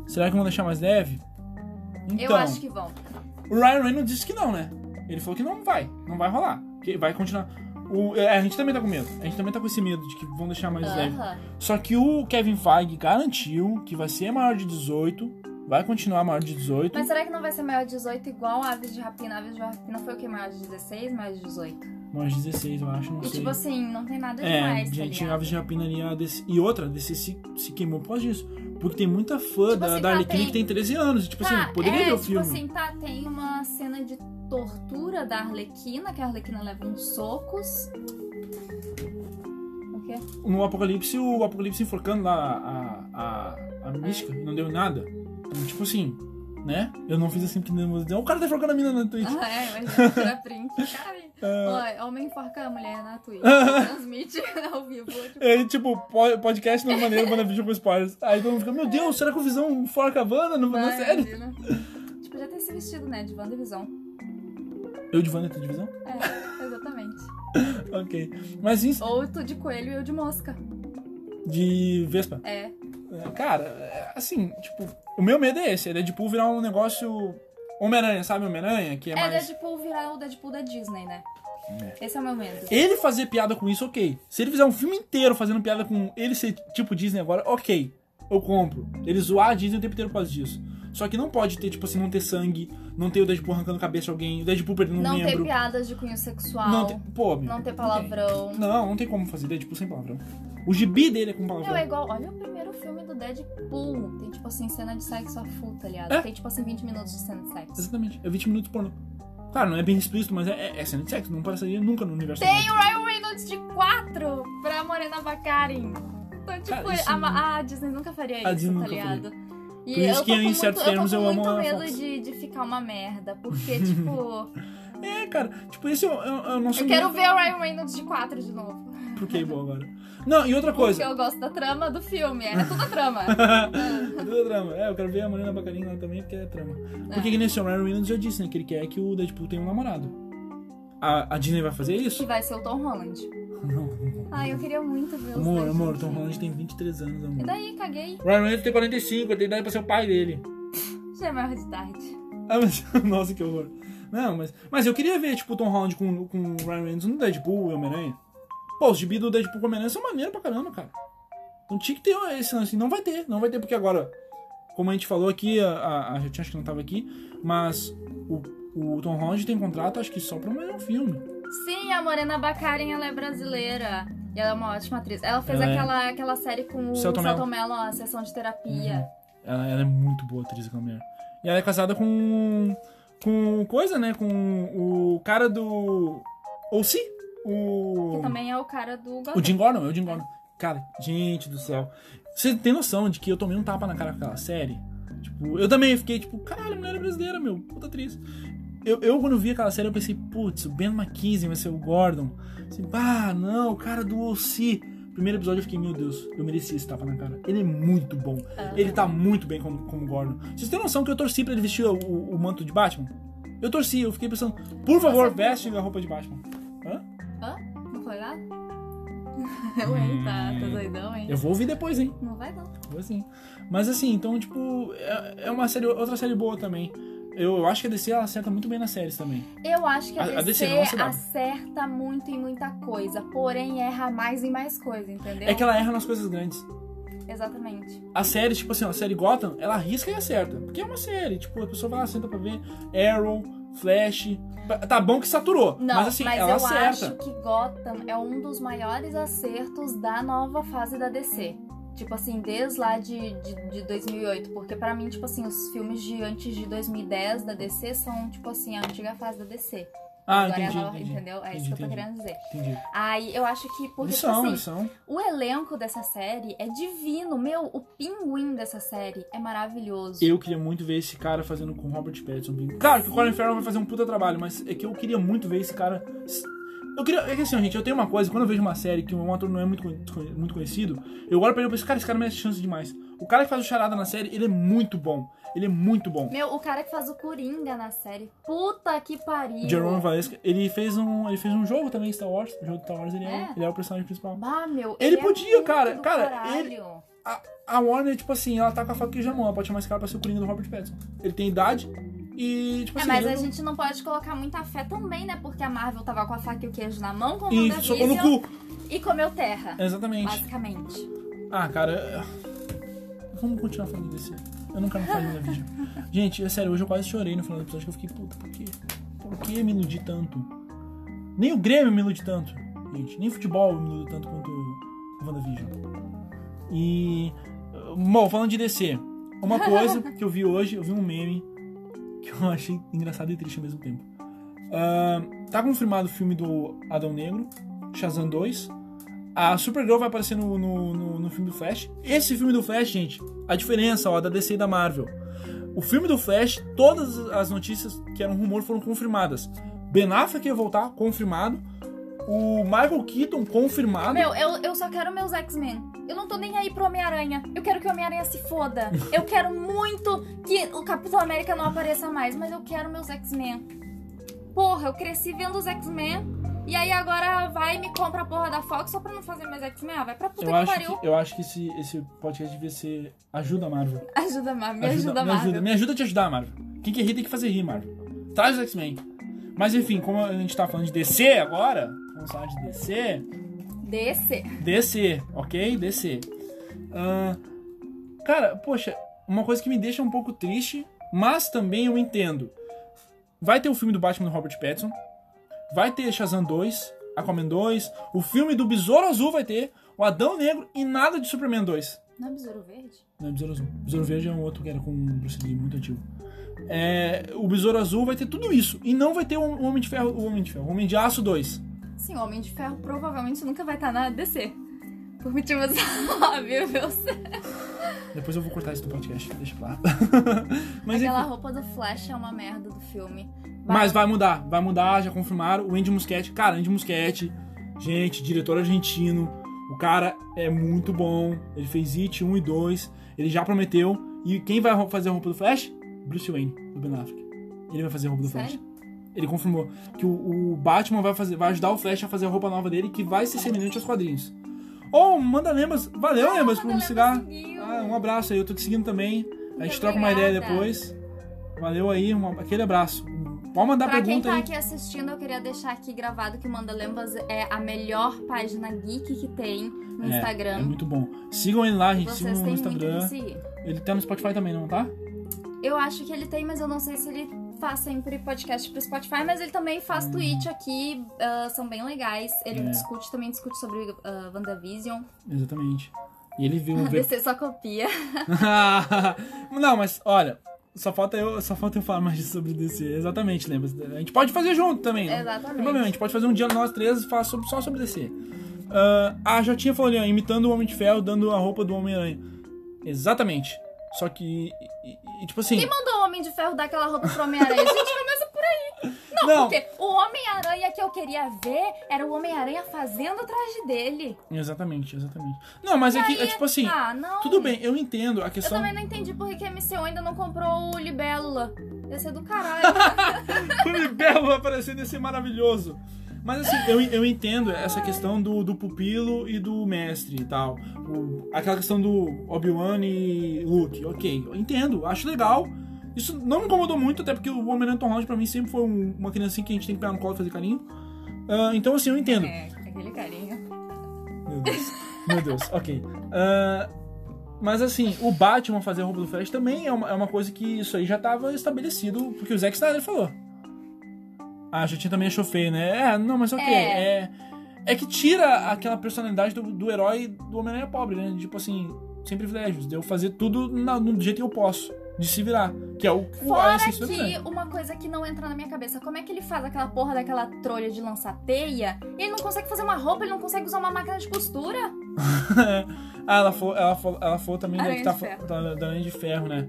Speaker 1: Será que vão deixar mais leve? Então,
Speaker 2: Eu acho que vão.
Speaker 1: o Ryan Reynolds disse que não, né? Ele falou que não vai, não vai rolar. Que vai continuar. O- é, a gente também tá com medo. A gente também tá com esse medo de que vão deixar mais leve.
Speaker 2: Aham.
Speaker 1: Só que o Kevin Feige garantiu que vai ser maior de 18. Vai continuar maior de 18.
Speaker 2: Mas será que não vai ser maior de 18 igual Aves de Rapina? Aves de Rapina foi o que? Maior de 16, maior de 18?
Speaker 1: Mais 16, eu acho, não
Speaker 2: E
Speaker 1: sei.
Speaker 2: tipo assim, não tem nada
Speaker 1: é,
Speaker 2: demais, tá
Speaker 1: gente,
Speaker 2: ligado?
Speaker 1: Aves de Rapina ali, a DC, e outra, a DC se, se queimou por causa disso. Porque tem muita fã
Speaker 2: Tipo
Speaker 1: da,
Speaker 2: assim,
Speaker 1: da
Speaker 2: tá,
Speaker 1: Arlequina
Speaker 2: tem-
Speaker 1: que tem 13 anos. e, Tipo assim, poderia
Speaker 2: é,
Speaker 1: ver o
Speaker 2: tipo
Speaker 1: filme.
Speaker 2: assim, tá, tem uma cena de tortura da Arlequina, que a Arlequina leva uns socos. O
Speaker 1: *laughs*
Speaker 2: quê?
Speaker 1: No Apocalipse, o Apocalipse enforcando lá a, a, a, a mística,
Speaker 2: É.
Speaker 1: não deu nada. Então, tipo assim, né? Eu não fiz assim porque não vou dizer. "Ó, O cara tá enforcando a mina na Twitch.
Speaker 2: Ah, é, mas tira print, *laughs* caralho.
Speaker 1: É.
Speaker 2: Ó, Homem enforca a mulher na Twitch, transmite *laughs* ao vivo. Tipo,
Speaker 1: É, tipo, po- podcast não é maneiro, manda vídeo com spoilers. Aí todo mundo fica, meu Deus, será que o Visão forca a Wanda? Não, não,
Speaker 2: vai,
Speaker 1: sério?
Speaker 2: imagina. Tipo, já ter se vestido, né, de Wandavision.
Speaker 1: Eu de Wanda, tu de Visão?
Speaker 2: É, exatamente.
Speaker 1: Ok. Mas em-
Speaker 2: Ou tu de coelho e eu de mosca.
Speaker 1: de Vespa.
Speaker 2: É.
Speaker 1: É, Cara, é, assim, tipo, o meu medo é esse, é Deadpool virar um negócio Homem-Aranha, sabe Homem-Aranha? Que é,
Speaker 2: É,
Speaker 1: mais.
Speaker 2: Deadpool virar o Deadpool da Disney, né? Esse é o meu medo.
Speaker 1: Ele fazer piada com isso, ok. Se ele fizer um filme inteiro fazendo piada com ele ser tipo Disney agora, ok. Eu compro. Ele zoar a Disney o tempo inteiro por causa disso. Só que não pode ter, tipo assim, não ter sangue, não ter o Deadpool arrancando a cabeça de alguém, o Deadpool perdendo um
Speaker 2: Não ter
Speaker 1: membro.
Speaker 2: piadas de cunho sexual.
Speaker 1: não ter. Pô, meu.
Speaker 2: não ter palavrão.
Speaker 1: Não, não tem como fazer Deadpool sem palavrão. O gibi dele é com palavrão.
Speaker 2: Meu, é igual. Olha o primeiro filme do Deadpool. Tem, tipo assim, cena de sexo a full, tá ligado?
Speaker 1: É.
Speaker 2: Tem, tipo assim, 20 minutos de cena de sexo.
Speaker 1: Exatamente. É 20 minutos pornô. Claro, não é bem explícito, mas é, é, é cena de sexo. Não passaria nunca no universo.
Speaker 2: Tem o Ryan Reynolds de 4 pra Morena Baccarin. Então, tipo,
Speaker 1: Cara, isso
Speaker 2: a,
Speaker 1: não-
Speaker 2: Ma- a Disney nunca faria isso,
Speaker 1: A Disney
Speaker 2: tá
Speaker 1: nunca faria.
Speaker 2: ligado? E
Speaker 1: Por isso
Speaker 2: eu
Speaker 1: que,
Speaker 2: tô com
Speaker 1: em
Speaker 2: muito,
Speaker 1: certos
Speaker 2: eu tô
Speaker 1: termos,
Speaker 2: com
Speaker 1: eu amo
Speaker 2: muito
Speaker 1: a
Speaker 2: medo
Speaker 1: Fox.
Speaker 2: de, de ficar uma merda. Porque, tipo,
Speaker 1: *laughs* É, cara, tipo, esse é o é o- é o nosso.
Speaker 2: eu quero ver o Ryan Reynolds de 4 de novo.
Speaker 1: pro Cable agora. Não, e outra coisa.
Speaker 2: Porque eu gosto da trama do filme. É toda trama.
Speaker 1: *laughs* Tudo drama. É, eu quero ver a Marina Bacarin lá também, porque é trama. Porque que nem assim, o Ryan Reynolds já disse, né? Que ele quer que o Deadpool tenha um namorado. A, a Disney vai fazer
Speaker 2: que *laughs*
Speaker 1: isso?
Speaker 2: vai ser o Tom Holland.
Speaker 1: Não.
Speaker 2: Ai, eu queria muito ver os
Speaker 1: Amor,
Speaker 2: dois
Speaker 1: amor, o Tom
Speaker 2: juntinhos.
Speaker 1: Holland tem 23 anos,
Speaker 2: E
Speaker 1: amor.
Speaker 2: daí, caguei.
Speaker 1: Ryan Reynolds tem 45, ele tem idade pra ser o pai dele.
Speaker 2: Já é maior de tarde.
Speaker 1: Ah, mas, *laughs* nossa, que horror. Não, mas, mas eu queria ver, tipo, o Tom Holland com, com o Ryan Reynolds no Deadpool e Homem-Aranha. Pô, os gibi do Deadpool com Homem-Aranha são maneiros pra caramba, cara. Não tinha que ter esse lance. assim, Não vai ter, não vai ter, porque agora, como a gente falou aqui, a, a, a gente acho que não tava aqui, mas o, o Tom Holland tem contrato, acho que só pra um filme.
Speaker 2: Sim, a Morena Baccarin, ela é brasileira. E ela é uma ótima atriz. Ela fez
Speaker 1: Ela é.
Speaker 2: aquela, aquela série com o
Speaker 1: Celton
Speaker 2: Celton
Speaker 1: Mello.
Speaker 2: Mello, a sessão de terapia.
Speaker 1: Ela, ela é muito boa atriz, aquela mulher. E ela é casada com. com coisa, né? Com o cara do. Ou se? O.
Speaker 2: Que também é o cara do Gotham.
Speaker 1: Uhum. O Jim Gordon, é o Jim Gordon. Cara, gente do céu. Você tem noção de que eu tomei um tapa na cara com aquela série? Tipo, eu também fiquei tipo, caralho, a mulher é brasileira, meu, puta atriz. Eu, eu, quando vi aquela série, eu pensei, putz, o Ben McKinsey vai ser o Gordon. Assim, ah, não, o cara do OC. Primeiro episódio eu fiquei, meu Deus, eu mereci esse tapa na cara. Ele é muito bom.
Speaker 2: Ah.
Speaker 1: Ele tá muito bem como, como Gordon. Vocês têm noção que eu torci pra ele vestir o, o- o manto de Batman? Eu torci, eu fiquei pensando, por favor, veste a roupa de Batman. Hã?
Speaker 2: Hã? Não foi
Speaker 1: *laughs*
Speaker 2: lá? Ué, tá, tá doidão, hein?
Speaker 1: Hum, Eu vou ouvir depois, hein?
Speaker 2: Não vai não.
Speaker 1: Coisa assim. Mas assim, então, tipo, é, é uma série, outra série boa também. Eu, eu acho que a DC ela acerta muito bem nas séries também.
Speaker 2: Eu acho que a,
Speaker 1: A- a DC
Speaker 2: DC,
Speaker 1: não, a CW.
Speaker 2: acerta muito em muita coisa, porém erra mais em mais coisa, entendeu?
Speaker 1: É que ela erra nas coisas grandes.
Speaker 2: Exatamente.
Speaker 1: A série, tipo assim, ó, a série Gotham, ela arrisca e acerta. Porque é uma série, tipo, a pessoa vai lá, senta pra ver Arrow, Flash. Tá bom que saturou.
Speaker 2: Não,
Speaker 1: mas assim, ela
Speaker 2: eu
Speaker 1: acerta.
Speaker 2: acho que Gotham é um dos maiores acertos da nova fase da DC. Tipo assim, desde lá de, de, de 2008. Porque pra mim, tipo assim, os filmes de antes de 2010 da DC são, tipo assim, a antiga fase da DC.
Speaker 1: Ah,
Speaker 2: Agora
Speaker 1: entendi.
Speaker 2: é a nova,
Speaker 1: entendi,
Speaker 2: entendeu? É
Speaker 1: entendi,
Speaker 2: isso que eu tô
Speaker 1: entendi,
Speaker 2: querendo dizer.
Speaker 1: Entendi.
Speaker 2: Aí eu acho que, porque, tipo
Speaker 1: lição,
Speaker 2: assim,
Speaker 1: lição.
Speaker 2: O elenco dessa série é divino, meu. O pinguim dessa série é maravilhoso.
Speaker 1: Eu queria muito ver esse cara fazendo com o Robert Pattinson. Claro que o Colin Farrell vai fazer um puta trabalho, mas é que eu queria muito ver esse cara. Eu queria. É que assim, ó, gente, eu tenho uma coisa, quando eu vejo uma série que um ator não é muito, con- muito conhecido, eu olho pra ele e penso, cara, esse cara merece chance demais. O cara que faz o charada na série, ele é muito bom. Ele é muito bom.
Speaker 2: Meu, o cara que faz o Coringa na série. Puta que pariu.
Speaker 1: O Jerome Valesca, ele fez um. Ele fez um jogo também, Star Wars. O jogo de Star Wars ele é,
Speaker 2: É?
Speaker 1: ele é o personagem principal.
Speaker 2: Ah, meu.
Speaker 1: Ele
Speaker 2: é
Speaker 1: podia,
Speaker 2: muito
Speaker 1: cara.
Speaker 2: do
Speaker 1: Cara,
Speaker 2: caralho.
Speaker 1: ele- Tipo
Speaker 2: É,
Speaker 1: A, a Warner, tipo assim, ela tá com a faca que já mão, ela pode chamar esse cara pra ser o Coringa do Robert Pattinson. Ele tem idade e, tipo
Speaker 2: É,
Speaker 1: assim.
Speaker 2: mas
Speaker 1: ele
Speaker 2: a
Speaker 1: não-
Speaker 2: gente não pode colocar muita fé também, né? Porque a Marvel tava com a faca e o queijo na mão, com o
Speaker 1: E socou no
Speaker 2: WandaVision
Speaker 1: cu.
Speaker 2: e comeu terra.
Speaker 1: Exatamente.
Speaker 2: Basicamente.
Speaker 1: Ah, cara. Vamos continuar falando desse. Eu nunca me falei na vídeo. Gente, é sério, hoje eu quase chorei no final do episódio que eu fiquei, puta, por quê? Por que me iludi tanto? Nem o Grêmio me ilude tanto, gente. Nem futebol me ilude tanto quanto o WandaVision. E. eh, Bom, falando de DC, uma coisa que eu vi hoje, eu vi um meme que eu achei engraçado e triste ao mesmo tempo. Ah, tá confirmado o filme do Adão Negro, Shazam 2. A Supergirl vai aparecer no, no, no- no filme do Flash. Esse filme do Flash, gente, a diferença ó, da DC e da Marvel. O filme do Flash, todas as notícias que eram rumor foram confirmadas. Ben Affleck ia voltar, confirmado. O Michael Keaton, confirmado.
Speaker 2: Meu, eu, eu só quero meus X-Men. Eu não tô nem aí pro Homem-Aranha. Eu quero que o Homem-Aranha se foda.
Speaker 1: *laughs*
Speaker 2: Eu quero muito que o Capitão América não apareça mais, mas eu quero meus X-Men. Porra, eu cresci vendo os X-Men. E aí agora vai e me compra a porra da Fox só pra não fazer mais X-Men. Ah, vai pra puta
Speaker 1: Eu
Speaker 2: que
Speaker 1: acho
Speaker 2: pariu.
Speaker 1: que, eu acho que esse, esse podcast devia ser Ajuda a Marvel.
Speaker 2: *laughs* Ajuda, Marvel. Me ajuda,
Speaker 1: me
Speaker 2: Marvel.
Speaker 1: ajuda, me ajuda a te ajudar, Marvel. Quem quer rir tem que fazer rir, Marvel. Traz os X-Men. Mas enfim, como a gente tá falando de DC agora, vamos falar de DC.
Speaker 2: Desce.
Speaker 1: DC, ok? DC. Ah, cara, poxa, uma coisa que me deixa um pouco triste, mas também eu entendo. Vai ter o filme do Batman do Robert Pattinson, vai ter Shazam 2, Aquaman 2, o filme do Besouro Azul vai ter, o Adão Negro e nada de Superman 2.
Speaker 2: Não é besouro verde?
Speaker 1: Não é Besouro Azul. Besouro Verde é um outro que era com um Bruce Lee muito antigo. É, o Besouro Azul vai ter tudo isso. E não vai ter o Homem de Ferro. O Homem de Ferro. O Homem de Aço 2.
Speaker 2: Sim, o Homem de Ferro provavelmente nunca vai estar na DC. Por motivos *laughs* óbvios.
Speaker 1: Depois eu vou cortar isso do podcast, deixa pra lá. *laughs* Mas,
Speaker 2: Aquela
Speaker 1: enfim.
Speaker 2: roupa do Flash é uma merda do filme.
Speaker 1: mas vai mudar, vai mudar, já confirmaram. O Andy Muschietti, cara, Andy Muschietti, Gente, diretor argentino. O cara é muito bom. Ele fez It 1 e 2. Ele já prometeu. E quem vai ro- fazer a roupa do Flash? Bruce Wayne, do Ben Affleck. Ele vai fazer a roupa do Flash.
Speaker 2: Sério?
Speaker 1: Ele confirmou que o, o Batman vai, fazer, vai ajudar o Flash a fazer a roupa nova dele, que vai ser semelhante aos quadrinhos. Ou manda lembras. Valeu,
Speaker 2: Ah,
Speaker 1: lembras, por me
Speaker 2: Madalena
Speaker 1: cigar.
Speaker 2: conseguiu.
Speaker 1: Ah, um abraço aí, eu tô te seguindo também. A gente
Speaker 2: Muito
Speaker 1: troca uma ideia
Speaker 2: obrigada.
Speaker 1: depois. Valeu aí, um- aquele abraço. Pode mandar
Speaker 2: Pra quem
Speaker 1: pergunta
Speaker 2: tá
Speaker 1: aí.
Speaker 2: aqui assistindo, eu queria deixar aqui gravado que o Manda Lembas é a melhor página geek que tem no
Speaker 1: É, É
Speaker 2: Instagram.
Speaker 1: muito bom. Sigam ele lá, gente.
Speaker 2: Vocês
Speaker 1: Sigam no
Speaker 2: têm muito que
Speaker 1: Instagram.
Speaker 2: seguir.
Speaker 1: Ele tá no Spotify também, não tá?
Speaker 2: Eu acho que ele tem, mas eu não sei se ele faz sempre podcast pro Spotify, mas ele também faz tweet aqui, ah, são bem legais. Ele
Speaker 1: Hum. É.
Speaker 2: discute, também discute sobre ah, WandaVision.
Speaker 1: Exatamente. E ele viu
Speaker 2: A
Speaker 1: um
Speaker 2: *laughs*
Speaker 1: ver...
Speaker 2: DC só copia.
Speaker 1: *laughs* Não, mas olha, só falta eu, só falta eu falar mais sobre DC. Exatamente, lembra? A gente pode fazer junto também. né? Não tem problema, a
Speaker 2: Exatamente.
Speaker 1: gente pode fazer um dia nós três e falar sobre- só sobre DC. Ah, a Jotinha falou ali, ó, imitando o Homem de Ferro, dando a roupa do Homem-Aranha. Exatamente. Só que. e- e- e, tipo assim.
Speaker 2: Quem mandou o Homem de Ferro dar aquela roupa pro Homem-Aranha? Gente, começa por aí. Não,
Speaker 1: Não.
Speaker 2: porque o Homem-Aranha que eu queria ver era o Homem-Aranha fazendo atrás dele.
Speaker 1: Exatamente, exatamente. Não, mas é que, é tipo assim.
Speaker 2: ah, não.
Speaker 1: Tudo bem, eu entendo a
Speaker 2: Eu
Speaker 1: questão.
Speaker 2: também não entendi por que que a MCU ainda não comprou o Libélula. Ia ser do
Speaker 1: *laughs*
Speaker 2: caralho.
Speaker 1: O Libelo vai aparecer nesse maravilhoso. Mas assim, eu, eu entendo essa questão do, do pupilo e do mestre e tal. O- aquela questão do Obi-Wan e Luke. Ok, eu entendo, acho legal. Isso não me incomodou muito, até porque o Homem-Aranha Tom Holland pra mim sempre foi um- uma criancinha que a gente tem que pegar no colo e fazer carinho. Ah, então assim, eu entendo.
Speaker 2: é, aquele carinho.
Speaker 1: Meu Deus. Meu Deus, ok. Ah, mas assim, o Batman fazer a roupa do Flash também é uma, é uma coisa que isso aí já tava estabelecido, porque o Zack Snyder falou. Ah, a Jatinha também achou feio, né? É, não, mas ok. É,
Speaker 2: É.
Speaker 1: é que tira aquela personalidade do, do herói do Homem-Aranha pobre, né? Tipo assim, sem privilégios, de eu fazer tudo na- do jeito que eu posso, de se virar. Que é o o- a
Speaker 2: Fora
Speaker 1: essência do
Speaker 2: que
Speaker 1: Homem-Aranha.
Speaker 2: uma coisa que não entra na minha cabeça, como é que ele faz aquela porra daquela trolha de lançar teia? E ele não consegue fazer uma roupa, ele não consegue usar uma máquina de costura?
Speaker 1: ah, ela falou, ela falou, ela falou também da,
Speaker 2: Aranha
Speaker 1: que tá,
Speaker 2: de ferro.
Speaker 1: da, da Aranha de Ferro, né?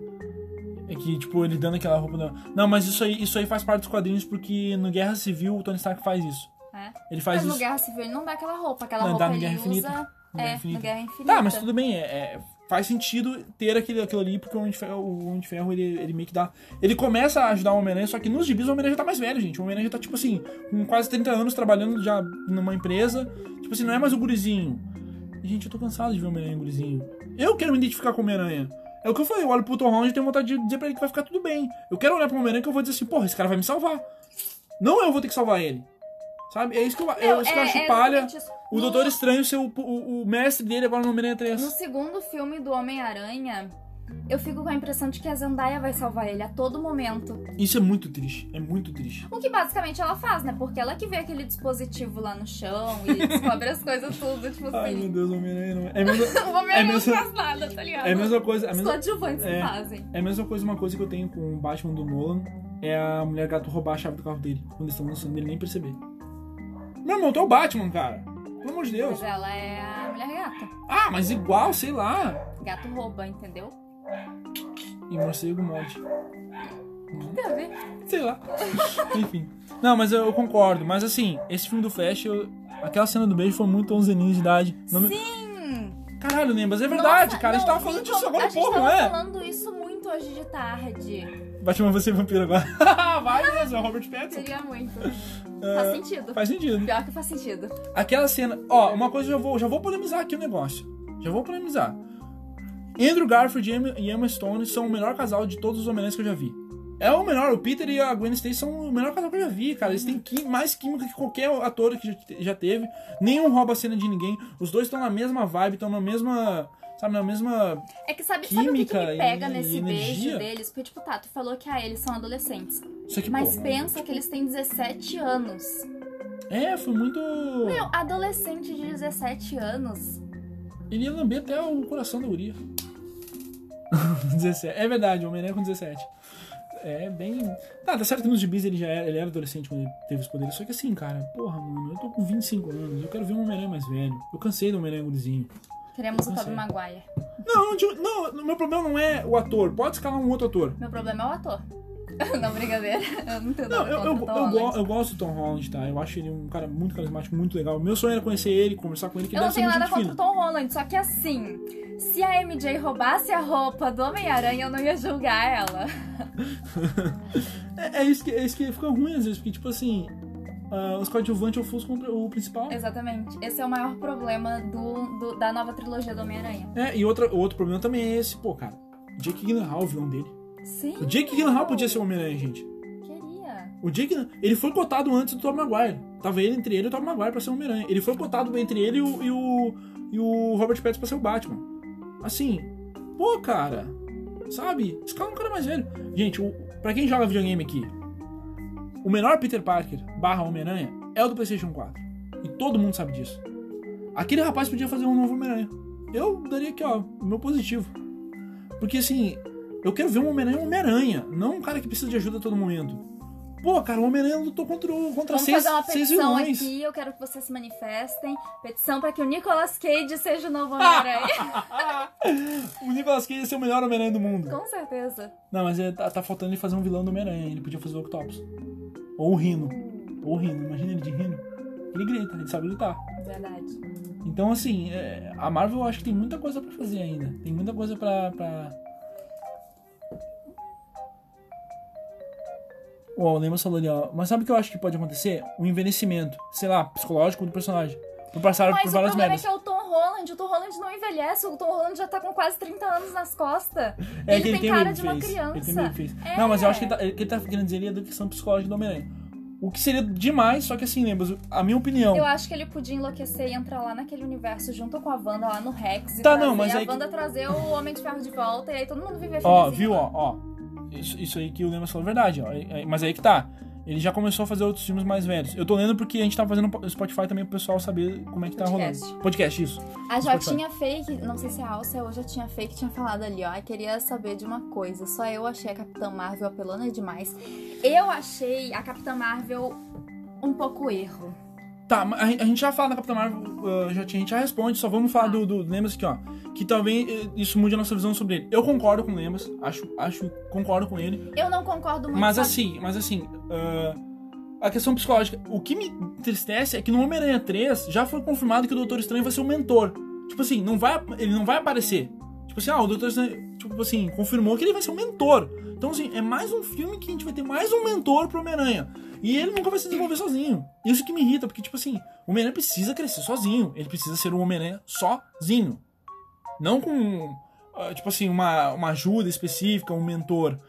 Speaker 1: É que, tipo, ele dando aquela roupa. da- Não, mas isso aí, isso aí faz parte dos quadrinhos, porque no Guerra Civil o Tony Stark faz isso.
Speaker 2: É.
Speaker 1: Ele
Speaker 2: Mas
Speaker 1: faz
Speaker 2: no
Speaker 1: isso.
Speaker 2: Guerra Civil ele não dá aquela roupa, aquela
Speaker 1: Não, dá
Speaker 2: roupa
Speaker 1: no
Speaker 2: ele
Speaker 1: Guerra
Speaker 2: usa.
Speaker 1: Infinita. No Guerra
Speaker 2: é,
Speaker 1: Infinita.
Speaker 2: no Guerra Infinita.
Speaker 1: Tá, mas tudo bem, é- é- faz sentido ter aquele, aquilo ali, porque o Homem de Ferro, o Homem de Ferro, ele, ele meio que dá. Ele começa a ajudar o Homem-Aranha, só que nos gibis o Homem-Aranha já tá mais velho, gente. O Homem-Aranha já tá, tipo assim, com quase 30 anos trabalhando já numa empresa. Tipo assim, não é mais o gurizinho. E, Gente, eu tô cansado de ver o Homem-Aranha gurizinho. Eu quero me identificar com o Homem-Aranha. É o que eu falei, eu olho pro Tom Holland e tenho vontade de dizer pra ele que vai ficar tudo bem. Eu quero olhar pro Homem-Aranha que eu vou dizer assim, porra, esse cara vai me salvar. Não eu vou ter que salvar ele. Sabe? É isso que eu, é, isso que eu acho palha.
Speaker 2: exatamente isso.
Speaker 1: O
Speaker 2: No-
Speaker 1: Doutor Estranho ser o, o, o mestre dele agora no Homem-Aranha 3.
Speaker 2: No segundo filme do Homem-Aranha, eu fico com a impressão de que a Zendaya vai salvar ele a todo momento.
Speaker 1: Isso é muito triste. É muito triste.
Speaker 2: O que basicamente ela faz, né? Porque ela que vê aquele dispositivo lá no chão e descobre as coisas tudo, tipo
Speaker 1: *laughs* Ai,
Speaker 2: assim.
Speaker 1: meu Deus, Homem-Aranha não é. É a mesma,
Speaker 2: o Homem-Aranha
Speaker 1: É mesmo-
Speaker 2: não faz nada, tá ligado?
Speaker 1: é a mesma coisa. É a
Speaker 2: Os
Speaker 1: mesma,
Speaker 2: coadjuvantes
Speaker 1: é.
Speaker 2: que fazem.
Speaker 1: é a mesma coisa, uma coisa que eu tenho com o Batman do Nolan é a mulher gato roubar a chave do carro dele. Quando eles estão lançando ele nem perceber. Meu irmão, tu é o Batman, cara. Pelo amor de Deus.
Speaker 2: Mas ela é a mulher gata.
Speaker 1: Ah, mas igual, sei lá.
Speaker 2: Gato rouba, entendeu?
Speaker 1: E morcego morde.
Speaker 2: Tem a ver.
Speaker 1: Sei lá. *laughs* Enfim. Não, mas eu, eu concordo. Mas assim, esse filme do Flash, eu- aquela cena do beijo foi muito 11 aninhos de idade. Não me-
Speaker 2: Sim!
Speaker 1: Caralho, Lembas, é verdade,
Speaker 2: Nossa,
Speaker 1: cara. a gente
Speaker 2: não,
Speaker 1: tava falando
Speaker 2: sim,
Speaker 1: disso
Speaker 2: como-
Speaker 1: agora há pouco,
Speaker 2: A
Speaker 1: não
Speaker 2: gente
Speaker 1: é?
Speaker 2: tava falando isso muito hoje de tarde.
Speaker 1: Vai chamar você vampiro agora. *laughs* Vai, mas é o Robert Pattinson.
Speaker 2: Seria
Speaker 1: *laughs*
Speaker 2: muito.
Speaker 1: Ah,
Speaker 2: Faz sentido.
Speaker 1: Faz sentido.
Speaker 2: Pior que faz sentido.
Speaker 1: Aquela cena. Ó, uma coisa eu já vou, já vou polemizar aqui o negócio. Já vou polemizar. Andrew Garfield e Emma- e Emma Stone são o melhor casal de todos os Homem-Aranhas que eu já vi. É o melhor, o Peter e a Gwen Stacy são o melhor casal que eu já vi, cara. Eles têm qui- mais química que qualquer ator que já, te- já teve. Nenhum rouba a cena de ninguém. Os dois estão na mesma vibe, estão na mesma. Sabe, na mesma.
Speaker 2: É que sabe, sabe o que, que
Speaker 1: Química
Speaker 2: me
Speaker 1: e-
Speaker 2: pega
Speaker 1: e
Speaker 2: nesse
Speaker 1: energia?
Speaker 2: beijo deles? Porque, tipo, tá, tu falou que ah, eles são adolescentes.
Speaker 1: Isso aqui,
Speaker 2: Mas
Speaker 1: pô.
Speaker 2: pensa que eles têm 17 anos.
Speaker 1: É, foi muito.
Speaker 2: Meu, adolescente de 17 anos.
Speaker 1: Ele ia lamber até o coração da *laughs* Uria. 17. É verdade, o Homem-Aranha com 17. É bem. Tá, tá certo que nos gibis ele já era, ele era adolescente quando ele teve os poderes. Só que assim, cara, porra, mano, eu tô com 25 anos, eu quero ver um Homem-Aranha mais velho. Eu cansei do Homem-Aranha gurizinho.
Speaker 2: Queremos o
Speaker 1: Não
Speaker 2: Tobey
Speaker 1: sei.
Speaker 2: Maguire.
Speaker 1: Não, não, digo- não, o meu problema não é o ator. Pode escalar um outro ator.
Speaker 2: Meu problema é o ator. *laughs* Não, brincadeira. Eu não tenho
Speaker 1: Não,
Speaker 2: nada
Speaker 1: eu,
Speaker 2: contra
Speaker 1: eu,
Speaker 2: o Tom
Speaker 1: eu,
Speaker 2: Holland.
Speaker 1: go- eu gosto do Tom Holland, tá? Eu acho ele um cara muito carismático, muito legal. Meu sonho era conhecer ele, conversar com ele, que
Speaker 2: Eu
Speaker 1: ele
Speaker 2: não
Speaker 1: deve ser muito
Speaker 2: tenho nada
Speaker 1: gente
Speaker 2: contra o
Speaker 1: fina.
Speaker 2: Tom Holland, só que assim, se a MJ roubasse a roupa do Homem-Aranha, eu não ia
Speaker 1: *laughs*
Speaker 2: julgar ela.
Speaker 1: É, é isso que, é isso que fica ruim às vezes, porque, tipo assim, ah, os coadjuvantes ofuscam o principal.
Speaker 2: Exatamente. Esse é o maior problema do, do- da nova trilogia do Homem-Aranha.
Speaker 1: É, e outra, outro problema também é esse, pô, cara. Jake Gyllenhaal, o vilão dele.
Speaker 2: Sim.
Speaker 1: O Jake Gyllenhaal podia ser um o Homem-Aranha, gente.
Speaker 2: Queria.
Speaker 1: O Jake, ele foi cotado antes do Tom Maguire. Tava ele entre ele e o Tom Maguire pra ser o Homem-Aranha. Ele foi cotado entre ele e o, e o, e o Robert Pattinson pra ser o Batman. Assim, pô, cara, sabe? Esse cara é um cara mais velho. Gente, o, pra quem joga videogame aqui, o melhor Peter Parker barra Homem-Aranha é o do PlayStation 4. E todo mundo sabe disso. Aquele rapaz podia fazer um novo Homem-Aranha. Eu daria aqui, ó, o meu positivo. Porque assim, eu quero ver um Homem-Aranha um Homem-Aranha, não um cara que precisa de ajuda a todo momento. Pô, cara, o Homem-Aranha lutou contra, o- contra Tá,
Speaker 2: Vamos
Speaker 1: seis,
Speaker 2: fazer uma
Speaker 1: seis
Speaker 2: petição
Speaker 1: vilões.
Speaker 2: aqui, eu quero que vocês se manifestem. Petição pra que o Nicolas Cage seja
Speaker 1: *laughs*
Speaker 2: o novo Homem-Aranha. *laughs*
Speaker 1: o Nicolas Cage ia ser o melhor Homem-Aranha do mundo.
Speaker 2: Com certeza.
Speaker 1: Não, mas é- tá, tá faltando ele fazer um vilão do Homem-Aranha. Ele podia fazer o Octopus. Ou o Rino. Ou o Rino. Imagina ele de Rino. Ele grita, ele sabe lutar.
Speaker 2: Verdade.
Speaker 1: Então, assim, é, a Marvel eu acho que tem muita coisa pra fazer ainda. Tem muita coisa pra. pra... Uau, o Lemos falou ali, ó. Mas sabe o que eu acho que pode acontecer? O envelhecimento, sei lá, psicológico do personagem. Por passar
Speaker 2: Mas
Speaker 1: por
Speaker 2: o
Speaker 1: várias
Speaker 2: problema
Speaker 1: merdas.
Speaker 2: é que é o Tom Holland. O Tom Holland não envelhece. O Tom Holland já tá com quase 30 anos nas costas.
Speaker 1: É
Speaker 2: ele,
Speaker 1: que
Speaker 2: tem, cara
Speaker 1: meio
Speaker 2: de uma
Speaker 1: face.
Speaker 2: criança.
Speaker 1: Ele tem meio face.
Speaker 2: É.
Speaker 1: Não, mas eu acho que ele tá, ele- que ele tá querendo dizer ali é da questão psicológica do Homem-Aranha. O que seria demais, só que assim, lembra, a minha opinião.
Speaker 2: Eu acho que ele podia enlouquecer e entrar lá naquele universo junto com a Wanda lá no Rex. e
Speaker 1: Tá,
Speaker 2: trazer
Speaker 1: não, mas
Speaker 2: a
Speaker 1: é que-
Speaker 2: Wanda trazer o Homem de Ferro de volta e aí todo mundo vive
Speaker 1: Ó,
Speaker 2: felizinho.
Speaker 1: viu, ó, ó. Isso, isso aí que o Lemos falou é verdade, ó. É- é- Mas aí que tá. Ele já começou a fazer outros filmes mais velhos. Eu tô lendo porque a gente tá fazendo po- Spotify também pro pessoal saber como é que tá
Speaker 2: Podcast.
Speaker 1: rolando. Podcast, isso.
Speaker 2: A
Speaker 1: Spotify.
Speaker 2: Jotinha Fake, não sei se a Alça ou a Jotinha Fake tinha falado ali, ó. "Ai, Queria saber de uma coisa. Só eu achei a Capitã Marvel apelona demais. Eu achei a Capitã Marvel um pouco erro.
Speaker 1: Tá, mas a, gen- a gente já fala da Capitã Marvel, ah, já tinha- a gente já responde, só vamos falar do, do Lemos aqui, ó. Que talvez eh, isso mude a nossa visão sobre ele. Eu concordo com o Lemos, acho, acho, concordo com ele.
Speaker 2: Eu não concordo muito
Speaker 1: Mas
Speaker 2: com a
Speaker 1: assim, mas assim, ah, a questão psicológica. O que me entristece é que no Homem-Aranha 3 já foi confirmado que o Doutor Estranho vai ser o mentor. Tipo assim, não vai, ele não vai aparecer. Tipo assim, ah, o Doutor Estranho, tipo assim, confirmou que ele vai ser o mentor. Então assim, é mais um filme que a gente vai ter mais um mentor pro Homem-Aranha. E ele nunca vai se desenvolver sozinho. Isso que me irrita, porque tipo assim, o Homem-Aranha precisa crescer sozinho. Ele precisa ser um Homem-Aranha sozinho. Não com, ah, tipo assim, uma, uma ajuda específica, um mentor.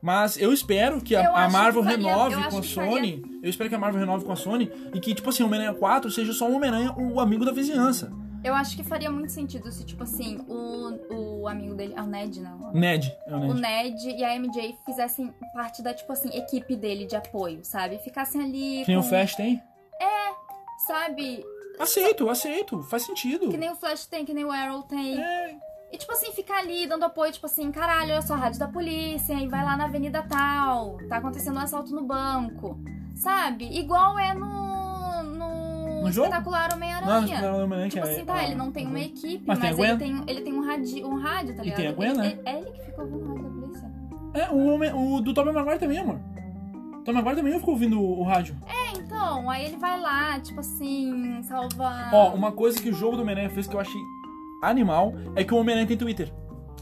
Speaker 1: Mas eu espero que a,
Speaker 2: Eu
Speaker 1: a
Speaker 2: acho que
Speaker 1: Marvel
Speaker 2: faria- eu
Speaker 1: renove
Speaker 2: acho
Speaker 1: com a
Speaker 2: que faria-
Speaker 1: Sony. Eu espero que a Marvel renove com a Sony e que, tipo assim, o Homem-Aranha 4 seja só um Homem-Aranha, o amigo da vizinhança.
Speaker 2: Eu acho que faria muito sentido se, tipo assim, o, o amigo dele, é o Ned, não.
Speaker 1: Ned, é o
Speaker 2: O
Speaker 1: Ned.
Speaker 2: Ned e a MJ fizessem parte da, tipo assim, equipe dele de apoio, sabe? Ficassem ali.
Speaker 1: Que nem o
Speaker 2: com-
Speaker 1: Flash tem?
Speaker 2: Sabe?
Speaker 1: Aceito, aceito. Faz sentido.
Speaker 2: Que nem o Flash tem, que nem o Arrow tem.
Speaker 1: É,
Speaker 2: E, tipo assim, ficar ali dando apoio, tipo assim, caralho, olha só a rádio da polícia, e vai lá na avenida tal, tá acontecendo um assalto no banco, sabe? Igual é no. No,
Speaker 1: No jogo?
Speaker 2: espetacular
Speaker 1: É, não, não
Speaker 2: Homem-Aranha.
Speaker 1: era o Homem-Aranha que
Speaker 2: Tipo
Speaker 1: é-
Speaker 2: assim, tá,
Speaker 1: é-
Speaker 2: ele não tem uma equipe,
Speaker 1: Mas
Speaker 2: mas,
Speaker 1: tem a
Speaker 2: ele,
Speaker 1: Gwen.
Speaker 2: tem, ele tem um rádio, um rádio, tá
Speaker 1: E
Speaker 2: ligado?
Speaker 1: tem a Gwen,
Speaker 2: Ele-
Speaker 1: né?
Speaker 2: ele- É ele que fica ouvindo o rádio da polícia.
Speaker 1: É, o, homem, o do Tobey Maguire também, amor. Tom Maguire também ficou ouvindo o, o rádio.
Speaker 2: É, então, aí ele vai lá, tipo assim, salva.
Speaker 1: Ó, uma coisa que o jogo do Homem-Aranha fez que eu achei animal é que o Homem-Aranha tem Twitter.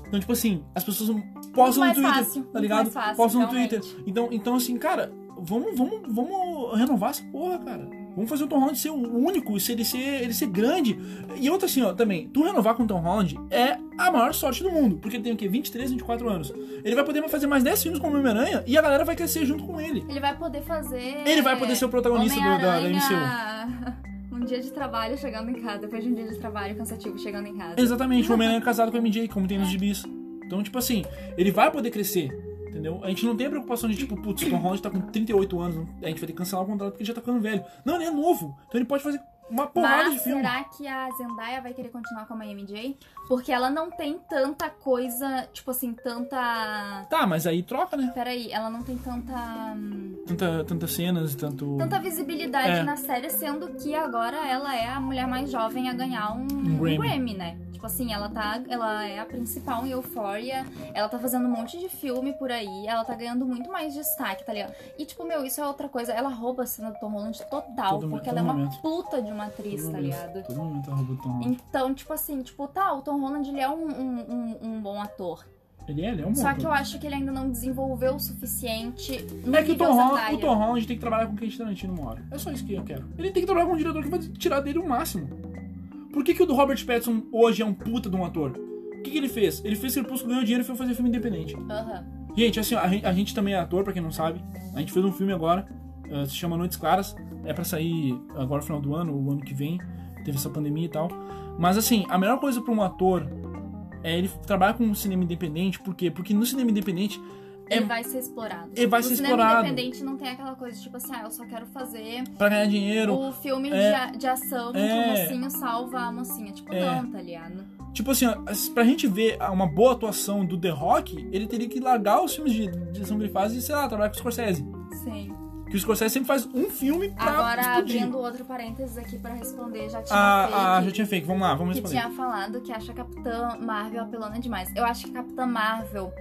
Speaker 1: Então, tipo assim, as pessoas não postam no
Speaker 2: mais
Speaker 1: Twitter,
Speaker 2: fácil,
Speaker 1: tá
Speaker 2: muito
Speaker 1: ligado?
Speaker 2: mais fácil,
Speaker 1: postam no
Speaker 2: realmente.
Speaker 1: Twitter. Então, então assim, cara, vamos, vamos, vamos renovar essa porra, cara. Vamos fazer o Tom Holland ser o único, se ele ser, ele ser grande. E outra assim, ó, também, tu renovar com o Tom Holland é a maior sorte do mundo, porque ele tem o quê? 23, 24 anos. Ele vai poder fazer mais 10 filmes com o Homem-Aranha e a galera vai crescer junto com ele.
Speaker 2: Ele vai poder fazer.
Speaker 1: Ele vai poder ser o protagonista do, da, da MCU.
Speaker 2: Homem-Aranha, *laughs* Um dia de trabalho chegando em casa, depois de um dia de trabalho cansativo chegando em casa.
Speaker 1: Exatamente, o Homem-Aranha é casado com a MJ, como tem nos gibis. Então, tipo assim, ele vai poder crescer, entendeu? A gente não tem a preocupação de, tipo, putz, o Tom Holland tá com 38 anos, a gente vai ter que cancelar o contrato porque ele já tá ficando velho. Não, ele é novo, então ele pode fazer uma porrada
Speaker 2: Mas
Speaker 1: de filme.
Speaker 2: será que a Zendaya vai querer continuar como a MJ? Porque ela não tem tanta coisa, tipo assim, tanta.
Speaker 1: Tá, mas aí troca, né?
Speaker 2: Peraí, ela não tem tanta.
Speaker 1: Tanta, tantas cenas e tanto.
Speaker 2: tanta visibilidade
Speaker 1: tipo, É.
Speaker 2: na série, sendo que agora ela é a mulher mais jovem a ganhar um, um
Speaker 1: Grammy.
Speaker 2: Grammy. né? Tipo assim, ela tá. Ela é a principal em Euphoria, ela tá fazendo um monte de filme por aí, ela tá ganhando muito mais destaque, tá ligado? E, tipo, meu, isso é outra coisa. Ela rouba a cena do Tom Holland total,
Speaker 1: Todo mo-
Speaker 2: porque
Speaker 1: todo
Speaker 2: ela é uma
Speaker 1: momento.
Speaker 2: puta de uma atriz,
Speaker 1: Todo
Speaker 2: tá
Speaker 1: momento,
Speaker 2: ligado?
Speaker 1: Todo momento ela roubou o Tom Holland.
Speaker 2: Então, tipo assim, tipo, tá, o Tom Holland ele é um, um- um- um bom ator.
Speaker 1: Ele é, ele é um
Speaker 2: Só
Speaker 1: monstro.
Speaker 2: que eu acho que ele ainda não desenvolveu o suficiente no
Speaker 1: É que o
Speaker 2: nível
Speaker 1: Tom, Holland,
Speaker 2: Zendaya.
Speaker 1: o Tom Holland tem que trabalhar com o Quentin Tarantino uma hora. É só isso que eu quero. Ele tem que trabalhar com um diretor que vai tirar dele o máximo. Por que, que o do Robert Pattinson hoje é um puta de um ator? O que, que ele fez? Ele fez Crepúsculo, ganhou dinheiro e foi fazer filme independente.
Speaker 2: Aham.
Speaker 1: Gente, assim, ó, a gente, a gente também é ator, pra quem não sabe. A gente fez um filme agora, eh, se chama Noites Claras. É pra sair agora no final do ano, o ano que vem. Teve essa pandemia e tal. Mas assim, a melhor coisa pra um ator é ele trabalhar com um cinema independente. Por quê? Porque no cinema independente É-
Speaker 2: Ele vai ser explorado.
Speaker 1: ele vai
Speaker 2: o
Speaker 1: ser
Speaker 2: cinema
Speaker 1: explorado.
Speaker 2: independente não tem aquela coisa tipo assim, ah, eu só quero fazer
Speaker 1: pra ganhar dinheiro.
Speaker 2: o filme
Speaker 1: é-
Speaker 2: de, a- de ação em que o
Speaker 1: é-
Speaker 2: mocinho salva a mocinha. Tipo,
Speaker 1: É.
Speaker 2: não, tá ligado?
Speaker 1: Tipo assim, ó, pra gente ver uma boa atuação do The Rock, ele teria que largar os filmes de, de ação que ele faz e, sei lá, trabalhar com o Scorsese.
Speaker 2: Sim.
Speaker 1: Que o Scorsese sempre faz um filme pra
Speaker 2: Agora,
Speaker 1: explodir.
Speaker 2: abrindo outro parênteses aqui pra responder, já tinha
Speaker 1: Ah, ah,
Speaker 2: feito.
Speaker 1: já tinha fake. Vamos lá, vamos
Speaker 2: que
Speaker 1: responder.
Speaker 2: tinha falado que acha a Capitã Marvel apelona demais. Eu acho que a Capitã Marvel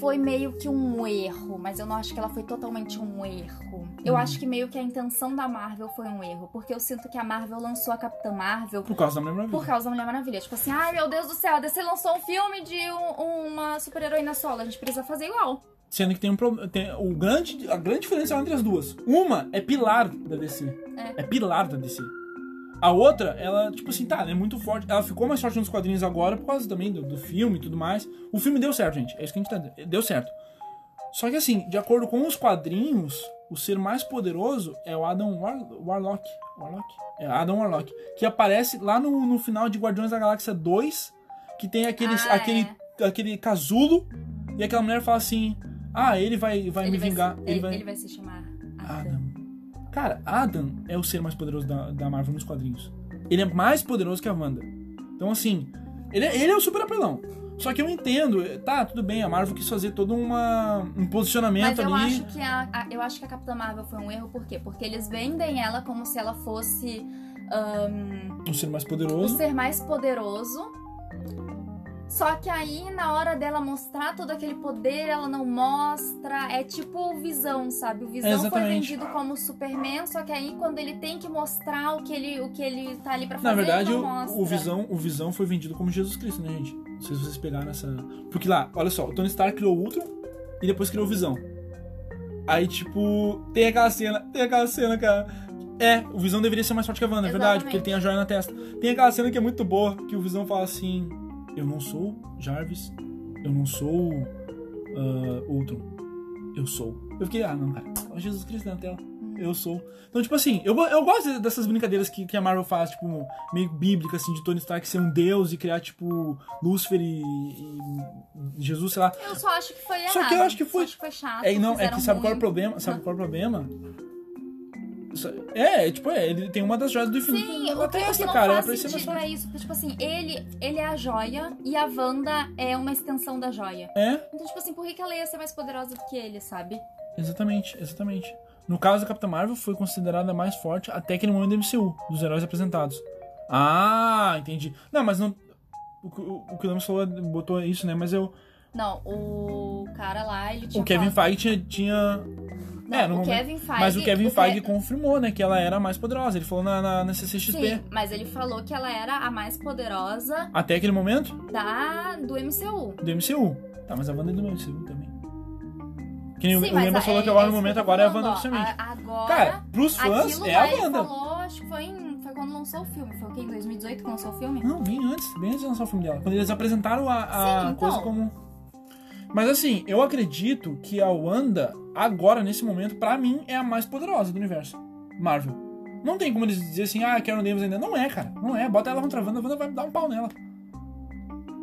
Speaker 2: foi meio que um erro, mas eu não acho que ela foi totalmente um erro.
Speaker 1: Hum.
Speaker 2: Eu acho que meio que a intenção da Marvel foi um erro, porque eu sinto que a Marvel lançou a Capitã Marvel
Speaker 1: Por causa da Mulher Maravilha.
Speaker 2: por causa da Mulher Maravilha. Tipo assim, ai meu Deus do céu, a DC lançou um filme de um- uma super-heroína solo, a gente precisa fazer igual.
Speaker 1: Sendo que tem um problema. Tem o grande, a grande diferença entre as duas. Uma é pilar da DC. É. pilar da DC. A outra, ela, tipo assim, tá, ela é muito forte. Ela ficou mais forte nos quadrinhos agora por causa também do, do filme e tudo mais. O filme deu certo, gente. É isso que a gente tá dizendo. Deu certo. Só que assim, de acordo com os quadrinhos, o ser mais poderoso é o Adam War- Warlock. Warlock? É Adam Warlock. Que aparece lá no, no final de Guardiões da Galáxia 2, que tem aqueles,
Speaker 2: Ah,
Speaker 1: aquele, aquele casulo, e aquela mulher fala assim: Ah, ele vai, vai me
Speaker 2: vai
Speaker 1: vingar.
Speaker 2: se-
Speaker 1: ele vai. Ah,
Speaker 2: ele vai se chamar Adam.
Speaker 1: Adam. Cara, Adam é o ser mais poderoso da, da Marvel nos quadrinhos. Ele é mais poderoso que a Wanda. Então, assim, ele, é- ele é o super apelão. Só que eu entendo, tá, tudo bem, a Marvel quis fazer todo uma, um
Speaker 2: Mas
Speaker 1: posicionamento
Speaker 2: eu
Speaker 1: ali.
Speaker 2: acho, que a, a- eu acho que a Capitã Marvel foi um erro, por quê? Porque eles vendem ela como se ela fosse ahn,
Speaker 1: Um ser mais
Speaker 2: o
Speaker 1: poderoso.
Speaker 2: ser mais poderoso. Só que aí, na hora dela mostrar todo aquele poder, ela não mostra. É tipo o Visão, sabe? O Visão foi
Speaker 1: Exatamente.
Speaker 2: vendido como Superman, só que aí quando ele tem que mostrar o que ele, o que ele tá ali pra fazer,
Speaker 1: Na verdade,
Speaker 2: ele
Speaker 1: o,
Speaker 2: não mostra.
Speaker 1: o visão, o visão foi vendido como Jesus Cristo, né, gente? Não sei se vocês pegaram essa. Porque lá, olha só, o Tony Stark criou o Ultron e depois criou o Visão. Aí, tipo, tem aquela cena, tem aquela cena, cara. É, o Visão deveria ser mais forte que a Wanda, é verdade,
Speaker 2: Exatamente.
Speaker 1: porque ele tem a joia na testa. Tem aquela cena que é muito boa, que o Visão fala assim: Eu não sou Jarvis, eu não sou ah, Ultron, eu sou. Eu fiquei, ah, não, cara, ó Jesus Cristo na tela. Eu sou. Então, tipo assim, eu, go- eu gosto dessas brincadeiras que, que a Marvel faz, tipo, meio bíblica, assim, de Tony Stark ser um deus e criar, tipo, Lúcifer e, e Jesus, sei lá.
Speaker 2: Eu só acho que foi errado.
Speaker 1: Só que eu acho que foi-
Speaker 2: Só acho que foi chato.
Speaker 1: É, não, é
Speaker 2: Ah, então fizeram
Speaker 1: que sabe qual é o
Speaker 2: muito.
Speaker 1: problema? Sabe qual é o problema? Sa- É, é, tipo, é, ele tem uma das joias do infinito
Speaker 2: Sim,
Speaker 1: na
Speaker 2: o que, o que
Speaker 1: testa,
Speaker 2: não
Speaker 1: cara. É
Speaker 2: faz
Speaker 1: pra ele ser mais
Speaker 2: sentido
Speaker 1: forte.
Speaker 2: é isso. porque, Tipo assim, ele, ele é a joia e a Wanda é uma extensão da joia.
Speaker 1: É,
Speaker 2: Então, tipo assim, por que, que ela ia ser mais poderosa do que ele, sabe?
Speaker 1: exatamente, exatamente. No caso da Capitã Marvel, foi considerada a mais forte até aquele momento do MCU, dos heróis apresentados. Ah, entendi. Não, mas não. O, que- o, o que o Lemos falou botou isso, né? Mas eu.
Speaker 2: Não, o cara lá, ele tinha.
Speaker 1: O Kevin
Speaker 2: falado-
Speaker 1: Feige tinha. tinha-
Speaker 2: Não,
Speaker 1: é, no
Speaker 2: o
Speaker 1: momento-
Speaker 2: Kevin Feige.
Speaker 1: Mas o Kevin
Speaker 2: Ke-
Speaker 1: Feige confirmou, né? Que ela era a mais poderosa. Ele falou na, na, na CCXP.
Speaker 2: Sim, mas ele falou que ela era a mais poderosa
Speaker 1: Até aquele momento,
Speaker 2: da do MCU.
Speaker 1: do MCU. Tá, mas a Wanda é do MCU também. Que nem o-
Speaker 2: Sim,
Speaker 1: o
Speaker 2: mas
Speaker 1: Lembra
Speaker 2: é-
Speaker 1: falou que agora
Speaker 2: é
Speaker 1: no
Speaker 2: isso
Speaker 1: momento
Speaker 2: que eu tô
Speaker 1: agora é a
Speaker 2: falando,
Speaker 1: Wanda
Speaker 2: ó.
Speaker 1: oficialmente.
Speaker 2: A- tá Agora,
Speaker 1: Cara, pros fãs
Speaker 2: aquilo
Speaker 1: é
Speaker 2: lá
Speaker 1: a
Speaker 2: ele
Speaker 1: Wanda.
Speaker 2: falou, acho que foi, em, foi quando lançou o filme. Foi o quê? Em 2018 que lançou o filme?
Speaker 1: Não, bem antes, bem antes de lançar o filme dela. Quando eles apresentaram a, a
Speaker 2: Sim, então.
Speaker 1: coisa como. Mas assim, eu acredito que a Wanda, agora, nesse momento, pra mim, é a mais poderosa do universo. Marvel. Não tem como eles dizer assim, ah, Karen Davis ainda. Não é, cara. Não é. Bota ela contra a Wanda, a Wanda vai dar um pau nela.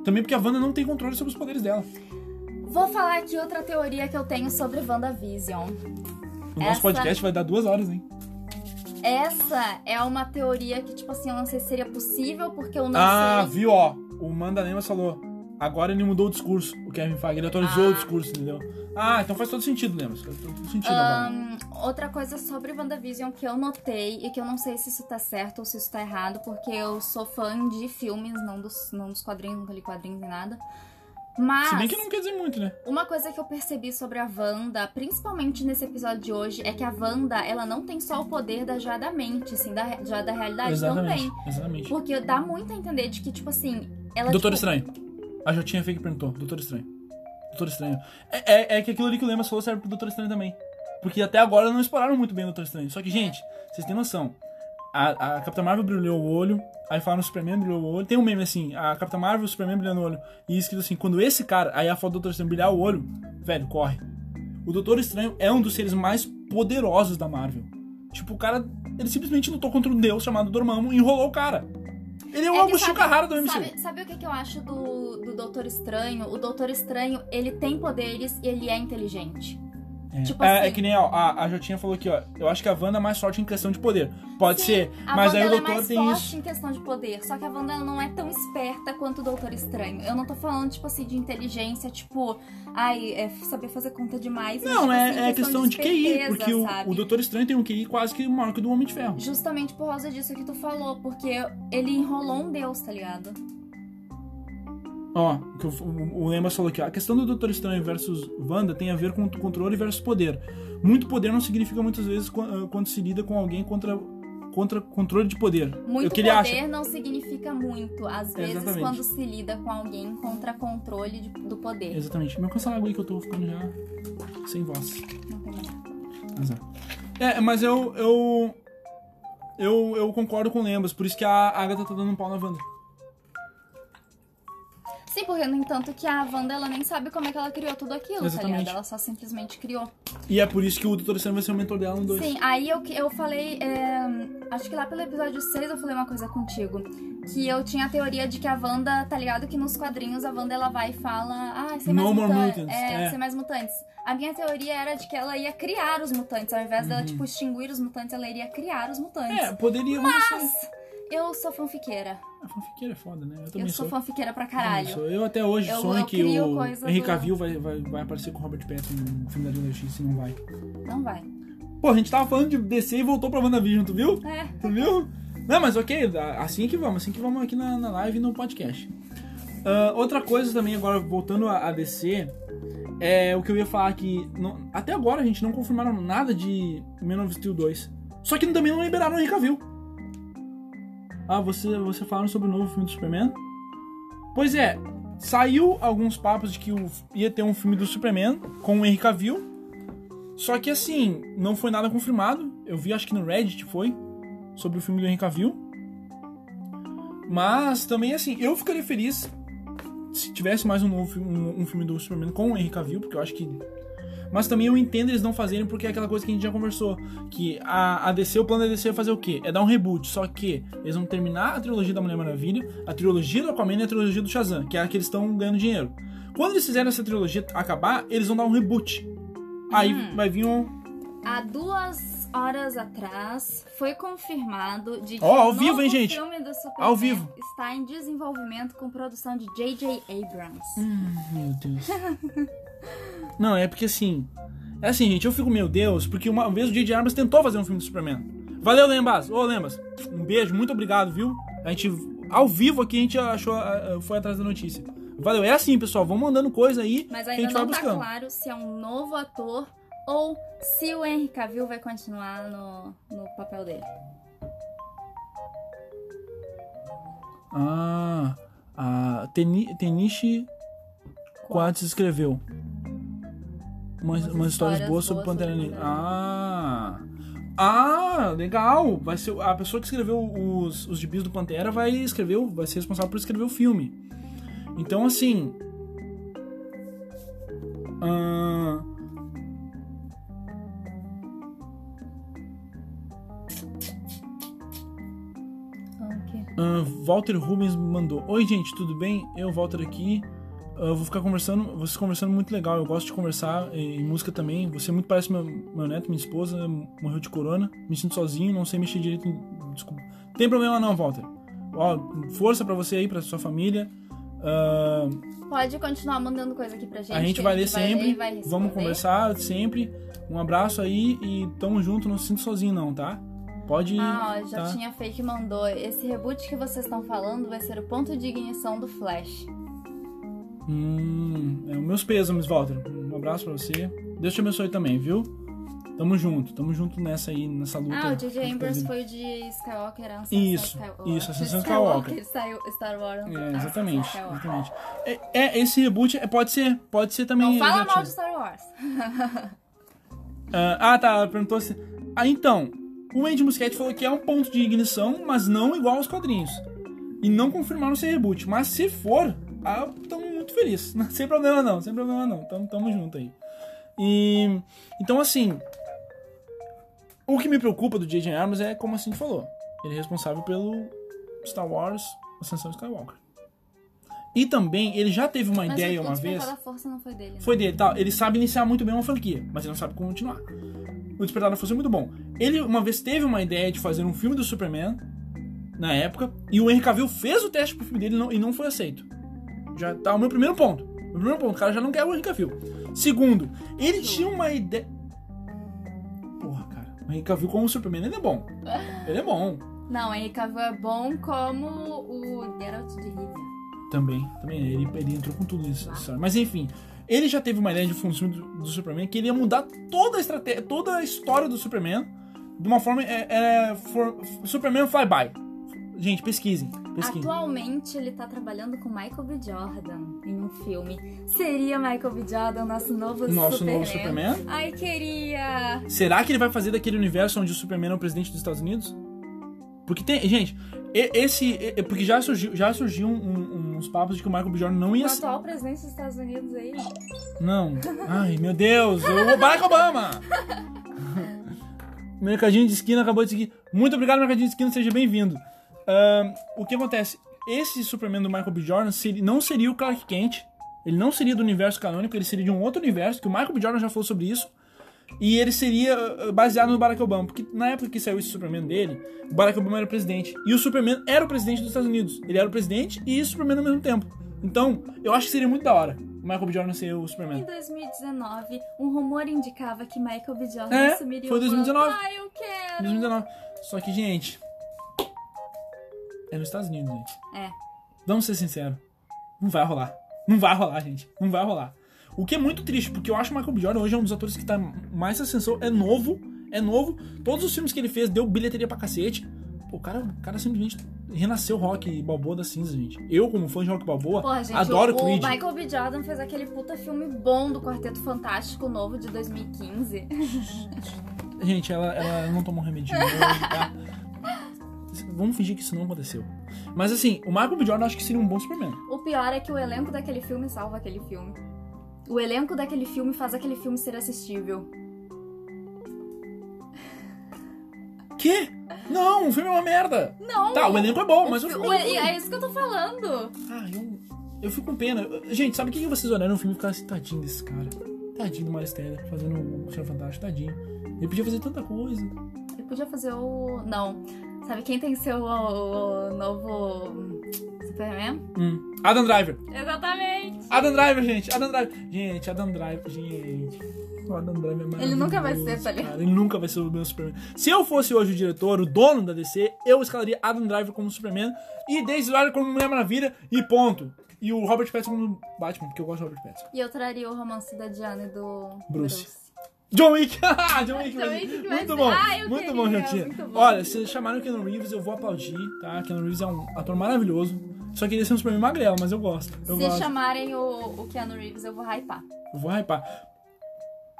Speaker 1: Também porque a Wanda não tem controle sobre os poderes dela.
Speaker 2: Vou falar aqui outra teoria que eu tenho sobre WandaVision.
Speaker 1: O nosso
Speaker 2: Essa-
Speaker 1: podcast vai dar duas horas, hein?
Speaker 2: Essa é uma teoria que, tipo assim, eu não sei se seria possível, porque eu não
Speaker 1: ah,
Speaker 2: sei.
Speaker 1: viu, ó. O Mandanemas falou. Agora ele mudou o discurso. O Kevin Feige, ele atualizou
Speaker 2: Ah.
Speaker 1: o discurso, entendeu? Ah, então faz todo sentido, Lemas. Faz todo sentido agora.
Speaker 2: Ahn, outra coisa sobre WandaVision que eu notei e que eu não sei se isso tá certo ou se isso tá errado, porque eu sou fã de filmes, não dos, não dos quadrinhos, nunca li quadrinhos nem nada. Mas.
Speaker 1: Se bem que não quer dizer muito, né?
Speaker 2: Uma coisa que eu percebi sobre a Wanda, principalmente nesse episódio de hoje, é que a Wanda, ela não tem só o poder da já da mente, assim, da, já da realidade
Speaker 1: exatamente.
Speaker 2: também.
Speaker 1: Exatamente.
Speaker 2: Porque dá muito a entender de que, tipo assim, ela.
Speaker 1: Doutor
Speaker 2: tipo,
Speaker 1: Estranho. A Jotinha Fake perguntou. Doutor Estranho. Doutor Estranho. É, é- é que aquilo ali que o Lemas falou serve pro Doutor Estranho também. Porque até agora não exploraram muito bem o Doutor Estranho. Só que, gente, vocês têm noção. A, a Capitã Marvel brilhou o olho. Aí falaram o Superman brilhou o olho. Tem um meme assim, a Capitã Marvel, o Superman brilhando o olho. E escrito assim, quando esse cara, aí a foto do Doutor Estranho brilhar o olho, velho, corre. O Doutor Estranho é um dos seres mais poderosos da Marvel. Tipo, o cara, ele simplesmente lutou contra um deus chamado Dormammu e enrolou o cara. Ele é o
Speaker 2: que
Speaker 1: Augusto
Speaker 2: sabe-
Speaker 1: Carrara do MCU.
Speaker 2: Sabe, sabe o que, que eu acho do, do Doutor Estranho? O Doutor Estranho, ele tem poderes e ele é inteligente.
Speaker 1: É.
Speaker 2: Tipo
Speaker 1: É,
Speaker 2: assim-
Speaker 1: é que nem ó, a, a Jotinha falou aqui, ó. Eu acho que a Wanda é mais forte em questão de poder. Pode
Speaker 2: Sim,
Speaker 1: ser,
Speaker 2: A
Speaker 1: mas
Speaker 2: Wanda
Speaker 1: aí o
Speaker 2: ela
Speaker 1: doutor
Speaker 2: é mais
Speaker 1: tem
Speaker 2: forte
Speaker 1: isso.
Speaker 2: em questão de poder, só que a Wanda ela não é tão esperta quanto o Doutor Estranho. Eu não tô falando, tipo assim, de inteligência, tipo, ai, é saber fazer conta demais. mas,
Speaker 1: Não,
Speaker 2: tipo
Speaker 1: é,
Speaker 2: assim,
Speaker 1: é questão de QI,
Speaker 2: esperteza,
Speaker 1: porque o,
Speaker 2: sabe?
Speaker 1: o Doutor Estranho tem um QI quase que maior que o do Homem de Ferro.
Speaker 2: Justamente por causa disso que tu falou, porque ele enrolou um deus, tá ligado?
Speaker 1: Ó, o que o, o, o Lemas falou aqui, ó. A questão do Doutor Estranho versus Wanda tem a ver com o controle versus poder. Muito poder não significa muitas vezes qu- ah, quando se lida com alguém contra, contra controle de poder. É
Speaker 2: Muito
Speaker 1: o que
Speaker 2: poder
Speaker 1: ele acha.
Speaker 2: não significa muito. Às vezes,
Speaker 1: Exatamente.
Speaker 2: quando se lida com alguém contra controle de- do poder.
Speaker 1: Exatamente. Meu cansar água aí que eu tô ficando já sem voz.
Speaker 2: Não tem nada.
Speaker 1: Exato. É, mas eu, eu. Eu. Eu concordo com o Lembas, por isso que a Agatha tá dando um pau na Wanda.
Speaker 2: Sim, porque no entanto que a Wanda ela nem sabe como é que ela criou tudo aquilo, tá
Speaker 1: Exatamente.
Speaker 2: ligado? Ela só simplesmente criou.
Speaker 1: E é por isso que o Doutor Estranho vai ser o mentor dela no 2.
Speaker 2: Sim, aí eu, eu falei, é, acho que lá pelo episódio 6 eu falei uma coisa contigo. Que eu tinha a teoria de que a Wanda, tá ligado? Que nos quadrinhos a Wanda ela vai e fala, ah, sem mais
Speaker 1: No more
Speaker 2: mutan-
Speaker 1: mutants",
Speaker 2: É,
Speaker 1: é.
Speaker 2: sem mais mutantes. A minha teoria era de que ela ia criar os mutantes, ao invés dela, tipo, extinguir os mutantes, ela iria criar os mutantes.
Speaker 1: Uhum. É, poderia. Mas... Não sei.
Speaker 2: Eu sou fanfiqueira.
Speaker 1: A fanfiqueira é foda, né? Eu também
Speaker 2: Eu sou
Speaker 1: sou.
Speaker 2: fanfiqueira pra
Speaker 1: Também
Speaker 2: caralho.
Speaker 1: sou. Eu até hoje
Speaker 2: Eu-
Speaker 1: sonho
Speaker 2: eu
Speaker 1: que
Speaker 2: crio
Speaker 1: o
Speaker 2: coisa
Speaker 1: Henry
Speaker 2: do-
Speaker 1: Cavill vai, vai, vai aparecer com o Robert Pattinson no filme da Liga da Justiça e não vai.
Speaker 2: Não vai.
Speaker 1: Pô, a gente tava falando de DC e voltou pra WandaVision, tu viu?
Speaker 2: É.
Speaker 1: Tu viu? Não, mas ok, a- assim que vamos, assim que vamos aqui na, na live e no podcast. Ah, outra coisa também, agora voltando a, a DC, é o que eu ia falar que não- até agora a gente não confirmaram nada de Man of Steel 2. Só que também não liberaram o Henry Cavill. Ah, você, você falaram sobre o novo filme do Superman? Pois é, saiu alguns papos de que o- ia ter um filme do Superman com o Henry Cavill. Só que assim, não foi nada confirmado. Eu vi, acho que no Reddit foi, sobre o filme do Henry Cavill. Mas também assim, eu ficaria feliz se tivesse mais um novo filme, um, um filme do Superman com o Henry Cavill, porque eu acho que mas também eu entendo eles não fazerem porque é aquela coisa que a gente já conversou, que a, a DC, o plano da DC é fazer o quê? É dar um reboot, só que eles vão terminar a trilogia da Mulher Maravilha, a trilogia do Aquaman e a trilogia do Shazam, que é a que eles estão ganhando dinheiro. Quando eles fizerem essa trilogia acabar, eles vão dar um reboot. Aí
Speaker 2: Hum.
Speaker 1: vai vir um
Speaker 2: Há duas horas atrás foi confirmado de que
Speaker 1: Ó, ao
Speaker 2: o
Speaker 1: vivo,
Speaker 2: novo
Speaker 1: hein, gente?
Speaker 2: filme do Superman
Speaker 1: Ao vivo.
Speaker 2: está em desenvolvimento com produção de J.J. Abrams.
Speaker 1: Hum. Meu Deus. *laughs* Não, é porque assim. É assim, gente, eu fico, meu Deus, porque uma vez o J.J. Abrams tentou fazer um filme do Superman. Valeu, Lembas. Ô, Lembas, um beijo, muito obrigado, viu? A gente, ao vivo aqui, a gente achou, ah, ah, foi atrás da notícia. Valeu, é assim, pessoal, vão mandando coisa aí
Speaker 2: Mas
Speaker 1: que a gente
Speaker 2: ainda
Speaker 1: vai
Speaker 2: não tá
Speaker 1: buscando.
Speaker 2: claro se é um novo ator ou se o Henry Cavill vai continuar no, no papel dele.
Speaker 1: Ah, a Teni- Tenishi Quads escreveu. Uma,
Speaker 2: Umas
Speaker 1: umas histórias
Speaker 2: histórias
Speaker 1: boas sobre
Speaker 2: boas sobre
Speaker 1: Pantera Negra.
Speaker 2: Pantera Negra.
Speaker 1: Ah! Ah, legal! Vai ser, a pessoa que escreveu os, os gibis do Pantera vai escrever, o- vai ser responsável por escrever o filme. Então, assim. ah,
Speaker 2: Ah, o quê?
Speaker 1: ah, Walter Rubens mandou: Oi, gente, tudo bem? Eu, Walter, aqui. Eu vou ficar conversando, vocês conversando muito legal. Eu gosto de conversar eh, em em música também. Você muito parece meu, meu neto, minha esposa, morreu de corona. Me sinto sozinho, não sei mexer direito. em- Desculpa. Tem problema não, Walter. Ó, força pra você aí, pra sua família. Ah,
Speaker 2: Pode continuar mandando coisa aqui pra gente.
Speaker 1: a gente
Speaker 2: que
Speaker 1: vai ler sempre.
Speaker 2: e vai responder.
Speaker 1: Vamos conversar sempre. Um abraço aí e tamo junto, não se sinta sozinho não, tá? Pode.
Speaker 2: Ah, ó, já
Speaker 1: tá?
Speaker 2: tinha fake mandou. Esse reboot que vocês estão falando vai ser o ponto de ignição do Flash.
Speaker 1: Hum, é, meus pêsames, Walter. Um abraço pra você. Deus te abençoe também, viu? Tamo junto, tamo junto nessa aí, nessa luta.
Speaker 2: Ah, o J.J.
Speaker 1: contra a
Speaker 2: Abrams
Speaker 1: vida.
Speaker 2: foi de Skywalker, um a Ascensão
Speaker 1: Isso,
Speaker 2: Skywalker.
Speaker 1: isso, Ascensão
Speaker 2: Skywalker. Star- Star Wars.
Speaker 1: É,
Speaker 2: Ascensão
Speaker 1: exatamente,
Speaker 2: Skywalker.
Speaker 1: exatamente. É, é, esse reboot é, pode ser, pode ser também.
Speaker 2: Não fala
Speaker 1: gente.
Speaker 2: mal de Star Wars.
Speaker 1: Ah, ah, tá, ela perguntou se. Ah, então, o Andy Muschietti falou que é um ponto de ignição, mas não igual aos quadrinhos. E não confirmaram ser reboot, mas se for, ah, tamo muito feliz. *laughs* Sem problema não, sem problema não, tamo, tamo junto aí. E. Então, assim. O que me preocupa do J.J. Armas é, como assim falou, ele é responsável pelo Star Wars Ascensão Skywalker. E também, ele já teve uma
Speaker 2: Mas
Speaker 1: ideia é
Speaker 2: o
Speaker 1: uma
Speaker 2: Despertar
Speaker 1: vez.
Speaker 2: da Força não foi dele, né?
Speaker 1: Foi dele, tal. Ele sabe iniciar muito bem uma franquia, mas ele não sabe continuar. O Despertar da Força é muito bom. Ele uma vez teve uma ideia de fazer um filme do Superman, na época, e o Henry Cavill fez o teste pro filme dele e não- e não foi aceito. Já tá o meu primeiro ponto. O primeiro ponto, o cara já não quer o Henry Cavill. Segundo, ele tinha uma ideia... Porra, cara. O Henry Cavill como Superman, ele é bom. Ele é bom.
Speaker 2: Não, Henry Cavill é bom como o Geralt de Rivia.
Speaker 1: Também, também é, ele, ele entrou com tudo nisso. nessa história. Mas enfim, ele já teve uma ideia de função do, do Superman que ele ia mudar toda a estratégia, toda a história do Superman de uma forma. É, é, for- Superman Flyby. Gente, pesquisem. pesquisem.
Speaker 2: Atualmente ele tá trabalhando com Michael B. Jordan em um filme. Seria Michael B. Jordan nosso novo
Speaker 1: Nosso
Speaker 2: Superman?
Speaker 1: novo Superman.
Speaker 2: Ai, queria!
Speaker 1: Será que ele vai fazer daquele universo onde o Superman é o presidente dos Estados Unidos? Porque tem. Gente, e- esse. e- e- Porque já surgiu, já surgiu um- um- uns papos de que o Michael B. Jordan não
Speaker 2: O
Speaker 1: ia. ser-
Speaker 2: atual presidente dos Estados Unidos aí.
Speaker 1: Não. Ai, meu Deus. O Barack Obama. Mercadinho de Esquina acabou de seguir. Muito obrigado, Mercadinho de Esquina. Seja bem-vindo. Ahn, o que acontece? Esse Superman do Michael B. Jordan seri- não seria o Clark Kent. Ele não seria do universo canônico. Ele seria de um outro universo, que o Michael B. Jordan já falou sobre isso. E ele seria ah, ah, baseado no Barack Obama. Porque na época que saiu esse Superman dele, o Barack Obama era presidente. E o Superman era o presidente dos Estados Unidos. Ele era o presidente e o Superman ao mesmo tempo. Então, eu acho que seria muito da hora o Michael B. Jordan ser o
Speaker 2: Em
Speaker 1: Superman.
Speaker 2: 2019, um rumor indicava que Michael B. Jordan
Speaker 1: É,
Speaker 2: assumiria
Speaker 1: foi
Speaker 2: o banco.
Speaker 1: 2019.
Speaker 2: Ai, eu quero!
Speaker 1: 2019. Só que, gente. É nos Estados Unidos, gente.
Speaker 2: É.
Speaker 1: Vamos ser sinceros. Não vai rolar. Não vai rolar, gente. Não vai rolar. O que é muito triste, porque eu acho que o Michael B. Jordan hoje é um dos atores que tá mais ascensão. É novo. É novo. Todos os filmes que ele fez deu bilheteria pra cacete. Pô, o cara, o cara simplesmente renasceu rock e balboa da cinza, gente. Eu, como fã de rock balboa,
Speaker 2: Porra, gente,
Speaker 1: adoro
Speaker 2: o,
Speaker 1: Creed.
Speaker 2: o Michael B. Jordan fez aquele puta filme bom do Quarteto Fantástico novo de 2015.
Speaker 1: Gente, ela, ela não tomou remedinho. hoje, tá? Vamos fingir que isso não aconteceu. Mas assim, o Michael B. Jordan eu acho que seria um bom Superman.
Speaker 2: O pior é que o elenco daquele filme salva aquele filme. O elenco daquele filme faz aquele filme ser assistível.
Speaker 1: Que? Não, o filme é uma merda.
Speaker 2: Não!
Speaker 1: Tá, o elenco é bom, mas o filme
Speaker 2: o,
Speaker 1: é ruim.
Speaker 2: é isso que eu tô falando.
Speaker 1: Ah, eu, eu fico com pena. Eu- Gente, sabe o que que vocês olharam no filme e ficaram assim, tadinho desse cara? Tadinho do Miles Teller, fazendo o Senhor Fantástico, tadinho. Ele podia fazer tanta coisa.
Speaker 2: Ele podia fazer o. Não. Sabe quem tem que ser o, o novo hum, Superman?
Speaker 1: Hum. Adam Driver.
Speaker 2: Exatamente!
Speaker 1: Adam Driver, gente. Adam Driver. Gente, Adam Driver, gente. O Adam Driver é maravilhoso,
Speaker 2: nunca vai ser, tá ligado?
Speaker 1: cara. Ele nunca vai ser o meu Superman. Se eu fosse hoje o diretor, o dono da DC, eu escalaria Adam Driver como Superman e Daisy Ridley como Mulher Maravilha e ponto. E o Robert Pattinson como Batman, porque eu gosto do Robert Pattinson.
Speaker 2: E eu traria o romance da Diana e do
Speaker 1: Bruce. John Wick! *laughs* John Wick!
Speaker 2: John
Speaker 1: vai ser.
Speaker 2: Wick vai
Speaker 1: muito
Speaker 2: ser.
Speaker 1: bom,
Speaker 2: Ah, eu
Speaker 1: muito
Speaker 2: queria,
Speaker 1: bom, Jantinha.
Speaker 2: muito bom.
Speaker 1: Olha, se chamaram o Keanu Reeves, eu vou aplaudir, tá? Keanu Reeves é um ator maravilhoso. Só queria ser um Superman magrelo, mas eu gosto. Eu
Speaker 2: Se
Speaker 1: gosto.
Speaker 2: chamarem o, o Keanu Reeves, eu vou hypar.
Speaker 1: Eu vou hypar.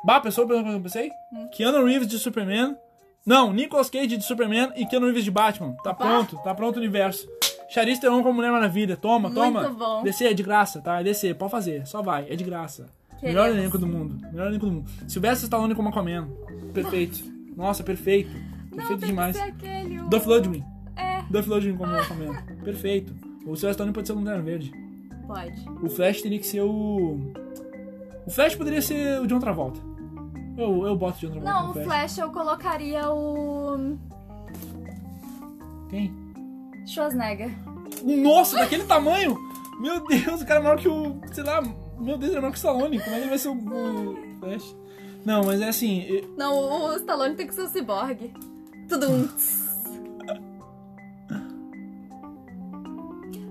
Speaker 1: Bah, pensou, pensou, pensou, pensei?
Speaker 2: Hum.
Speaker 1: Keanu Reeves de Superman. Não, Nicolas Cage de Superman e Keanu Reeves de Batman. Tá pronto, tá pronto o universo. Charlize Theron como Mulher Maravilha. Toma,
Speaker 2: Muito
Speaker 1: toma.
Speaker 2: bom.
Speaker 1: Descer é de graça, tá? É descer, pode fazer. Só vai, é de graça.
Speaker 2: Queremos.
Speaker 1: Melhor elenco do mundo. Melhor elenco do mundo. Sylvester Stallone como Aquaman. Perfeito. Nossa, perfeito.
Speaker 2: Não,
Speaker 1: Perfeito
Speaker 2: tem
Speaker 1: demais.
Speaker 2: que ser aquele. o-
Speaker 1: Duff Ludwig.
Speaker 2: É.
Speaker 1: Duff Ludwig como Aquaman. Perfeito. O Sylvester Stallone pode ser o Lanterna Verde.
Speaker 2: pode.
Speaker 1: O Flash teria que ser o. O Flash poderia ser o John Travolta. Eu, eu boto o John Travolta.
Speaker 2: Não,
Speaker 1: no
Speaker 2: o Flash eu colocaria o.
Speaker 1: Quem?
Speaker 2: Schwarzenegger.
Speaker 1: Nossa, daquele tamanho! Meu Deus, o cara é maior que o. Sei lá, meu Deus, ele é maior que o Stallone. Como é que ele vai ser o, o Flash? Não, mas é assim. eu-
Speaker 2: Não, o Stallone tem que ser o ciborgue.
Speaker 1: *laughs*
Speaker 2: Tudo um. tss.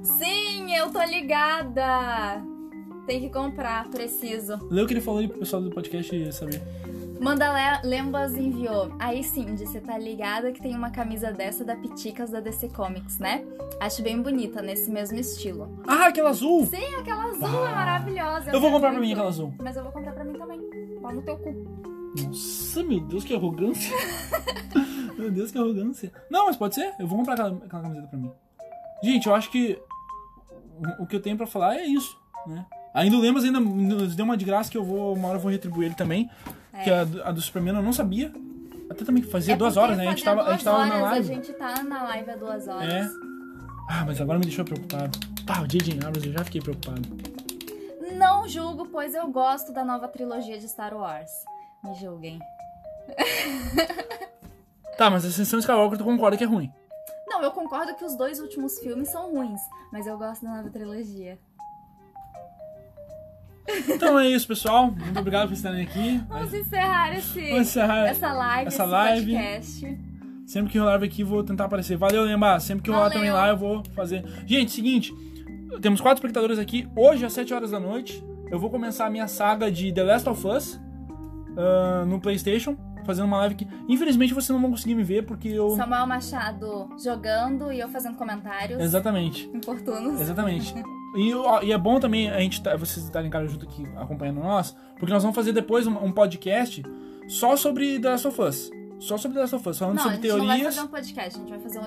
Speaker 2: Sim, eu tô ligada! Tem que comprar, preciso.
Speaker 1: Lê o que ele falou aí pro pessoal do podcast saber.
Speaker 2: Mandalé Lembas enviou. Aí sim, você tá ligada que tem uma camisa dessa da Piticas da DC Comics, né? Acho bem bonita, nesse mesmo estilo.
Speaker 1: Ah, aquela azul!
Speaker 2: Sim, aquela azul é
Speaker 1: Ah.
Speaker 2: maravilhosa.
Speaker 1: Eu vou
Speaker 2: quero
Speaker 1: comprar pra
Speaker 2: muito.
Speaker 1: mim então. aquela azul.
Speaker 2: Mas eu vou comprar pra mim também. Pau no teu cu.
Speaker 1: Nossa, meu Deus, que arrogância. *laughs* meu Deus, que arrogância. Não, mas pode ser. Eu vou comprar aquela, aquela camiseta pra mim. Gente, eu acho que o, o que eu tenho pra falar é isso, né? Ainda o Lemos ainda nos deu uma de graça que eu vou, uma hora eu vou retribuir ele também.
Speaker 2: É.
Speaker 1: Que a, do- a do Superman eu não sabia. Até também que fazia
Speaker 2: É
Speaker 1: duas
Speaker 2: porque
Speaker 1: horas, né? A gente
Speaker 2: fazia
Speaker 1: tava, a gente
Speaker 2: duas
Speaker 1: tava na
Speaker 2: horas,
Speaker 1: live.
Speaker 2: A gente tá na live há duas horas.
Speaker 1: É. Ah, mas agora me deixou preocupado. Pá, o J.J. Abrams, eu já fiquei preocupado.
Speaker 2: Não julgo, pois eu gosto da nova trilogia de Star Wars. Me julguem.
Speaker 1: Tá, mas a Ascensão Skywalker tu concorda que é ruim.
Speaker 2: Não, eu concordo que os dois últimos filmes são ruins, mas eu gosto da nova trilogia.
Speaker 1: Então é isso, pessoal. Muito obrigado por estarem aqui.
Speaker 2: Vamos encerrar esse,
Speaker 1: Vamos encerrar
Speaker 2: essa live,
Speaker 1: essa
Speaker 2: esse
Speaker 1: live.
Speaker 2: podcast.
Speaker 1: Sempre que rolar aqui, vou tentar aparecer. Valeu, Lemba. Sempre que rolar
Speaker 2: Valeu.
Speaker 1: também lá, eu vou fazer. Gente, seguinte. Temos quatro espectadores aqui. Hoje, às 7 horas da noite, eu vou começar a minha saga de The Last of Us ah, no PlayStation. Fazendo uma live que, infelizmente, vocês não vão conseguir me ver porque eu.
Speaker 2: Samuel Machado jogando e eu fazendo comentários *laughs*
Speaker 1: Exatamente.
Speaker 2: importunos.
Speaker 1: Exatamente. E, ó, e é bom também a gente tá- vocês estarem cara junto aqui acompanhando nós, porque nós vamos fazer depois um, um podcast só sobre The Last of Us. Só sobre The Last of Us, falando
Speaker 2: Não, a
Speaker 1: sobre
Speaker 2: gente não vai
Speaker 1: teorias.
Speaker 2: fazer um podcast, a gente vai fazer um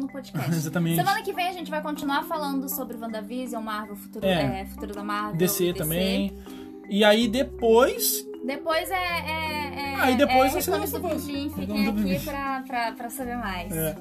Speaker 1: *laughs*
Speaker 2: no podcast.
Speaker 1: Exatamente.
Speaker 2: Semana que vem a gente vai continuar falando sobre WandaVision, Marvel, futuro,
Speaker 1: É.
Speaker 2: é, futuro da Marvel.
Speaker 1: DC, também. E aí depois.
Speaker 2: Depois é. é, é
Speaker 1: Ah, e depois
Speaker 2: é,
Speaker 1: você
Speaker 2: reclame
Speaker 1: lança
Speaker 2: do
Speaker 1: depois.
Speaker 2: Pinguim,
Speaker 1: Reclame
Speaker 2: fiquem
Speaker 1: do
Speaker 2: aqui
Speaker 1: Pinguim.
Speaker 2: pra, pra, pra saber mais.
Speaker 1: é.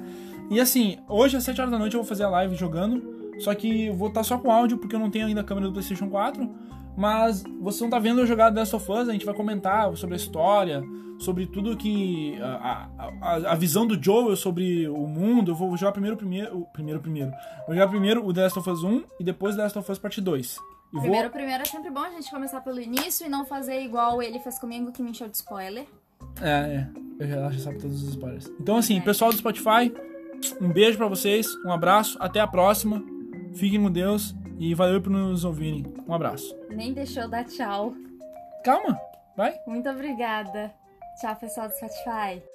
Speaker 1: E assim, hoje às 7 horas da noite eu vou fazer a live jogando. Só que eu vou estar só com áudio, porque eu não tenho ainda a câmera do PlayStation 4. Mas vocês não tá vendo eu jogar The Last of Us, a gente vai comentar sobre a história, sobre tudo que. A, a, a- a visão do Joel sobre o mundo. Eu vou jogar primeiro, primeiro. o- Primeiro, primeiro. Vou jogar primeiro o The Last of Us 1 e depois The Last of Us Parte 2. E vou.
Speaker 2: Primeiro, primeiro é sempre bom a gente começar pelo início e não fazer igual ele fez comigo, que me encheu de spoiler.
Speaker 1: É, é. Eu já, já sabe todos os spoilers. Então, assim, pessoal do Spotify, um beijo pra vocês, um abraço, até a próxima. Fiquem com Deus e valeu por nos ouvirem. Um abraço.
Speaker 2: Nem deixou eu dar tchau.
Speaker 1: Calma, vai.
Speaker 2: Muito obrigada. Tchau, pessoal do Spotify.